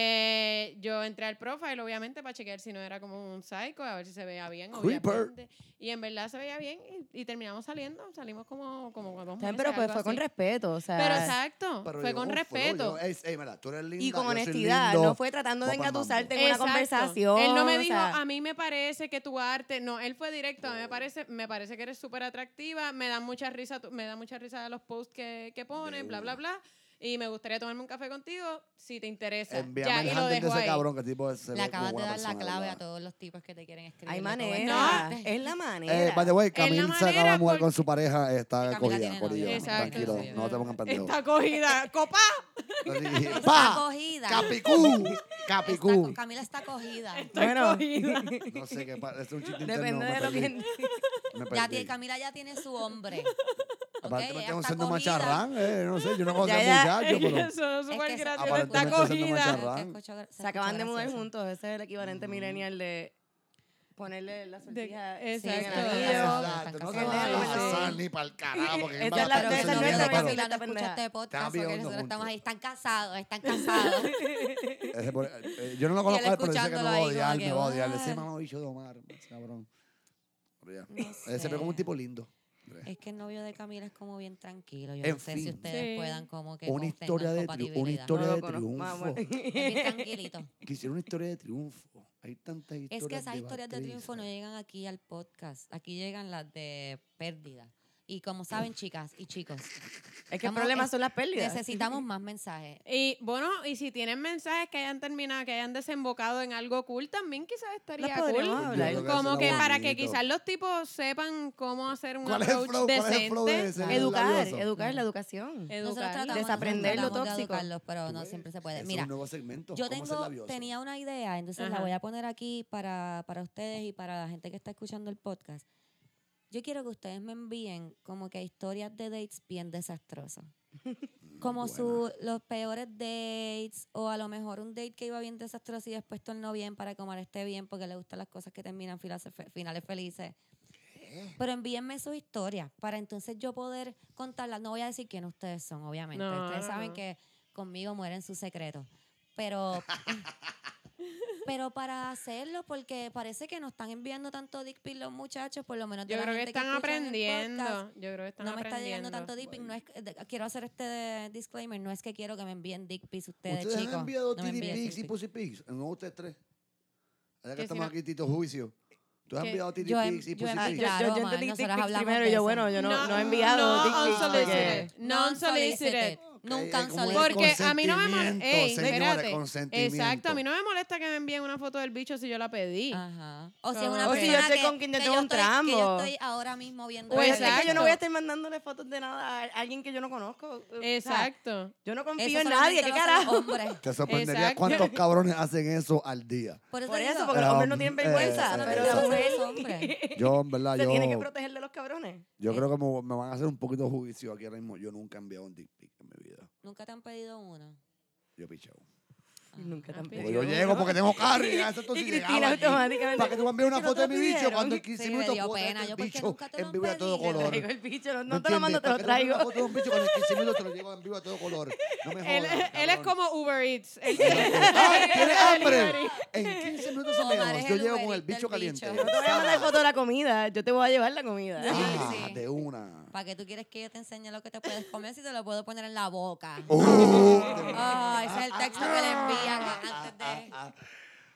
S4: pues yo entré al profile, obviamente, para chequear si no era como un psycho, a ver si se veía bien.
S2: Creeper.
S4: obviamente. Y en verdad se veía bien y, y terminamos saliendo. Salimos como, como dos meses,
S3: Pero pues
S4: algo
S3: fue con
S4: así.
S3: respeto, o sea.
S4: Pero exacto,
S2: Pero
S4: fue
S2: yo,
S4: con
S2: "Uf,
S4: respeto.
S2: yo, eh, ey, ey, mira, tú eres linda,
S3: y con
S2: yo soy
S3: honestidad,
S2: lindo".
S3: no fue tratando de
S2: Vamos pa'l mambo.
S3: engatusarte en una
S4: Exacto.
S3: conversación.
S4: Él no me
S3: o
S4: dijo,
S3: sea.
S4: a mí me parece que tu arte, no, él fue directo, a mí me parece, me parece que eres súper atractiva, me da mucha risa, tu- me da mucha risa los posts que, que ponen, bla, bla, bla, y me gustaría tomarme un café contigo si te interesa.
S2: Envíame
S4: ya,
S2: el
S4: y lo
S2: handle de
S4: dejo
S2: ese
S4: ahí.
S2: cabrón que el tipo se
S1: Le
S2: ve como
S1: acabas de
S2: buena
S1: dar la
S2: persona,
S1: clave
S2: ¿verdad?
S1: a todos los tipos que te quieren escribir. este
S3: Hay
S1: de cómo
S3: manera,
S1: entrarte.
S3: es la
S2: Eh,
S3: manera.
S2: by the way,
S4: la
S2: Camil se
S4: manera
S2: acaba de mudar
S4: porque-
S2: con su pareja,
S1: Camila
S2: está
S1: tiene
S2: cogida,
S1: novio.
S2: cogida.
S4: Exacto,
S2: Tranquilo,
S4: sí.
S2: no te pongan pendejo.
S4: Está
S2: eh,
S4: cogida, copa.
S2: Así,
S1: Está
S2: ¡Pa!
S1: cogida.
S2: ¡Capicú!
S1: Está
S2: ¡Capicú!
S1: co- Camila está cogida.
S4: Está
S3: Bueno.
S4: cogida.
S2: No sé qué pasa, es un chiste interno.
S3: *laughs* Depende
S2: me
S3: de lo
S2: perdí,
S3: que.
S2: me
S1: Ya
S2: perdí.
S1: tiene- Camila ya tiene su
S2: *laughs*
S1: hombre. Ok,
S2: Aparentemente
S1: ella
S2: estamos
S1: está
S2: siendo
S1: cogida.
S2: macharrán, eh, no sé, Ah, yo no conozco
S3: Ya,
S1: *laughs*
S2: al
S3: ya,
S2: muchacho,
S4: *laughs*
S2: pero...
S4: Eso es súper
S1: se-
S4: gracioso, está
S2: Aparentemente siendo
S4: cogida.
S2: macharrán.
S1: Se escuchó gra-
S3: *laughs* Se acaban de
S1: escuchó
S3: mudar
S1: gracioso.
S3: juntos, ese es el
S2: Mm.
S3: equivalente millennial de ponerle la sortija
S4: De-
S3: sí, en el
S1: exacto.
S3: anillo.
S2: Exacto, no te
S1: Están
S2: vas a
S3: casados.
S2: casar ni para el carajo, porque
S3: Esa
S2: va a
S3: es la-
S2: estar
S1: Pero si
S3: esa
S2: enseñando
S1: no
S3: es
S1: viene
S3: la
S2: para-
S3: Camila.
S1: Camila, no escucha
S3: pendeja.
S1: este podcast
S2: Están
S1: porque
S2: viviendo
S1: nosotros estamos
S2: juntos.
S1: ahí. Están casados, están casados.
S2: Ese por- eh, Yo no lo conozco,
S1: él
S2: a él, pero dice que no
S1: escuchándolo
S2: va a
S1: ahí, como
S2: odiar,
S1: que,
S2: me va a odiar.
S1: "Ah".
S2: Ese mamá bicho de Omar, ese cabrón. Pero ya. Eh, Se
S1: sé.
S2: ve como un tipo lindo.
S1: Es que el novio de Camila es como bien tranquilo. Yo
S2: En
S1: no sé si
S2: fin.
S1: ustedes
S4: Sí.
S1: puedan como que
S2: Una
S1: con- tengan
S2: historia, de triu- una
S1: compatibilidad.
S2: historia
S3: No lo
S2: de
S3: conozco,
S2: triunfo.
S3: vamos.
S1: *laughs* Es bien
S2: *laughs*
S1: tranquilito.
S2: Quisiera una historia de triunfo. Hay tantas historias
S1: Es que esas
S2: de
S1: historias de
S2: batalla.
S1: triunfo no llegan aquí al podcast. Aquí llegan las de pérdida. Y como saben, chicas y chicos,
S3: Es que el
S1: Vamos,
S3: problema
S1: es-
S3: son las pérdidas.
S1: necesitamos más mensajes.
S4: Y bueno, y si tienen mensajes que hayan terminado, que hayan desembocado en algo cool, también quizás estaría cool.
S3: podríamos hablar.
S2: Yo creo que
S4: Como
S2: será
S4: que para que
S2: bonito.
S4: quizás los tipos sepan cómo hacer un
S2: ¿Cuál es el
S4: approach
S2: flow? ¿Cuál es el
S4: decente.
S2: flow de ese?
S3: Educar,
S2: Labioso.
S3: educar es la educación.
S1: Nosotros
S4: Educar.
S1: tratamos,
S3: Desaprender lo
S1: nosotros tratamos de
S3: tóxico.
S1: educarlos, pero
S2: Tú
S1: no
S2: ves,
S1: siempre se
S2: ese
S1: puede.
S2: es
S1: Mira,
S2: un nuevo segmento.
S1: yo
S2: ¿cómo ser
S1: tengo,
S2: labioso?
S1: tenía una idea, entonces la
S4: Ajá.
S1: voy a poner aquí para, para ustedes y para la gente que está escuchando el podcast. Yo quiero que ustedes me envíen como que historias de dates bien desastrosos.
S2: *laughs*
S1: Como su, los peores dates o a lo mejor un date que iba bien desastroso y después tornó bien para que Omar esté bien porque le gustan las cosas que terminan filas- finales felices. Pero envíenme sus historias para entonces yo poder contarlas. No voy a decir quién ustedes son, obviamente.
S4: No,
S1: ustedes
S4: no,
S1: saben
S4: no.
S1: que conmigo mueren sus secretos.
S4: *laughs*
S1: Pero, *laughs* pero para hacerlo, porque parece que nos están enviando tanto dick pic los muchachos, por lo menos de
S4: Yo
S1: la
S4: creo que
S1: gente
S4: están
S1: escucha en el
S4: aprendiendo.
S1: podcast,
S4: Yo creo que están aprendiendo.
S1: no me está llegando tanto dick pic. No es, que- de- quiero hacer este disclaimer. No es que quiero que me envíen dick pics ustedes,
S2: ¿Ustedes
S1: chicos.
S2: han enviado
S1: no me
S2: TD
S1: envíen
S2: Pigs
S1: dick
S2: y
S1: pics.
S2: Pussy Pigs? No, ustedes tres. Allá
S4: Que si
S2: que estamos
S4: no-
S2: aquí, Tito Juicio. ¿Tú has
S4: que-
S2: enviado TD
S1: yo he-
S2: Pigs y
S1: yo he
S2: Pussy
S1: envi-
S2: Pigs?
S1: claro,
S3: yo, yo
S1: Omar,
S3: entendí
S1: nosotros
S3: dick pics
S1: hablamos
S3: primero
S1: de
S3: y yo,
S1: eso.
S3: bueno, yo no, no, he enviado
S4: no
S3: dick pics
S4: unsolicited.
S3: porque-
S4: No unsolicited.
S2: Ok,
S1: Nunca
S2: es como el
S1: unsolicited.
S4: Porque a mí no me
S2: consentimiento,
S4: molesta. Ey,
S2: señores,
S4: espérate.
S2: consentimiento.
S4: Exacto, a mí no me molesta que me envíen una foto del bicho si yo la pedí.
S1: Ajá. O si es
S4: Ah,
S1: una
S4: ok. O si yo
S1: persona
S3: estoy
S1: que,
S3: con quien yo
S1: que
S3: tengo un
S1: estoy- que
S3: trambo.
S1: yo estoy ahora mismo viendo.
S4: O
S3: Pues
S1: el
S3: es que yo no voy
S4: Exacto.
S3: a estar mandándole fotos de nada a alguien que yo no conozco. O sea,
S4: Exacto.
S3: yo no
S1: Eso
S3: confío en
S1: solamente
S3: nadie, ¿qué
S1: lo hacen los
S3: carajo?
S1: hombres.
S2: Te sorprendería
S4: Exacto. *laughs*
S2: cuántos cabrones hacen eso al día.
S1: Por eso,
S3: Por
S1: digo,
S3: eso, porque los
S2: Um,
S3: hombres no tienen
S2: eh,
S3: vergüenza.
S2: eso no
S3: pero las
S1: lo hacen
S3: mujeres
S1: los hombres.
S2: Yo,
S3: *laughs*
S2: en verdad,
S3: se
S2: yo,
S3: tienen que proteger de los cabrones.
S2: yo creo que me, me van a hacer un poquito juicio aquí ahora mismo. Yo nunca he enviado un dick pic en mi vida.
S1: Nunca te han pedido uno.
S2: Yo picheo.
S3: Nunca
S4: Ah,
S3: tampoco.
S2: Porque Pues yo llego
S3: *laughs*
S2: porque tengo carro y eso
S3: Y
S2: entonces
S3: Cristina
S2: llegaba aquí.
S3: automáticamente.
S2: Para que tú me envíes una
S3: "Es que no
S2: foto de
S3: te
S2: mi bicho
S3: pidieron".
S2: cuando en 15
S1: Sí, me
S2: minutos
S1: dio
S2: puedo
S1: pena.
S2: traerte
S1: Yo,
S2: el
S1: ¿por qué
S2: bicho
S1: nunca te lo
S2: en
S1: han
S2: vivo y a todo
S1: pedido?
S3: Te
S2: color.
S3: traigo el bicho, no, no te lo mando, te lo
S2: ¿Para qué tú me
S3: traigo.
S2: mandas foto de un bicho cuando en
S3: *laughs*
S2: 15 minutos te lo llevo en vivo a todo color. No me
S4: Él,
S2: jodas,
S4: él es
S2: cabrón.
S4: como Uber Eats.
S2: *laughs*
S4: Él-
S3: *laughs*
S2: ¡Ah, ¿Tienes hambre? En 15 minutos o
S1: Omar
S2: menos
S1: es
S2: yo
S1: el
S2: llego con
S1: Uber
S2: el
S1: Eats del
S2: bicho caliente.
S1: bicho.
S3: No te voy a mandar foto de la comida, yo te voy a llevar la comida.
S2: Ah,
S1: Sí, sí.
S2: de
S3: *laughs*
S2: una.
S1: ¿Para qué tú quieres que yo te enseñe lo que te puedes comer si te lo puedo poner en la
S2: *laughs*
S1: boca?
S2: Uh,
S1: Ah, ese es el texto que le envían
S2: Ah,
S1: antes de...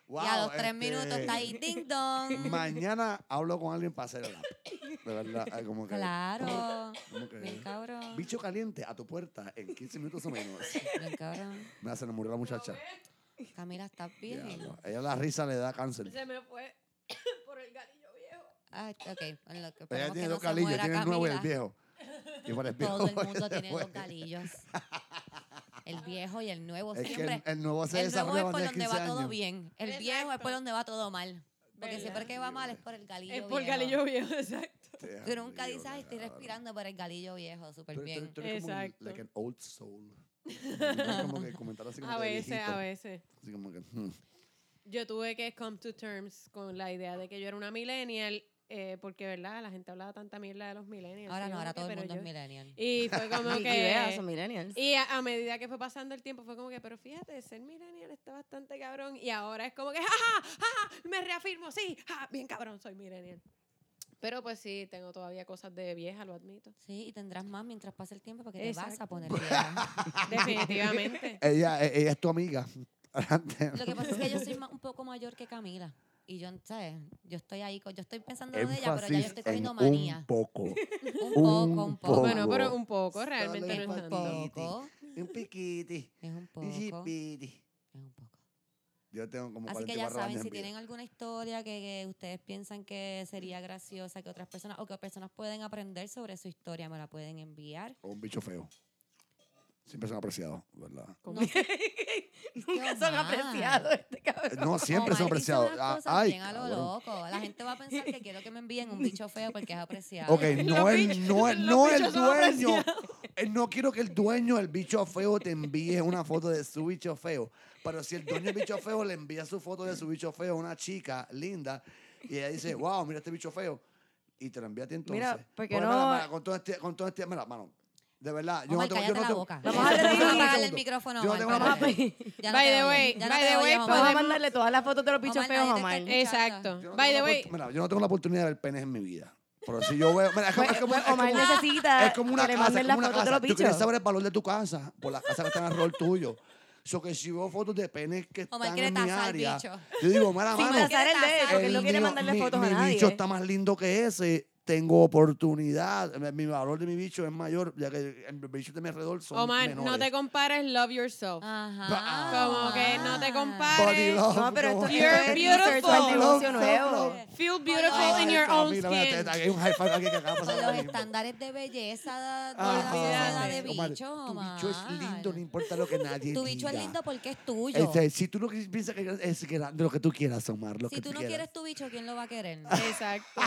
S2: wow,
S1: y a los tres
S2: este,
S1: minutos está ahí,
S2: *laughs*
S1: ding dong.
S2: Mañana hablo con alguien para hacer el app. De verdad, ay, como que.
S1: Claro.
S2: como que-
S1: Bien cabrón.
S2: Bicho caliente a tu puerta en 15 minutos o menos.
S1: Bien cabrón.
S2: Me hace enamorar la muchacha.
S1: Camila, ¿estás bien?
S2: Diablo, Ella la risa le da cáncer.
S4: Se me fue *coughs* por el galillo viejo.
S1: Ah, ok. en lo que
S2: Ella
S1: esperemos
S2: tiene
S1: que
S2: dos
S1: no se
S2: calillos,
S1: muera
S2: tiene el nuevo y el
S1: Camila.
S2: viejo. Y por el viejo.
S1: Todo el
S2: se
S1: mundo tiene
S2: fue.
S1: dos galillos. El viejo y el nuevo
S2: *laughs* Es que
S1: siempre.
S2: el, el nuevo se
S1: el nuevo
S2: desarrolla
S1: es por
S2: cuando tiene
S1: donde
S2: 15
S1: va todo
S2: años.
S1: bien. El viejo es por
S4: Exacto.
S1: donde va todo mal. Porque
S4: ¿Verdad?
S1: siempre que va mal es por el galillo
S4: Es por
S1: viejo. *laughs*
S4: galillo viejo, exacto.
S2: Te
S1: Tú nunca
S2: río,
S1: dices, ay, estoy
S2: cabrón.
S1: respirando por el galillo viejo, súper
S2: Tú eres-
S1: bien.
S2: tú eres como un-
S4: Exacto.
S2: like an old soul. Es como que comentar así como
S4: A
S2: de
S4: veces,
S2: viejito.
S4: a veces.
S2: Así como que, hmm.
S4: Yo tuve que come to terms con la idea de que yo era una millennial eh, porque, ¿verdad? La gente hablaba tanta mierda de los millennials.
S1: Ahora
S4: y yo
S1: no, ahora todo
S4: como que,
S1: el mundo
S4: pero
S1: es
S4: yo-
S1: millennial.
S4: Y fue
S1: *laughs*
S4: como
S3: Nikki Bea, son
S4: que...
S3: millennials.
S4: Y *laughs* a, a medida que fue pasando el tiempo fue como que, pero fíjate, ser millennial está bastante cabrón. Y ahora es como que, *laughs* jaja, jaja, me reafirmo, sí, ja, bien cabrón, soy millennial. Pero pues sí, tengo todavía cosas de vieja, lo
S1: *laughs*
S4: admito.
S1: Sí, y tendrás más mientras pase el tiempo porque te vas a
S4: Exacto.
S1: poner
S2: *laughs*
S1: vieja.
S4: Definitivamente.
S2: Ella, e- ella es tu amiga. *laughs* Adelante.
S1: Lo que pasa es que yo soy ma- un poco mayor que Camila. Y yo, ¿sabes? Yo estoy ahí, co- yo estoy pensando en ella, pero ya yo
S2: Énfasis
S1: estoy
S2: en
S1: cogiendo
S2: un
S1: manía. *laughs*
S2: poco.
S1: Un poco, un poco.
S4: bueno,
S2: Bueno, Poco. pero
S4: pero
S2: un
S4: un poco,
S2: realmente
S4: realmente
S2: Solo
S4: no
S1: es
S4: es
S1: un
S4: tanto.
S1: poco.
S2: Un piquiti.
S1: Es un poco.
S2: Un
S1: Es
S2: chipiti.
S1: un poco.
S2: Yo tengo como
S1: Así
S2: 40
S1: que ya
S2: barras de
S1: saben, si
S2: envidia.
S1: tienen alguna historia que, que ustedes piensan que sería graciosa que otras personas o que personas pueden aprender sobre su historia, me la pueden enviar.
S2: O un bicho feo. Siempre son apreciados,
S1: *laughs*
S2: ¿verdad?
S1: No sé,
S3: Nunca son
S1: mal.
S3: apreciados este cabrón.
S2: No, siempre son
S1: Omar dice unas
S2: apreciados.
S1: Oh,
S2: Ah,
S1: cosas
S2: Ay,
S1: bien a lo
S2: cabrón.
S1: loco. La gente va a pensar que quiero que me envíen un bicho feo porque es apreciado.
S3: *laughs*
S2: Ok, no
S3: Los
S2: el,
S3: bichos-
S2: no el,
S3: los
S2: no el
S3: bichos son
S2: dueño. Eh, No quiero que el dueño del bicho feo te envíe una foto de su bicho feo. Pero si el dueño del bicho feo le envía su foto de su bicho feo a una chica linda y ella dice, wow, mira este bicho feo, y te lo envía a ti entonces.
S3: Mira, porque
S2: Bueno,
S3: no-
S2: mira, mira, con todo este, con todo este, mira, mano, de verdad, yo
S1: Omar,
S2: no tengo,
S1: cállate
S2: yo no
S1: la
S2: tengo-
S1: boca.
S3: Vamos a
S1: Vamos
S3: darle-
S1: apagarle el micrófono a
S2: Yo
S1: Omar,
S2: tengo
S1: espérate.
S2: una-
S3: Vamos a-
S1: Ya
S4: By
S1: te
S4: the
S1: oye,
S4: way,
S1: ya no
S4: by
S1: te
S4: the
S1: oye,
S4: way,
S1: Omar.
S3: Vamos a
S4: Podemos-
S3: mandarle todas las fotos de los bichos
S1: Omar,
S3: feos
S1: nadie te
S3: a
S1: está
S3: Omar.
S1: escuchando.
S4: Exacto.
S2: yo
S4: By
S2: no tengo
S4: the
S2: la
S4: way,
S2: oportun- mira, yo no tengo la oportunidad de ver penes en mi vida. Pero si yo veo, mira, es como,
S3: Pues-
S2: es como-
S3: pues
S2: es
S3: Omar
S2: como-
S3: necesita
S2: Es como una
S3: que le
S2: casa, es
S3: manden
S2: como
S3: las
S2: una
S3: fotos de
S2: casa.
S3: los
S2: Tú quieres
S3: bichos.
S2: saber el valor de tu casa por las casas que están alrededor tuyo. So que si veo fotos de penes que están
S1: Omar quiere
S2: en mi
S1: tasar al
S2: área,
S1: bicho.
S2: yo digo, mala
S1: Sí,
S2: mano,
S1: Omar
S3: Tasar el de él, porque él no
S2: el
S3: quiere
S2: mío-
S3: mandarle
S2: mi,
S3: fotos a
S2: mi
S3: nadie.
S2: bicho está más lindo que ese. Tengo oportunidad. Mi- Mi valor de mi bicho es mayor, ya que el bicho de mi alrededor son
S4: Omar,
S2: menores.
S4: no te compares, love yourself.
S1: Ah. Ajá.
S4: Como que no te compares.
S2: Body love,
S3: No, pero esto,
S2: como-
S3: esto es
S4: You're
S3: research para
S4: beautiful.
S3: el
S2: Love,
S3: negocio
S2: love,
S3: nuevo.
S2: love.
S4: Feel beautiful
S1: Ay,
S4: in your
S2: Camila,
S4: own
S2: mira, te-
S4: skin.
S2: te- hay un high five aquí que acaba de pasar
S1: Con
S2: ahora
S1: los
S2: mismo.
S1: estándares de belleza de
S2: Ah,
S1: la sociedad
S4: olvídate.
S1: de
S2: Omar,
S1: bicho,
S2: tu
S1: Omar.
S2: bicho es lindo, no importa lo que nadie
S1: Tu bicho es
S2: diga.
S1: lindo porque es tuyo.
S2: Este, si tú lo que piensas que es grande, lo que tú quieras, Omar, lo
S1: si
S2: que
S1: tú no
S2: quieras.
S1: quieres tu bicho, ¿quién lo va a
S2: *laughs*
S1: querer?
S4: Exacto.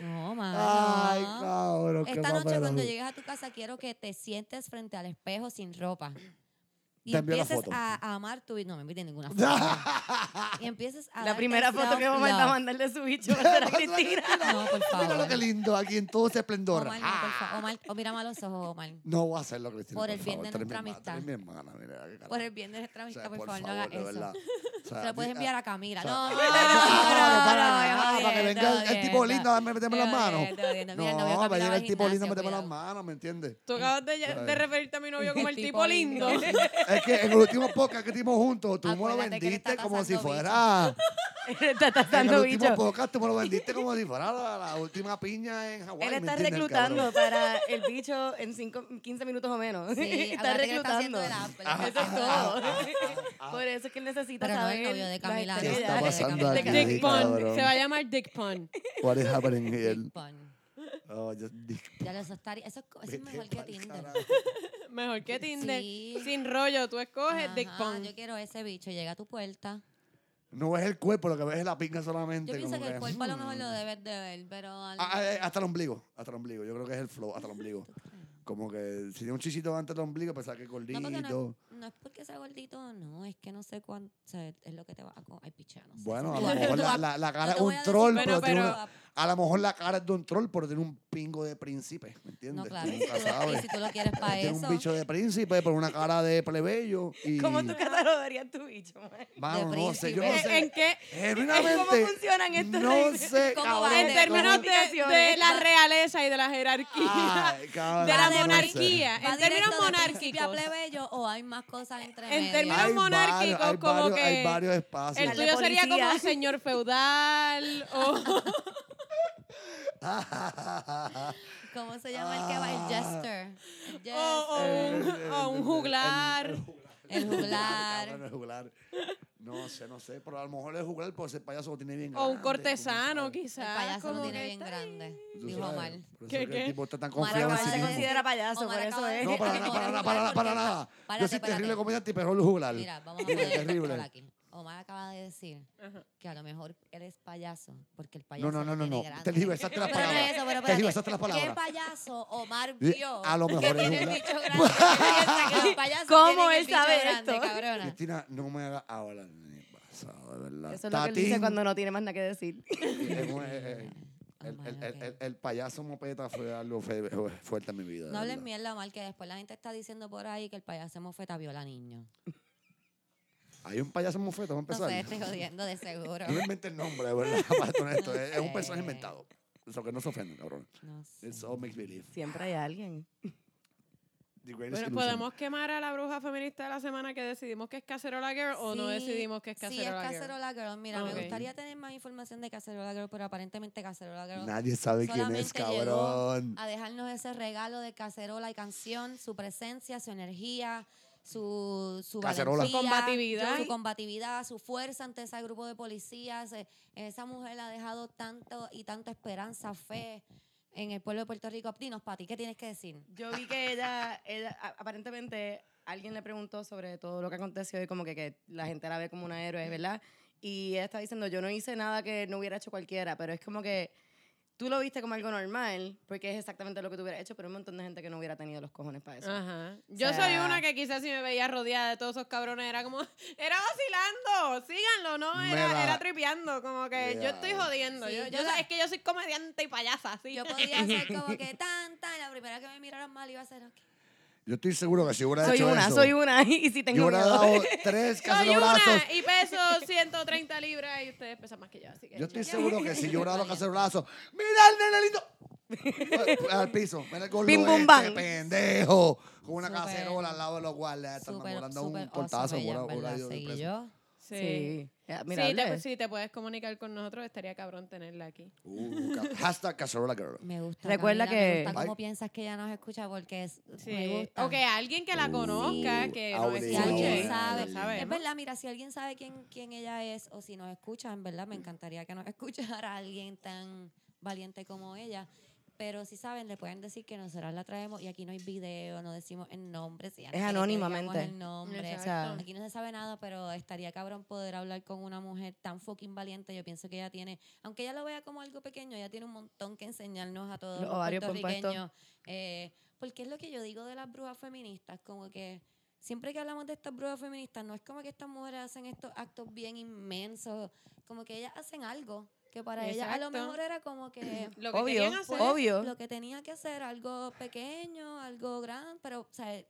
S1: No, Omar.
S2: Ay,
S1: no.
S2: cabrón, qué
S1: Esta noche
S2: papelón.
S1: cuando llegues a tu casa quiero que te sientes frente al espejo sin ropa. Y
S2: Te envío la
S1: empieces
S2: foto.
S1: a, a amar tu bicho. No, me envíes ninguna foto.
S2: *laughs*
S1: y empieces a
S3: La
S1: darte
S3: primera foto que Omar
S1: self-love.
S3: está a mandarle su bicho va a ser a
S2: *laughs*
S3: Cristina.
S1: No, por favor.
S2: Mira lo que lindo aquí en todo ese esplendor.
S1: Omar, no,
S2: Ah,
S1: por favor. Omar, oh, mírame a los ojos,
S2: *laughs*
S1: Omar.
S2: no voy a hacerlo, Cristina.
S1: Por el bien
S2: favor,
S1: de
S2: tú eres mi
S1: nuestra
S2: hermana, tú eres
S1: amistad.
S2: mi hermana, mira, qué carajo.
S1: Por el bien de nuestra
S2: O sea,
S1: amistad, por,
S2: por
S1: favor, no
S2: favor,
S1: hagas
S2: de verdad.
S1: eso.
S2: O sea,
S1: Se lo puedes
S2: di-
S1: enviar a
S2: *laughs*
S1: Camila. No, no, no, no,
S2: No, para
S1: no,
S2: nada,
S1: no,
S2: para que
S1: no,
S2: venga
S1: no,
S2: el- el tipo
S1: no,
S2: lindo a meterme las
S1: no,
S2: manos.
S1: no, no, no, mira, el novio
S2: No,
S1: Camila
S2: va a llegar
S1: al
S2: el tipo lindo
S1: gimnasio,
S2: a meterme las
S1: cuidado.
S2: manos, ¿me entiendes?
S4: Tú acabas de, de referirte a mi novio como el tipo lindo. *laughs*
S2: Es que en el último podcast que
S1: *laughs*
S2: tuvimos juntos, tú me lo
S1: Acuérdate que él
S2: vendiste
S1: está
S2: como si
S1: cazando
S2: fuera.
S3: está
S2: En el
S3: tasando
S2: último
S3: bichos.
S2: podcast tú me lo vendiste como si fuera la, la última piña en Hawái.
S3: Él
S2: ¿me
S3: está
S2: entiendes, cabrón?
S3: reclutando para el bicho en cinco, 15 minutos o
S2: *laughs*
S3: menos.
S1: Sí,
S3: *laughs* está
S1: acuérdate que él está
S3: reclutando.
S1: haciendo el
S2: Ah,
S1: Apple.
S3: Eso es todo. *laughs* Por eso es que él necesita
S1: Pero no, el
S3: saber
S1: novio de
S3: las
S1: Camila, no,
S2: ¿Qué está
S3: actividades de
S2: pasando
S3: Camila.
S2: aquí?
S3: De-
S4: Dick Pond.
S2: cabrón.
S4: Se va a llamar Dick
S1: *laughs*
S4: Pond.
S2: What is happening here?
S1: Big pun.
S2: Oh, just dick.
S1: Ya lo eso estaría- eso, es co- eso Pues es
S2: eh,
S1: mejor que Tinder.
S4: Mejor que Tinder.
S1: Sí.
S4: Sin rollo, tú escoges Dick
S1: Ajá,
S4: Pond.
S1: Yo quiero ese bicho, llega a tu puerta.
S2: No ves el cuerpo, lo que ves es la pinga
S1: Yo
S2: solamente.
S1: pienso
S2: como
S1: que el cuerpo a lo mejor
S2: mm.
S1: lo debes de ver, pero... al-
S2: Ah, ah, eh, hasta el ombligo, hasta el ombligo. Yo creo que es el flow, hasta el ombligo. Como que si tiene un chisito antes del ombligo, pensaba que es
S1: No,
S2: gordito.
S1: porque no, es- no es porque sea gordito, no, es que no sé cuánto... o sea, es lo que te va a... co- Ay, picha, no sé.
S2: Bueno, a
S1: Tú
S2: lo
S1: vas-
S2: mejor
S1: tú *laughs*
S2: la,
S1: vas-
S2: la- la cara
S1: no
S2: es
S1: te voy
S2: un
S1: a decir,
S2: troll,
S1: bueno,
S2: pero, tiene
S4: pero-
S2: una- *laughs* A lo mejor la cara es de un troll, pero tiene un pingo de príncipe, ¿me entiendes?
S1: No,
S2: Tú
S1: claro, si
S2: nunca
S1: tú, lo- y
S2: sabes.
S1: si tú lo
S2: *laughs*
S1: quieres para
S2: Tiene
S1: eso...
S2: Este un bicho de príncipe, pero una cara de plebeyo.
S4: *laughs*
S2: Y...
S3: ¿Cómo tú catalogarías tu bicho, man?
S2: Mano,
S1: De
S2: no sé, yo no
S1: príncipe.
S2: sé.
S4: ¿En qué?
S2: Genuinamente.
S3: ¿Cómo funcionan estas
S2: No
S3: leyes?
S2: sé,
S1: ¿Cómo
S2: cabrón.
S1: va?
S4: En
S1: de-
S4: términos
S3: con
S4: de,
S3: indicaciones.
S4: de la realeza y de la jerarquía.
S2: *laughs* Ay, cabrón,
S4: de la
S2: no sé.
S4: monarquía.
S1: ¿Va
S4: En términos
S1: directo de príncipe a
S4: monárquicos.
S1: plebeyo o hay más cosas entre
S4: En
S1: medio?
S4: términos
S2: Hay
S4: monárquicos,
S2: varios- hay
S4: como
S2: varios-
S4: que
S2: Hay varios espacios.
S4: El
S3: Dale,
S4: tuyo sería
S3: policía.
S4: como un señor feudal
S1: *laughs*
S4: o
S1: ¿Cómo se llama el que va?
S2: Ah.
S1: El jester. El
S4: o, o
S1: jester,
S2: *laughs* eh,
S4: un, *laughs* o un juglar.
S1: el
S2: Cabrón,
S1: juglar.
S2: el juglar. No sé, no sé, pero a lo mejor el juglar, pues el payaso lo tiene bien
S4: O un
S2: grande,
S4: cortesano,
S2: tú
S1: El
S4: quizás.
S1: payaso lo
S4: ah, como
S1: tiene
S4: que
S1: bien
S4: está ahí.
S1: grande.
S2: sabes.
S1: Dijo
S2: Tú sabes,
S1: mal.
S2: por eso es
S4: ¿Qué,
S2: que el
S4: qué?
S2: tipo está tan
S1: Omar
S2: confiado en
S1: acaba
S2: sí
S3: Omar
S1: de
S3: se
S1: decir-
S2: mismo.
S3: considera payaso,
S1: Omar
S3: por eso
S1: acaba de *laughs*
S3: es.
S2: No,
S1: decir-
S2: para
S1: que como
S2: nada, para
S1: el
S2: nada, para
S1: juglar, porque-
S2: nada, para nada. Yo
S1: Párate,
S2: soy terrible
S1: párate.
S2: comediante y peor el juglar.
S1: Mira, vamos a
S2: Dile,
S1: poner el
S2: *laughs* terrible.
S1: control aquí. Omar acaba de decir
S4: Ajá.
S1: que a lo mejor eres payaso, porque el payaso
S2: No, no, no,
S1: lo
S2: no,
S1: tiene
S2: no.
S1: grande.
S2: Te diversaste las
S1: Pero no es
S2: palabras.
S1: eso, pero
S2: Te
S1: espérate.
S2: diversaste las
S1: ¿Qué
S2: palabras.
S1: palabras. payaso Omar
S2: Di-
S1: vio?
S2: A lo mejor el
S1: Tiene el *laughs*
S2: juglar.
S1: bicho grande. que
S3: *laughs*
S1: piensa que los payasos
S3: ¿Cómo
S1: tienen el
S3: él
S1: bicho
S3: sabe
S1: grande,
S3: esto?
S1: cabrona?
S2: Cristina, no me hagas ahora ni pasado, de verdad.
S3: Eso es lo que él dice
S2: Tatín.
S3: cuando no tiene más nada que decir. *laughs*
S2: Es un- eh, eh,
S1: Oh
S2: el,
S1: my,
S2: el- el-
S1: ok.
S2: el- el payaso mopeta fue algo fe- fuerte en mi vida. de
S1: No hablen
S2: verdad.
S1: mierda mal, que después la gente está diciendo por ahí que el payaso mofeta viola niños.
S2: Hay un payaso mofeta, vamos a
S1: No
S2: empezar.
S1: sé, estoy jodiendo de seguro.
S2: Yo me inventé el nombre, de verdad, para ser honesto.
S1: No
S2: Es, es un
S1: sé.
S2: personaje inventado. Eso que no se ofenden, cabrón.
S1: No sé.
S2: It's all make believe.
S3: Siempre hay alguien.
S2: The greatest
S4: Bueno,
S2: illusion.
S4: ¿podemos quemar a la bruja feminista de la semana que decidimos que es Cacerola Girl o no
S1: Sí,
S4: decidimos que es
S1: Sí, es
S4: Cacerola Girl?
S1: Cacerola Girl. Mira,
S4: Ok.
S1: me gustaría tener más información de Cacerola Girl, pero aparentemente Cacerola Girl
S2: Nadie sabe quién es,
S1: solamente llegó
S2: cabrón.
S1: a dejarnos ese regalo de cacerola y canción, su presencia, su energía, su, su
S2: Cacerola.
S1: valentía,
S4: Combatividad.
S1: su combatividad, su fuerza ante ese grupo de policías. Eh, Esa mujer ha dejado tanto y tanta esperanza, fe en el pueblo de Puerto Rico. Dinos, Pati, ¿qué tienes que decir?
S3: Yo vi que ella, ella a- aparentemente alguien le preguntó sobre todo lo que aconteció y como que, que la gente la ve como una héroe, ¿verdad? Y ella está diciendo, yo no hice nada que no hubiera hecho cualquiera, pero es como que tú lo viste como algo normal, porque es exactamente lo que tú hubieras hecho, pero hay un montón de gente que no hubiera tenido los cojones para eso.
S4: Ajá. Yo
S3: O sea-
S4: soy una que quizás si me veía rodeada de todos esos cabrones era como, *laughs* era vacilando, síganlo, ¿no?
S2: Me
S4: Era,
S2: da-
S4: era tripeando, como que yo
S2: Yeah.
S4: estoy jodiendo.
S1: Sí,
S4: yo,
S1: yo
S4: yo-
S1: la-
S4: Es que yo soy comediante y payasa, así.
S1: Yo podía ser como que tanta, y la primera que me miraron mal iba a ser... ok.
S2: Yo estoy seguro que si hubiera
S3: Soy
S2: hecho
S3: una,
S2: eso,
S3: soy una, *laughs* y si
S2: yo
S3: tengo
S2: hubiera
S3: miedo. *laughs*
S2: dado tres
S4: soy una
S2: cacerolazos.
S4: y peso 130 libras y ustedes pesan más que yo, así que...
S2: Yo estoy
S4: ya.
S2: seguro que si yo hubiera dado cacerolazos, ¡mira el nenelito! al piso, mira el gordo
S3: Bim, bum,
S2: este,
S3: bang.
S2: pendejo, con una
S1: Súper-
S2: cacerola al lado de los guardias, están
S1: Súper,
S2: volando un
S1: súper
S2: portazo,
S1: awesome ella,
S2: bola-
S1: en
S2: bola
S1: verdad,
S2: de
S1: seguí
S2: preso.
S1: yo.
S4: Sí.
S3: Sí. Ya,
S4: Sí,
S3: mira,
S4: te,
S3: dale.
S4: si te puedes comunicar con nosotros, estaría cabrón tenerla aquí.
S2: Uh, ca- hashtag cacerola girl.
S1: Me gusta.
S3: Recuerda
S1: Camila, me
S3: que-
S1: gusta
S2: Bye.
S1: cómo piensas que ella nos escucha porque es,
S4: Sí.
S1: me gusta.
S4: O que alguien que la
S2: Uh,
S4: conozca, que nos
S2: Aurelio.
S1: Pues Si
S2: Sí,
S4: escuche.
S1: alguien
S2: no,
S1: sabe,
S2: no,
S4: ¿sabes?
S1: es verdad, mira, si alguien sabe quién, quién ella es o si nos escucha, en verdad me encantaría que nos *laughs* escuchara alguien tan valiente como ella. Pero si saben, le pueden decir que nosotras la traemos y aquí no hay video, no decimos el nombre. Si ella no
S3: Es
S1: quiere que
S3: anónimamente.
S1: digamos el nombre.
S4: Exacto.
S3: o sea,
S1: Aquí no se sabe nada, pero estaría cabrón poder hablar con una mujer tan fucking valiente. Yo pienso que ella tiene, aunque ella lo vea como algo pequeño, ella tiene un montón que enseñarnos a todos
S3: Los
S1: los,
S3: ovarios puestos.
S1: puertorriqueños. Eh, porque es lo que yo digo de las brujas feministas, como que siempre que hablamos de estas brujas feministas, no es como que estas mujeres hacen estos actos bien inmensos, como que ellas hacen algo que para ellas a lo
S4: Exacto.
S1: mejor era como que
S4: Lo que
S3: obvio,
S4: querían hacer.
S3: obvio.
S1: lo que tenía que hacer, algo pequeño, algo grande, pero o sea,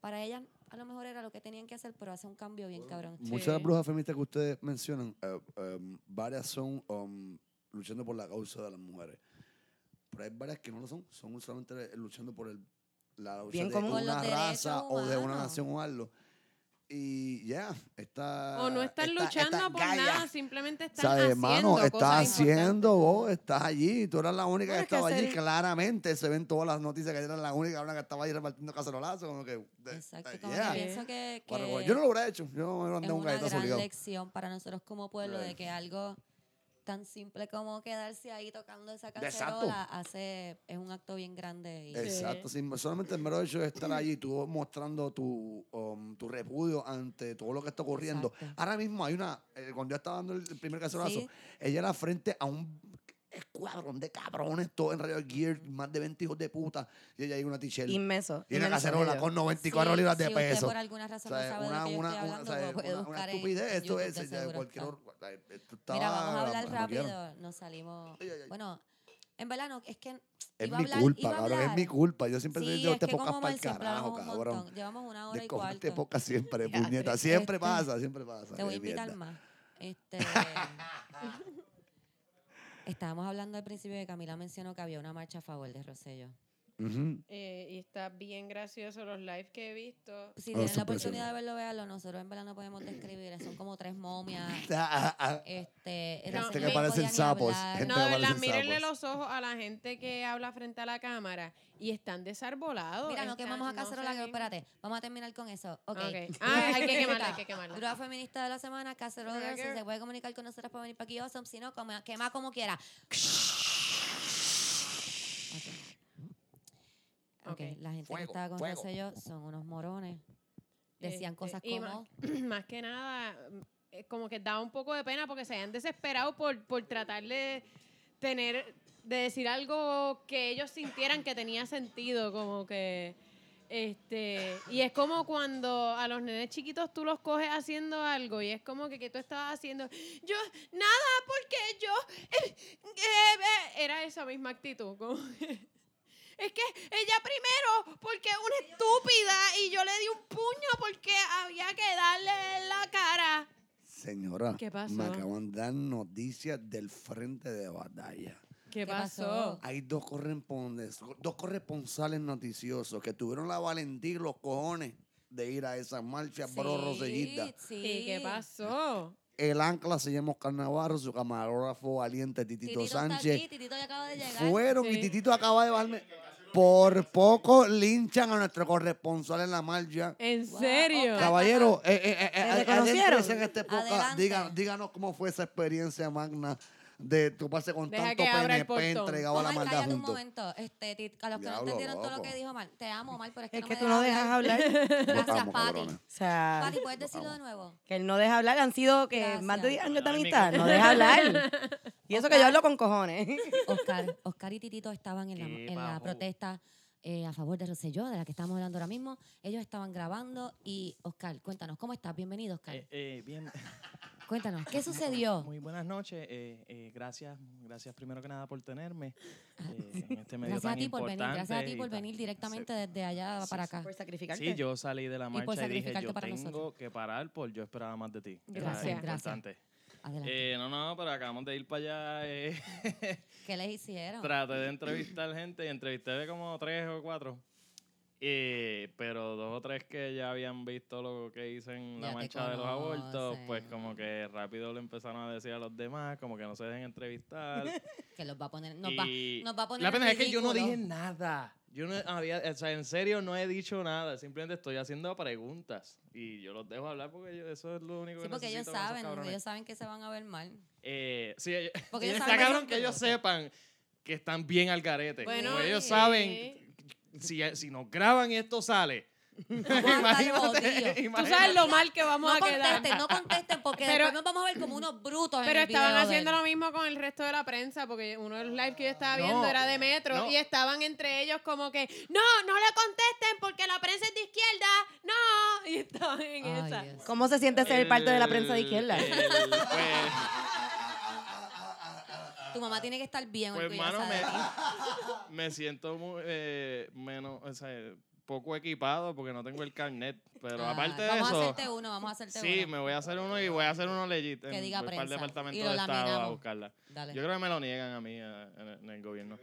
S1: para ellas a lo mejor era lo que tenían que hacer, pero hace un cambio bien cabrón.
S2: Muchas de las brujas feministas que ustedes mencionan, eh, em, varias son em, luchando por la causa de las mujeres. Pero hay varias que no lo son, son solamente luchando por el, la causa
S3: Bien
S2: de
S3: común. Por
S1: los
S2: una
S1: derechos
S2: raza o de una
S1: humanos.
S2: nación o algo. Y ya, está.
S4: O no están
S2: Ah, esta-
S4: luchando
S2: esta
S4: por
S2: galla,
S4: nada, simplemente están
S2: ¿Sabes,
S4: haciendo
S2: hermano?
S4: cosas
S2: Estás haciendo, vos estás allí. Tú eras la única
S3: Bueno,
S2: que
S3: es que
S2: estaba allí,
S3: hacer-
S2: claramente. Se ven todas las noticias que eras la única una que estaba allí repartiendo cacerolazos. Como que, de-
S1: Exacto,
S2: de-
S1: como
S2: yeah.
S1: que pienso que, que
S2: Bueno, bueno, yo no lo hubiera hecho. Yo me
S1: es
S2: mandé un
S1: una
S2: galletazo
S1: gran
S2: obligado.
S1: lección para nosotros como pueblo
S2: Right.
S1: de que algo tan simple como quedarse ahí tocando esa
S2: Exacto.
S1: cacerola hace, es un acto bien grande. Y,
S2: Exacto, sí, solamente el mero hecho de
S1: *clears throat*
S2: estar allí, tú mostrando tu, um, tu repudio ante todo lo que está ocurriendo.
S1: Exacto.
S2: Ahora mismo hay una, eh, cuando yo estaba dando el el primer cacerolazo,
S1: Sí.
S2: ella era frente a un escuadrón de cabrones, todo en Radio Gear, más de 20 hijos de puta, y ella hay una tichel y
S3: Inmenso.
S2: una
S3: inmenso,
S2: cacerola
S3: ellos.
S2: con
S1: Sí,
S2: 94 libras de
S1: si usted
S2: peso.
S1: por alguna razón
S2: O sea,
S1: no sabe de qué yo estoy hablando,
S2: o sea,
S1: lo puede
S2: una- una
S1: buscar en-
S2: estupidez,
S1: en
S2: esto
S1: YouTube,
S2: es,
S1: de
S2: ya,
S1: seguro
S2: cualquier
S1: está.
S2: or- esto
S1: Mira, vamos a
S2: estaba-
S1: hablar
S2: como quieran.
S1: rápido. Nos salimos.
S2: Ay, ay, ay.
S1: Bueno, en verdad no, es que.
S2: Es
S1: iba a
S2: mi
S1: hablar- iba
S2: culpa,
S1: a
S2: cabrón, es
S1: hablar.
S2: mi culpa. Yo siempre
S1: Sí,
S2: te digo,
S1: es que
S2: te pocas
S1: como
S2: para
S1: mal
S2: el
S1: siempre
S2: carajo,
S1: hablamos un
S2: cabrón.
S1: montón. Llevamos una hora y
S2: Descojonarte
S1: cuarto. *laughs*
S2: poca siempre,
S3: Ya,
S2: puñeta.
S3: tres,
S2: Siempre
S1: este.
S2: pasa, siempre pasa.
S1: Te voy a
S2: qué
S1: invitar
S2: mierda.
S1: más.
S2: *laughs*
S1: Este, estábamos hablando al principio de Camila mencionó que había una marcha a favor de Rosello.
S2: Ah, Ujú.
S4: Eh, y está bien gracioso los lives que he visto.
S1: Si
S2: Ah,
S1: tienen la
S2: súper,
S1: oportunidad
S2: súper.
S1: de verlo, véanlo. Nosotros en verdad no podemos describir. Son como tres momias.
S2: *laughs* Ah, ah, ah.
S1: *laughs* Este,
S4: Gente
S1: Rosello
S4: que
S1: no
S2: parecen
S1: podía ni
S2: sapos.
S1: hablar.
S2: Gente
S4: No,
S2: que
S4: de verdad,
S2: parecen
S4: mírenle
S2: sapos.
S4: los ojos a la gente que habla frente a la cámara y están desarbolados.
S1: Mira, no
S4: están-
S1: quemamos a
S4: no
S1: Cacerola,
S4: sé.
S1: que- espérate, vamos a terminar con eso. Ok. *laughs*
S4: *laughs* Ok. Ah, hay que quemarla, hay que quemarla.
S1: Grúa feminista de la semana, Cacerola,
S4: Cacerola
S1: si
S4: Girl.
S1: se puede comunicar con nosotras para venir para aquí, awesome, si no, come- quema como quiera. Ok,
S4: Ok.
S1: la gente
S2: Fuego,
S1: que estaba con
S2: fuego.
S1: Rosselló son unos morones. Decían
S4: Este,
S1: cosas
S4: y
S1: como...
S4: Más, *clears throat* más que nada, mm, eh, como que da un poco de pena porque se hayan desesperado por, por tratar de tener, de decir algo que ellos sintieran que tenía sentido, como que Este, y es como cuando a los nenes chiquitos tú los coges haciendo algo y es como que, que tú estabas haciendo, yo, nada, porque yo, eh, eh, eh", era esa misma actitud. como que, es que ella primero, porque es una estúpida y yo le di un puño porque había que darle en la cara.
S2: Señora,
S4: ¿Qué pasó?
S2: me acaban de dar noticias del frente de batalla.
S4: ¿Qué
S1: pasó?
S4: pasó?
S2: Hay dos, correspondes- dos corresponsales noticiosos que tuvieron la valentía y los cojones de ir a esas marchas, bro, Rosellita.
S1: Sí,
S4: ¿Y qué pasó?
S2: El ancla se llama Oscar Navarro, su camarógrafo valiente Titito,
S1: Titito Sánchez.
S2: Sánchez.
S1: Está aquí, Titito ya acaba de llegar.
S2: Fueron
S4: Sí.
S2: y Titito acaba de bajarme. Por poco linchan a nuestro corresponsal en la
S1: Eh,
S2: marcha.
S4: ¿En
S1: Wow,
S4: serio?
S1: ok.
S2: Caballero, eh, eh, eh, eh,
S3: reconocieron?
S2: adéntrense en este podcast.
S1: Adelante.
S2: Díganos, díganos cómo fue esa experiencia magna de tu pase con
S4: Deja
S2: tanto
S4: que abra el
S2: PNP
S4: portón.
S2: entregado a la
S1: Omar,
S2: maldad
S1: cállate un
S2: juntos.
S1: momento. Este, ti- a los que
S2: Diablo,
S1: no entendieron todo lo
S2: loco.
S1: que dijo Omar. Te amo, Omar, pero es que
S3: Es
S1: no
S3: que
S1: me
S3: tú no
S1: dejas
S3: dejas
S4: *laughs*
S3: hablar.
S1: *laughs* Gracias,
S2: Votamos,
S1: Pati.
S2: cabrones.
S3: O sea,
S1: Pati, ¿puedes decirlo de nuevo?
S3: que él no deja hablar. Han sido que más
S1: Gracias.
S3: de 10 años de
S5: Dame el
S3: amistad. No
S4: *laughs*
S3: deja hablar. Y eso que yo hablo con cojones.
S1: Oscar, Oscar y Titito estaban en la,
S5: Qué
S1: en la
S5: bajo.
S1: protesta eh, a favor de Rosselló, de la que estamos hablando ahora mismo. Ellos estaban grabando y, Oscar, cuéntanos, ¿cómo estás? Bienvenido, Oscar.
S5: Eh, eh, bien. *laughs*
S1: cuéntanos, ¿qué sucedió?
S5: Muy buenas noches. eh, eh, gracias, gracias primero que nada por tenerme eh, en este medio
S1: Gracias a
S5: tan
S1: ti por venir, gracias a
S5: importante
S1: ti
S5: y
S1: por
S5: tan-
S1: venir
S5: sí.
S1: directamente desde allá
S5: Sí,
S1: para
S5: sí.
S1: acá.
S3: Por sacrificarte.
S5: Sí, yo salí de la
S1: Y
S5: marcha
S1: por
S5: y, dije,
S1: sacrificarte
S5: yo
S1: para
S5: tengo
S1: nosotros".
S5: que parar porque yo esperaba más de ti. Era
S4: Gracias.
S1: Gracias.
S5: importante.
S1: Adelante.
S5: Eh, no, no, pero acabamos de ir para allá. eh,
S1: ¿Qué les hicieron? *laughs*
S5: Traté de entrevistar gente y entrevisté como tres o cuatro. Eh, pero dos o tres que ya habían visto lo que hice en la
S1: Ya te
S5: mancha de los abortos, pues
S1: conocen.
S5: como que rápido le empezaron a decir a los demás, como que no se dejen entrevistar.
S1: Que los va a poner, *laughs* nos, va,
S5: Y
S1: nos va a poner
S5: La
S1: en
S5: pena es que yo no
S1: ridículo.
S5: dije nada. Yo no había, o sea, en serio no he dicho nada. Simplemente estoy haciendo preguntas. Y yo los dejo hablar porque yo- eso es lo
S1: Sí,
S5: único que
S1: porque ellos
S5: necesito con esos
S1: saben,
S5: cabrones.
S1: ellos saben que se van a ver mal.
S5: Eh, sí, ellos,
S1: Porque
S5: *laughs* porque
S1: ellos
S5: ellos
S1: saben que
S5: sacaron
S1: son
S5: que ellos
S1: pelotas.
S5: sepan que están bien al garete.
S4: Bueno,
S5: Porque ellos
S4: sí.
S5: saben si, si nos graban y esto
S1: *laughs*
S5: sale.
S1: jodidos.
S5: *laughs* imagínate,
S4: Tú sabes
S5: imagínate.
S4: lo mal que vamos
S1: No
S4: a quedar.
S1: contesten, no contesten, porque
S5: *laughs*
S4: Pero-
S1: después nos vamos a ver como unos brutos en
S4: Pero
S1: el
S4: estaban
S1: video de
S4: haciendo
S1: él.
S4: lo mismo con el resto de la prensa, porque uno de los lives que yo estaba
S5: No,
S4: viendo era de Metro
S5: no.
S4: y estaban entre ellos como que, no, no le contesten porque la prensa es de izquierda, no. *laughs* Y estaban en
S1: Ay,
S4: esa.
S1: Dios.
S3: ¿Cómo se siente ser parte de la prensa de izquierda?
S5: El- el- pues,
S1: Tu mamá tiene que estar bien
S5: Pues,
S1: orgullosa
S5: hermano,
S1: de ti.
S5: me, me siento muy, eh, menos, o sea, poco equipado porque no tengo el carnet. Pero
S1: Ah,
S5: aparte de
S1: vamos a
S5: eso,
S1: hacerte uno, vamos a hacerte
S5: sí,
S1: uno.
S5: me voy a hacer uno y voy a hacer uno legit en
S1: diga
S5: el
S1: prensa. Y
S5: departamento
S1: lo
S5: de Estado a
S1: laminamos.
S5: buscarla.
S1: Dale.
S5: Yo creo que me lo niegan a mí eh, en, el- en el gobierno.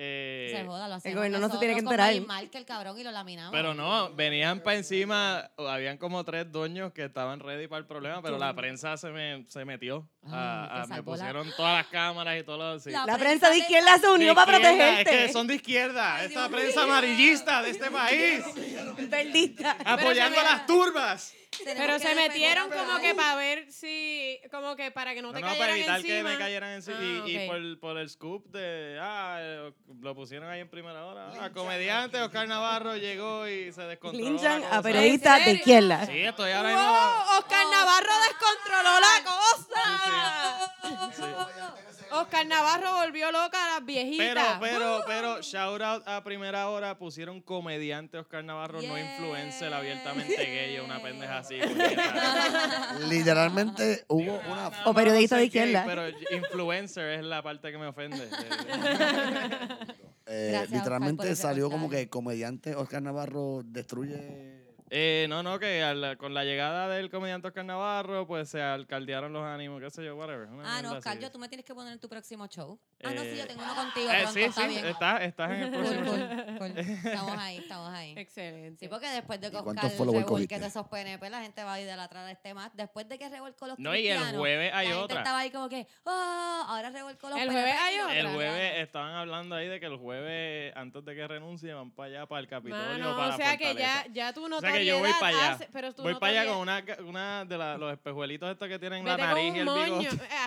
S5: Eh,
S1: se joda, lo hacemos
S3: gobierno no se
S1: nosotros
S3: tiene que
S1: con
S3: enterar.
S1: Mary Mark, el cabrón y lo laminamos.
S5: pero no, venían para encima, o habían como tres dueños que estaban ready para el problema, pero la prensa se me se metió.
S1: Ah,
S5: Ah,
S1: te
S5: ah, me
S1: salvó la-
S5: pusieron todas las cámaras y todo lo sí.
S3: La prensa de izquierda se unió
S5: De
S3: para
S5: izquierda,
S3: protegerte.
S5: Es que son de izquierda, esta
S1: Dios
S5: prensa amarillista de este país,
S3: *laughs* Perdista.
S5: Ah, apoyando a las turbas.
S1: Tenemos
S4: Pero
S1: que
S4: se
S1: defender
S4: metieron
S1: a
S4: como
S1: Mary.
S4: que para ver si, como que para que no te
S5: No, no, para
S4: cayeran
S5: evitar
S4: encima.
S5: que me cayeran encima.
S4: Ah,
S5: y y
S4: ok.
S5: por, por el scoop de, ah, eh, lo pusieron ahí en primera hora. A comediante Oscar Navarro llegó y se descontroló. la
S3: Linchan a
S5: cosa.
S3: periodistas de
S4: serio?
S3: izquierda.
S5: Sí, estoy ahora mismo.
S4: ¡Wow! Oscar Navarro descontroló la cosa.
S1: Ah,
S4: Oscar Navarro volvió loca a las
S5: Pero,
S4: viejitas.
S5: pero, pero, shout out a primera hora, pusieron comediante Oscar Navarro, no
S1: Yeah.
S5: influencer abiertamente gay, una pendeja
S4: *laughs*
S5: así. puñeta.
S1: *laughs*
S2: Literalmente hubo una.
S5: Nada
S3: O
S5: más
S3: periodista
S5: no
S3: de
S5: sé qué,
S3: izquierda.
S5: Pero influencer es la parte que me ofende.
S4: *laughs*
S1: Gracias,
S2: eh,
S1: Oscar, por
S2: literalmente
S1: ese
S2: salió como
S1: comentario.
S2: que el comediante Oscar Navarro destruye.
S5: Eh, no, no, que al- con la llegada del comediante Oscar Navarro, pues se alcaldearon los ánimos, qué sé yo, whatever. una
S1: Ah, no,
S5: mierda
S1: Oscar,
S5: así.
S1: yo, tú me tienes que poner en tu próximo show. Ah, no, sí,
S5: Eh,
S1: yo tengo uno contigo.
S5: Eh, pues,
S1: pronto,
S5: sí,
S1: está
S5: sí,
S1: bien.
S5: estás, estás
S4: *laughs*
S5: en el
S1: Cool,
S5: próximo. show.
S1: cool, cool. Estamos ahí, estamos ahí.
S4: Excelente.
S1: Sí,
S4: *laughs*
S1: porque después de que
S2: ¿Y cuántos
S1: Oscar
S2: followers
S1: revolque
S2: cogiste?
S1: de esos PNP, la gente va a idolatrar a este más. Después de que revolcó los
S5: No, y el
S1: cristianos,
S5: jueves hay
S1: la gente
S5: otra.
S1: estaba ahí como que, oh, ahora revolcó los
S4: El
S1: PNP.
S4: jueves hay
S1: y los
S4: otra.
S5: El
S4: Claro.
S5: jueves estaban hablando ahí de que el jueves, antes de que renuncie, van para allá, para el Capitolio.
S4: Mano,
S5: para
S4: o sea que ya,
S5: Fortaleza.
S4: ya tú no
S5: o sea que que yo voy
S4: variedad
S5: para allá.
S4: hace- pero tú
S5: voy
S4: no
S5: para allá
S4: te
S5: con una, ca- una de la- los espejuelitos estos que tienen
S4: Vete
S5: la nariz y
S4: con
S5: el
S4: un moño.
S5: bigote.
S4: Eh,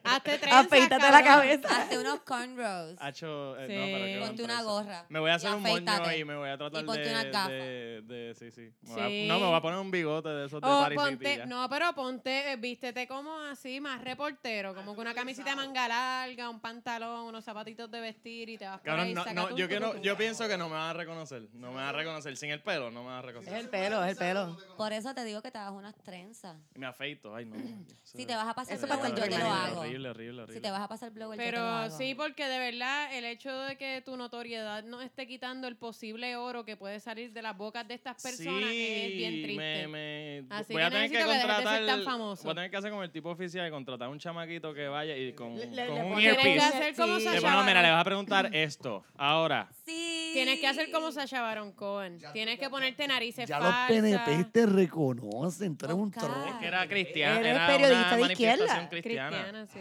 S4: Hazte, hazte, hazte trenzas,
S3: Afeítate la
S4: cabrón.
S3: cabeza.
S1: Hazte unos cornrows.
S5: Hacho, eh,
S4: Sí.
S5: no, para que
S1: Ponte
S5: van
S1: una
S5: presos.
S1: gorra.
S5: Me voy a hacer
S1: y
S5: un moño
S1: afeítate.
S5: y me voy a tratar
S1: Y ponte
S5: de,
S1: unas gafas.
S5: de, de- Sí, sí. Me voy a-
S4: Sí.
S5: no, me voy a poner un bigote de esos de
S4: O
S5: Paris City
S4: ponte,
S5: ya.
S4: no, pero ponte, eh, vístete como así, más reportero, como que una camisita de manga larga, un pantalón, unos zapatitos de vestir y te vas por
S5: Cabrón,
S4: ahí,
S5: no,
S4: saca
S5: no,
S4: tú,
S5: yo,
S4: tú,
S5: que no-
S4: tú, tú.
S5: yo pienso que no me van a reconocer. No me van a reconocer. Sin el pelo, no me van a reconocer.
S3: Es el pelo, es el pelo.
S1: Por eso te digo que te hagas unas trenzas.
S5: Y me afeito. Ay, no.
S1: Si te vas a pasar
S3: Eso
S1: por
S3: pasa
S1: el
S3: por
S1: yo te lo
S3: primero.
S1: hago.
S5: Horrible, horrible, horrible.
S1: Si te vas a pasar blower, yo te lo
S4: Pero
S1: hago.
S4: sí, porque de verdad el hecho de que tu notoriedad no esté quitando el posible oro que puede salir de las bocas de estas personas que es bien
S5: Sí,
S4: triste.
S5: me- me-
S4: Así
S5: voy a
S4: que
S5: tener que
S4: necesito que dejes de ser
S5: contratar.
S4: tan famoso.
S5: Voy a tener que hacer como el tipo oficial, contratar a un chamaquito que vaya y con,
S3: Le- le-
S5: con
S3: le
S5: un
S3: pones-
S4: Tienes que
S5: earpiece.
S4: hacer como
S3: Sí.
S5: Le
S4: Sasha
S5: pongo, mira,
S4: Baron-
S5: le vas a preguntar esto. Ahora.
S1: Sí.
S4: Tienes que hacer como Sasha Baron Cohen. Tienes que ponerte narices
S2: Ya los
S4: falsas.
S2: PNP te reconocen, tú eres un
S1: Oscar.
S2: troll.
S1: Es
S5: Que era cristiana.
S3: Eres
S5: Era
S3: periodista
S5: una
S3: de izquierda.
S5: manifestación cristiana.
S4: Cristiana, sí.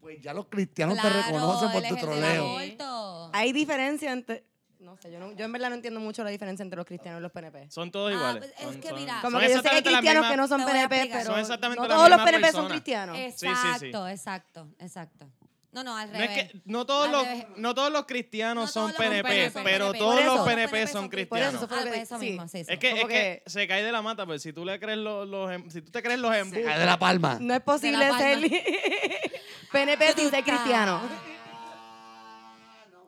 S2: Pues ya los cristianos te
S1: Claro,
S2: reconocen por
S1: él
S2: tu
S1: es el del
S2: troleo.
S1: aborto.
S3: Hay diferencia entre. No sé, yo, no- yo en verdad no entiendo mucho la diferencia entre los cristianos y los PNP.
S5: Son todos
S1: Ah,
S5: iguales.
S1: pues, es
S5: Son-
S1: que
S5: son-
S1: mira-
S3: Como
S5: son
S3: que yo sé que hay
S5: exactamente las
S3: cristianos que
S5: mismas-
S3: no son
S1: Te voy a
S3: PNP,
S1: explicar.
S3: pero.
S5: Son exactamente
S3: no
S5: las
S3: todos los
S5: mismas
S3: PNP son
S5: personas.
S3: cristianos.
S5: sí, sí.
S1: Exacto, exacto, exacto. No, no, al
S5: No, es
S1: revés.
S5: que, no, todos
S1: Al
S5: los,
S1: revés.
S5: no todos los cristianos
S1: No
S5: son
S1: todos los
S5: PNP,
S1: PNP son
S5: pero
S1: PNP.
S5: todos
S3: Por
S5: los
S3: eso.
S5: PNP son
S3: Por
S5: cristianos.
S3: eso, eso fue lo
S1: Ah,
S3: que-
S1: pues eso
S3: sí.
S1: mismo, sí, sí.
S5: Es que,
S3: Como
S5: es que
S3: que-
S5: se cae de la mata, pues si tú le crees los, los em- si tú te crees los
S2: Se
S5: embustes,
S2: cae de la palma.
S3: No es posible
S1: De La
S3: ser *laughs*
S1: Palma.
S3: PNP sin ser cristiano.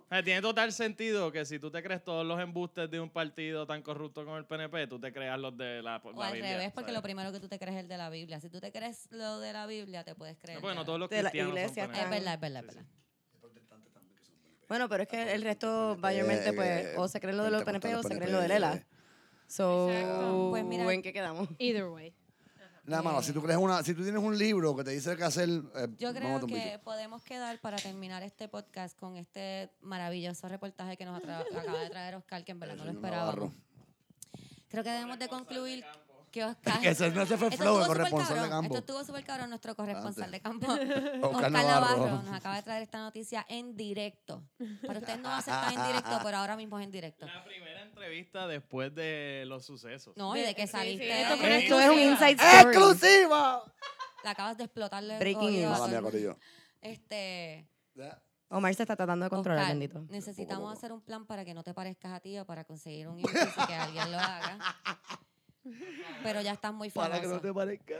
S5: o sea, tiene total sentido que si tú te crees todos los embustes de un partido tan corrupto como el PNP, tú te creas los de la,
S1: O
S5: la
S1: al
S5: Biblia,
S1: revés, porque
S5: ¿sabes?
S1: lo primero que tú te crees es el de la Biblia. Si tú te crees lo de la Biblia, te puedes creer.
S5: No,
S1: el de
S5: porque no
S1: la-
S5: todos los
S3: De la
S5: cristianos
S3: iglesia
S5: son
S1: Es
S5: PNP.
S3: están-
S1: verdad, es verdad, es verdad.
S3: Bueno, pero es que el resto, mayormente,
S2: Eh,
S3: pues, o se cree lo de los PNP o se cree lo de
S2: eh.
S3: Lela. So,
S4: Exacto.
S1: Pues mira-
S3: ¿en qué quedamos?
S4: Either way.
S2: Nada, mano, si tú, crees una, si tú tienes un libro que te dice qué hacer, eh,
S1: Yo creo
S2: mámate un bicho.
S1: que pues, podemos quedar para terminar este podcast con este maravilloso reportaje que nos atra- acaba de traer Oscar, que en verdad no lo
S2: Señor
S1: esperábamos.
S2: Navarro.
S1: Creo que debemos de concluir que Oscar...
S2: Que ese- no, ese fue
S1: Esto
S2: Flow, el
S1: estuvo súper
S2: corresponsal de
S1: cabrón,
S2: campo.
S1: Esto estuvo súper cabrón, nuestro corresponsal
S2: Antes.
S1: de campo, Oscar
S2: Navarro.
S1: Navarro, nos acaba de traer esta noticia en directo. Para ustedes no va a ser tan en directo, pero ahora mismo es en directo.
S5: La primera entrevista después de los sucesos.
S1: No, y de que
S4: Sí, sí,
S1: saliste...
S4: esto
S1: de-
S4: fue una
S3: Esto es un
S4: exclusiva.
S3: inside story.
S2: ¡Exclusiva!
S1: La acabas de explotarle el
S3: Breaking
S1: oído a
S3: news.
S2: Mala mía,
S1: todo el-
S2: Corillo.
S1: Este...
S3: Omar se está tratando de controlar,
S1: Oscar,
S3: bendito.
S1: Necesitamos
S2: Poco a poco.
S1: hacer un plan para que no te parezcas a ti o para conseguir un impulso que alguien lo haga. Pero ya estás muy famoso.
S2: Para que no te parezca.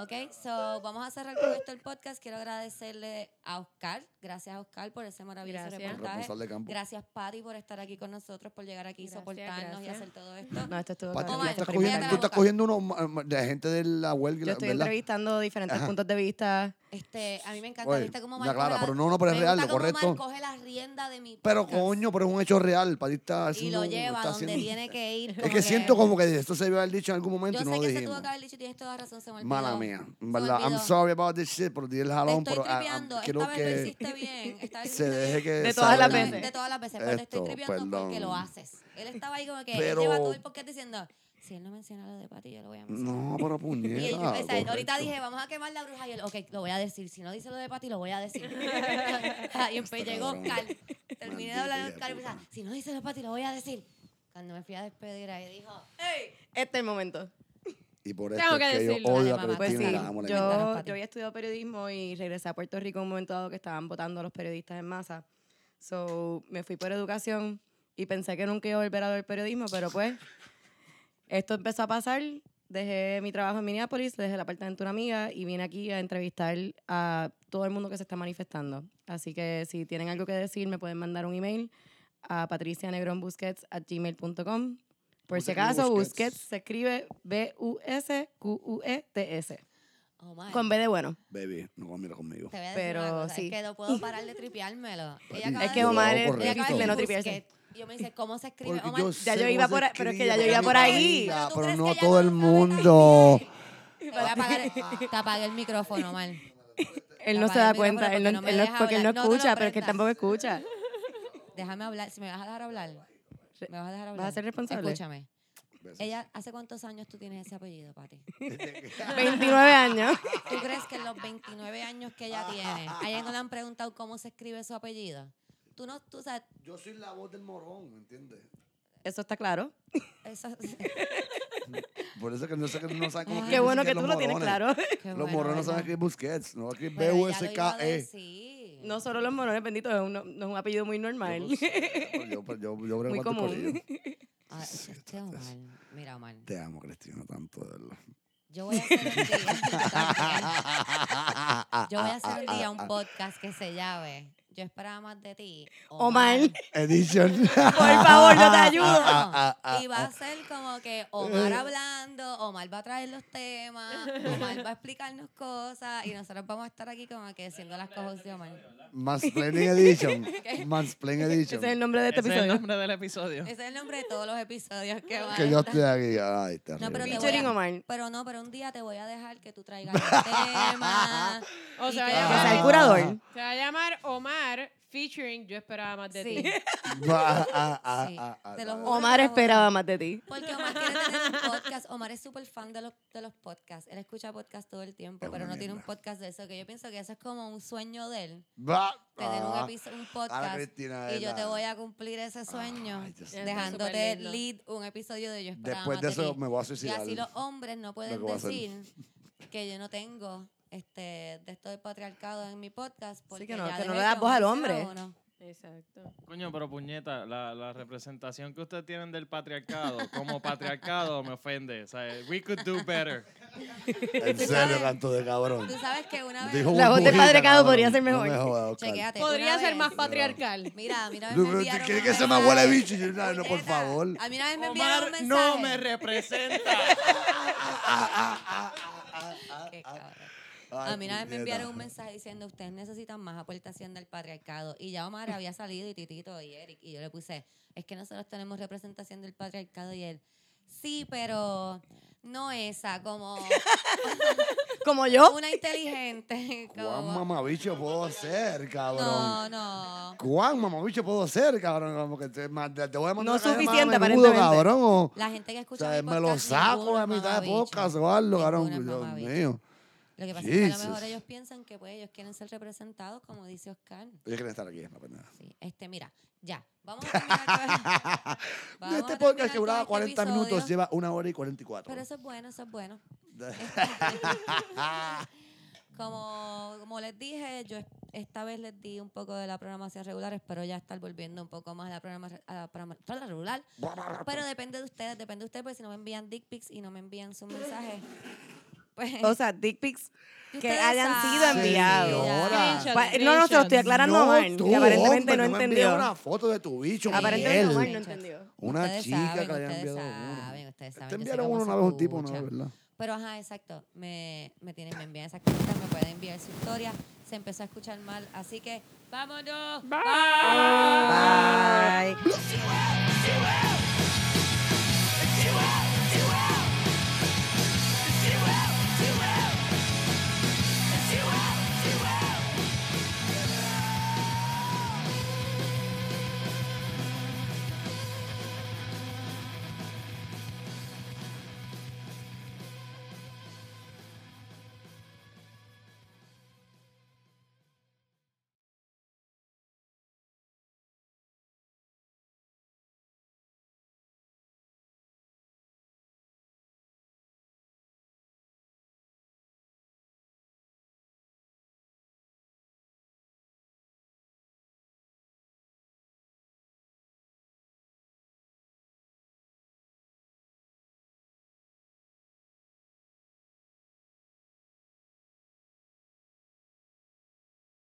S1: Ok, so vamos a cerrar con esto el podcast. Quiero agradecerle a Oscar. Gracias, Oscar, por ese maravilloso
S4: Gracias.
S1: reportaje.
S2: Responsable de campo.
S1: Gracias, Patty, por estar aquí con nosotros, por llegar aquí y
S4: Gracias,
S1: soportarnos y
S4: gracias.
S1: hacer todo esto.
S3: No, esto estuvo
S2: Pati,
S1: Omar,
S2: tú
S3: cabrón,
S2: estás
S1: cállate
S2: cogiendo,
S1: la
S2: tú estás
S1: boca.
S2: cogiendo uno ma- de gente de la huelga,
S3: Yo estoy
S2: ¿verdad?
S3: entrevistando diferentes puntos de vista.
S1: Este, a mí me encanta,
S2: Oye,
S1: ¿viste cómo
S2: una
S1: Marco
S2: clara,
S1: la-
S2: pero no, no, pero es
S1: me
S2: real,
S1: gusta
S2: lo
S1: cómo
S2: correcto.
S1: Marco coge la rienda de mi
S2: Pero
S1: podcast
S2: coño, pero es un hecho real. Pati está
S1: y
S2: haciendo-
S1: lo lleva
S2: está
S1: donde
S2: haciendo-
S1: tiene que ir.
S2: Es que siento como que esto se iba a haber dicho en algún momento
S1: Yo
S2: y no
S1: sé
S2: lo
S1: que se tuvo
S2: dijimos.
S1: que haber dicho, tienes toda razón, se me olvidó.
S2: Mala mía.
S1: Se me
S2: ¿Verdad? I'm
S1: olvidó.
S2: sorry about this shit, pero di el
S1: Te
S2: jalón,
S1: estoy
S2: pero ah, ah,
S1: tripeando. Esta
S2: creo
S1: vez lo
S2: que
S1: hiciste bien. Esta vez
S2: se
S1: lo hiciste
S2: deje que...
S1: bien.
S3: De
S2: se
S3: todas las
S2: hable.
S3: veces.
S1: De todas las veces, pero te estoy
S2: Esto,
S1: tripeando porque
S2: perdón.
S1: lo haces. Él estaba ahí como que él
S2: Pero-
S1: lleva todo el podcast diciendo, si él no menciona lo de Pati, yo lo voy a mencionar.
S2: No,
S1: *laughs*
S2: pero
S1: Y
S2: puñeta.
S1: él- o sea, ahorita
S2: correcto.
S1: dije, vamos a quemar la bruja. Y él, ok, lo voy a decir. Si no dice lo de Pati, lo voy a decir. *laughs* y después
S2: Está
S1: llegó
S2: cabrón.
S1: Oscar. Terminé de
S2: Maldita
S1: hablar
S2: hija
S1: con
S2: de
S1: Oscar. y
S2: puta.
S1: pensaba, si no dice lo de Pati, lo voy a decir. Cuando me fui a despedir, ahí dijo,
S3: Este es el momento.
S2: Y por
S4: Tengo
S2: eso es
S4: que
S2: que yo
S4: decirlo.
S2: odio
S1: Dale,
S2: a
S1: mamá.
S3: Pues
S2: Cristina.
S3: sí,
S2: la amo, la quiero.
S1: Cuéntanos,
S3: yo,
S1: Pati.
S3: yo había estudiado periodismo y regresé a Puerto Rico en un momento dado que estaban votando a los periodistas en masa. So, me fui por educación y pensé que nunca iba a volver a ver periodismo, pero pues esto empezó a pasar. Dejé mi trabajo en Minneapolis, dejé el apartamento de una amiga y vine aquí a entrevistar a todo el mundo que se está manifestando. Así que si tienen algo que decir, me pueden mandar un email a patricianegronbusquets@gmail.com. Por si
S2: ¿Cómo se escribe
S3: acaso,
S2: Busquets?
S3: Busquets se escribe E B-U-S-Q-U-E-T-S.
S1: oh my
S3: Con B de bueno.
S2: Baby, no comiera conmigo.
S1: Te voy a decir
S3: Pero
S1: una cosa,
S3: sí.
S1: es que no puedo parar de tripeármelo. Ella acaba
S2: Es
S1: de
S3: Es que
S1: decir-
S2: Omar
S3: Omar
S2: es-
S3: es
S2: Correcto.
S1: ella acaba de
S3: difícil de no
S1: decir
S3: tripearse.
S1: Busquets. Y yo me dice, ¿cómo se escribe?
S2: Porque
S1: Omar, *laughs*
S2: yo
S3: ya
S2: sé
S3: yo
S2: cómo
S3: iba
S2: se
S3: por ahí- pero es que ya yo
S2: escribe,
S3: iba por ahí.
S2: amiga,
S1: ¿tú
S2: Pero
S1: crees que
S2: no
S1: ella
S2: todo el
S1: lo sabe
S2: mundo.
S1: Te voy a apagar el, *laughs* te apagué el micrófono, Omar.
S3: Él no se
S1: Apaga el
S3: da cuenta, él
S1: micrófono porque no
S3: no,
S1: me
S3: él no-
S1: deja
S3: porque él no
S1: hablar. No te lo
S3: escucha, pero es que él
S1: prendas.
S3: tampoco escucha.
S1: *laughs* Déjame hablar, si me vas a dejar hablar. Me vas a dejar hablar.
S3: ¿Vas a ser responsable?
S1: Escúchame. Ella, ¿hace cuántos años tú tienes ese apellido, Pati?
S3: 29 años.
S1: ¿Tú crees que en los 29 años que ella tiene, a ella no le han preguntado cómo se escribe su apellido? Tú no, tú sabes,
S2: Yo soy la voz del morón, ¿me entiendes?
S3: Eso está claro.
S1: Eso- *laughs*
S2: Por eso que no sé que no saben
S1: Ay,
S2: cómo escribir
S3: Qué bueno
S2: Busquets
S3: que tú
S2: los
S3: lo tienes
S2: morones.
S3: claro.
S1: qué
S2: Los
S1: bueno,
S2: morrones saben
S1: ¿verdad?
S2: escribir Busquets, no aquí
S1: Pero ella lo iba a
S2: B-U-S-K-E.
S1: decir.
S3: No solo los morones, benditos, es un, no es un apellido muy normal.
S2: Yo no sé, pero yo, pero yo, yo brego
S3: Muy
S2: a tu
S3: común.
S2: corrido.
S1: Ah, este Omar. Mira, Omar.
S2: Te amo, Cristina, tanto, de verdad.
S1: Yo voy a hacer un día. *laughs* Yo voy a hacer un día un podcast que se llame Yo esperaba más de ti.
S3: Omar.
S2: *laughs* Edition.
S3: *laughs* Por favor, yo te
S2: Ah,
S3: ayudo.
S1: Y va a ser como que Omar hablando, Omar va a traer los temas, Omar va a explicarnos cosas y nosotros vamos a estar aquí como que haciendo las cosas de Omar.
S2: Mansplaining Edition. Mansplaining
S3: Ese
S2: Edition.
S3: es el nombre de este
S5: Ese es el
S3: episodio.
S5: nombre del episodio.
S1: Ese es el nombre de todos los episodios que van.
S2: Que yo estoy aquí. Ay, terrible.
S1: No, pero te voy
S3: Featuring
S1: a-
S3: Omar.
S1: Pero no, pero un día te voy a dejar que tú traigas los
S2: *laughs*
S1: temas.
S4: O
S1: y
S4: sea,
S1: que-
S4: ya-
S3: Que sea el
S2: Ah.
S3: curador.
S4: Se va a llamar Omar featuring Yo esperaba más de
S1: Sí.
S4: ti.
S2: *laughs* Ah, ah, ah,
S1: Sí,
S2: ah, ah,
S1: te lo
S2: ah.
S1: juro.
S3: Omar esperaba más de ti.
S1: Porque Omar quiere tener un podcast. Omar es súper fan de los, de los podcasts. Él escucha podcasts todo el tiempo,
S2: Es
S1: pero
S2: una
S1: no tiene un
S2: mierda.
S1: podcast de eso. Que yo pienso que eso es como un sueño de él.
S2: Va,
S1: Tener un,
S2: ah.
S1: episo- un podcast.
S2: Cristina
S1: y yo te
S2: Vela.
S1: voy a cumplir ese sueño
S2: Ay, Dios mío.
S1: dejándote
S4: Superlindo.
S1: lead un episodio de Yo Esperaba
S2: Después
S1: Más
S2: de eso
S1: Ti.
S2: me voy a
S1: Y
S2: suicidar.
S1: así los hombres no pueden
S2: que voy a hacer.
S1: decir que yo no tengo este de esto de patriarcado en mi podcast. Porque
S3: que no-
S1: ya
S3: que no
S1: dejé
S3: le das voz
S1: hombre
S3: al
S1: sea
S3: hombre.
S1: uno.
S4: Exacto.
S5: Coño, pero puñeta, la, la representación que ustedes tienen del patriarcado, como patriarcado, me ofende. O sea, we could do better.
S2: En serio, canto de cabrón.
S1: Tú sabes que una vez.
S2: Dijo
S3: La voz de
S2: burbujita,
S3: Padre Cado
S2: cabrón.
S3: podría ser
S2: No
S3: mejor.
S2: me jodas, Oscar.
S1: Chequéate.
S4: Podría
S1: una
S4: ser
S1: vez-
S4: más patriarcal.
S1: Mira, mira,
S2: No,
S1: me
S2: pero
S1: enviaron
S2: ¿Quieres
S1: un
S2: que se me
S1: mensaje.
S2: huele bicho? Yo, no, no, por
S1: Puñeta,
S2: favor.
S1: A mí una vez me enviaron un
S5: Omar
S1: mensaje.
S5: no me representa.
S2: Ah,
S1: Qué cabrón.
S2: ah. Ay,
S1: A mí una vez me
S2: puñeta.
S1: enviaron un mensaje diciendo, ustedes necesitan más aportación del patriarcado. Y ya Omar había salido y Titito y Eric. Y yo le puse, es que nosotros tenemos representación del patriarcado y él. Sí, pero no esa,
S2: *laughs*
S1: como
S3: Como yo.
S1: una
S2: *laughs*
S1: inteligente.
S2: ¿Cuán
S1: como-
S2: mamabicho puedo ser, cabrón?
S1: no, no.
S2: ¿Cuán mamabicho puedo ser, cabrón? Como que te, ma- te- te voy a mandar
S3: No
S2: a casa más
S3: suficiente,
S2: a menudo,
S3: aparentemente.
S2: cabrón. O,
S1: La gente que
S2: o
S1: escucha
S2: sea,
S1: mi
S2: me lo
S1: podcast,
S2: saco
S1: ninguno
S2: a
S1: es
S2: mitad de
S1: mamabicho.
S2: podcast o algo, cabrón.
S1: Ninguno es
S2: Dios
S1: mamabicho.
S2: mío.
S1: Lo que pasa es que a lo
S2: Jesus.
S1: mejor ellos piensan que pues, ellos quieren ser representados, como dice Oscar.
S2: Ellos quieren estar aquí, no, pues nada.
S1: Sí, este, mira, ya. Vamos a terminar
S2: *laughs*
S1: con- *laughs* Vamos
S2: este
S1: a
S2: podcast
S1: terminar
S2: que
S1: con
S2: duraba
S1: este
S2: 40 minutos
S1: episodio.
S2: lleva una hora y 44.
S1: Pero eso es bueno, eso es
S2: *laughs*
S1: bueno. Como, como les dije, yo es- esta vez les di un poco de la programación regular, espero ya estar volviendo un poco más a la programación regular. Pero depende de ustedes, depende de ustedes, porque si no me envían dick pics y no me envían sus mensajes, pues...
S3: O sea, dick pics que
S1: ustedes
S3: hayan
S1: saben.
S3: sido enviados.
S2: Señora.
S4: Screenshot,
S3: Pa- No, no, se lo estoy
S4: screenshot.
S3: aclarando a Omar,
S2: tú,
S3: que aparentemente
S2: hombre,
S3: no
S2: me envíes
S3: entendió.
S2: una foto de tu bicho,
S3: Aparentemente
S2: Miguel.
S3: Omar no entendió.
S2: Una
S1: Ustedes
S2: chica
S1: saben,
S2: que le habían
S1: ustedes
S2: enviado
S1: saben,
S2: uno.
S1: ustedes saben,
S2: Te
S1: yo sé
S2: enviaron
S1: cómo
S2: uno
S1: se
S2: una vez un tipo,
S1: escucha.
S2: ¿no? ¿Verdad?
S1: Pero ajá, exacto. Me, me tienen, me envían esas cositas, me pueden enviar su historia. Se empezó a escuchar mal, así que vámonos.
S3: Bye.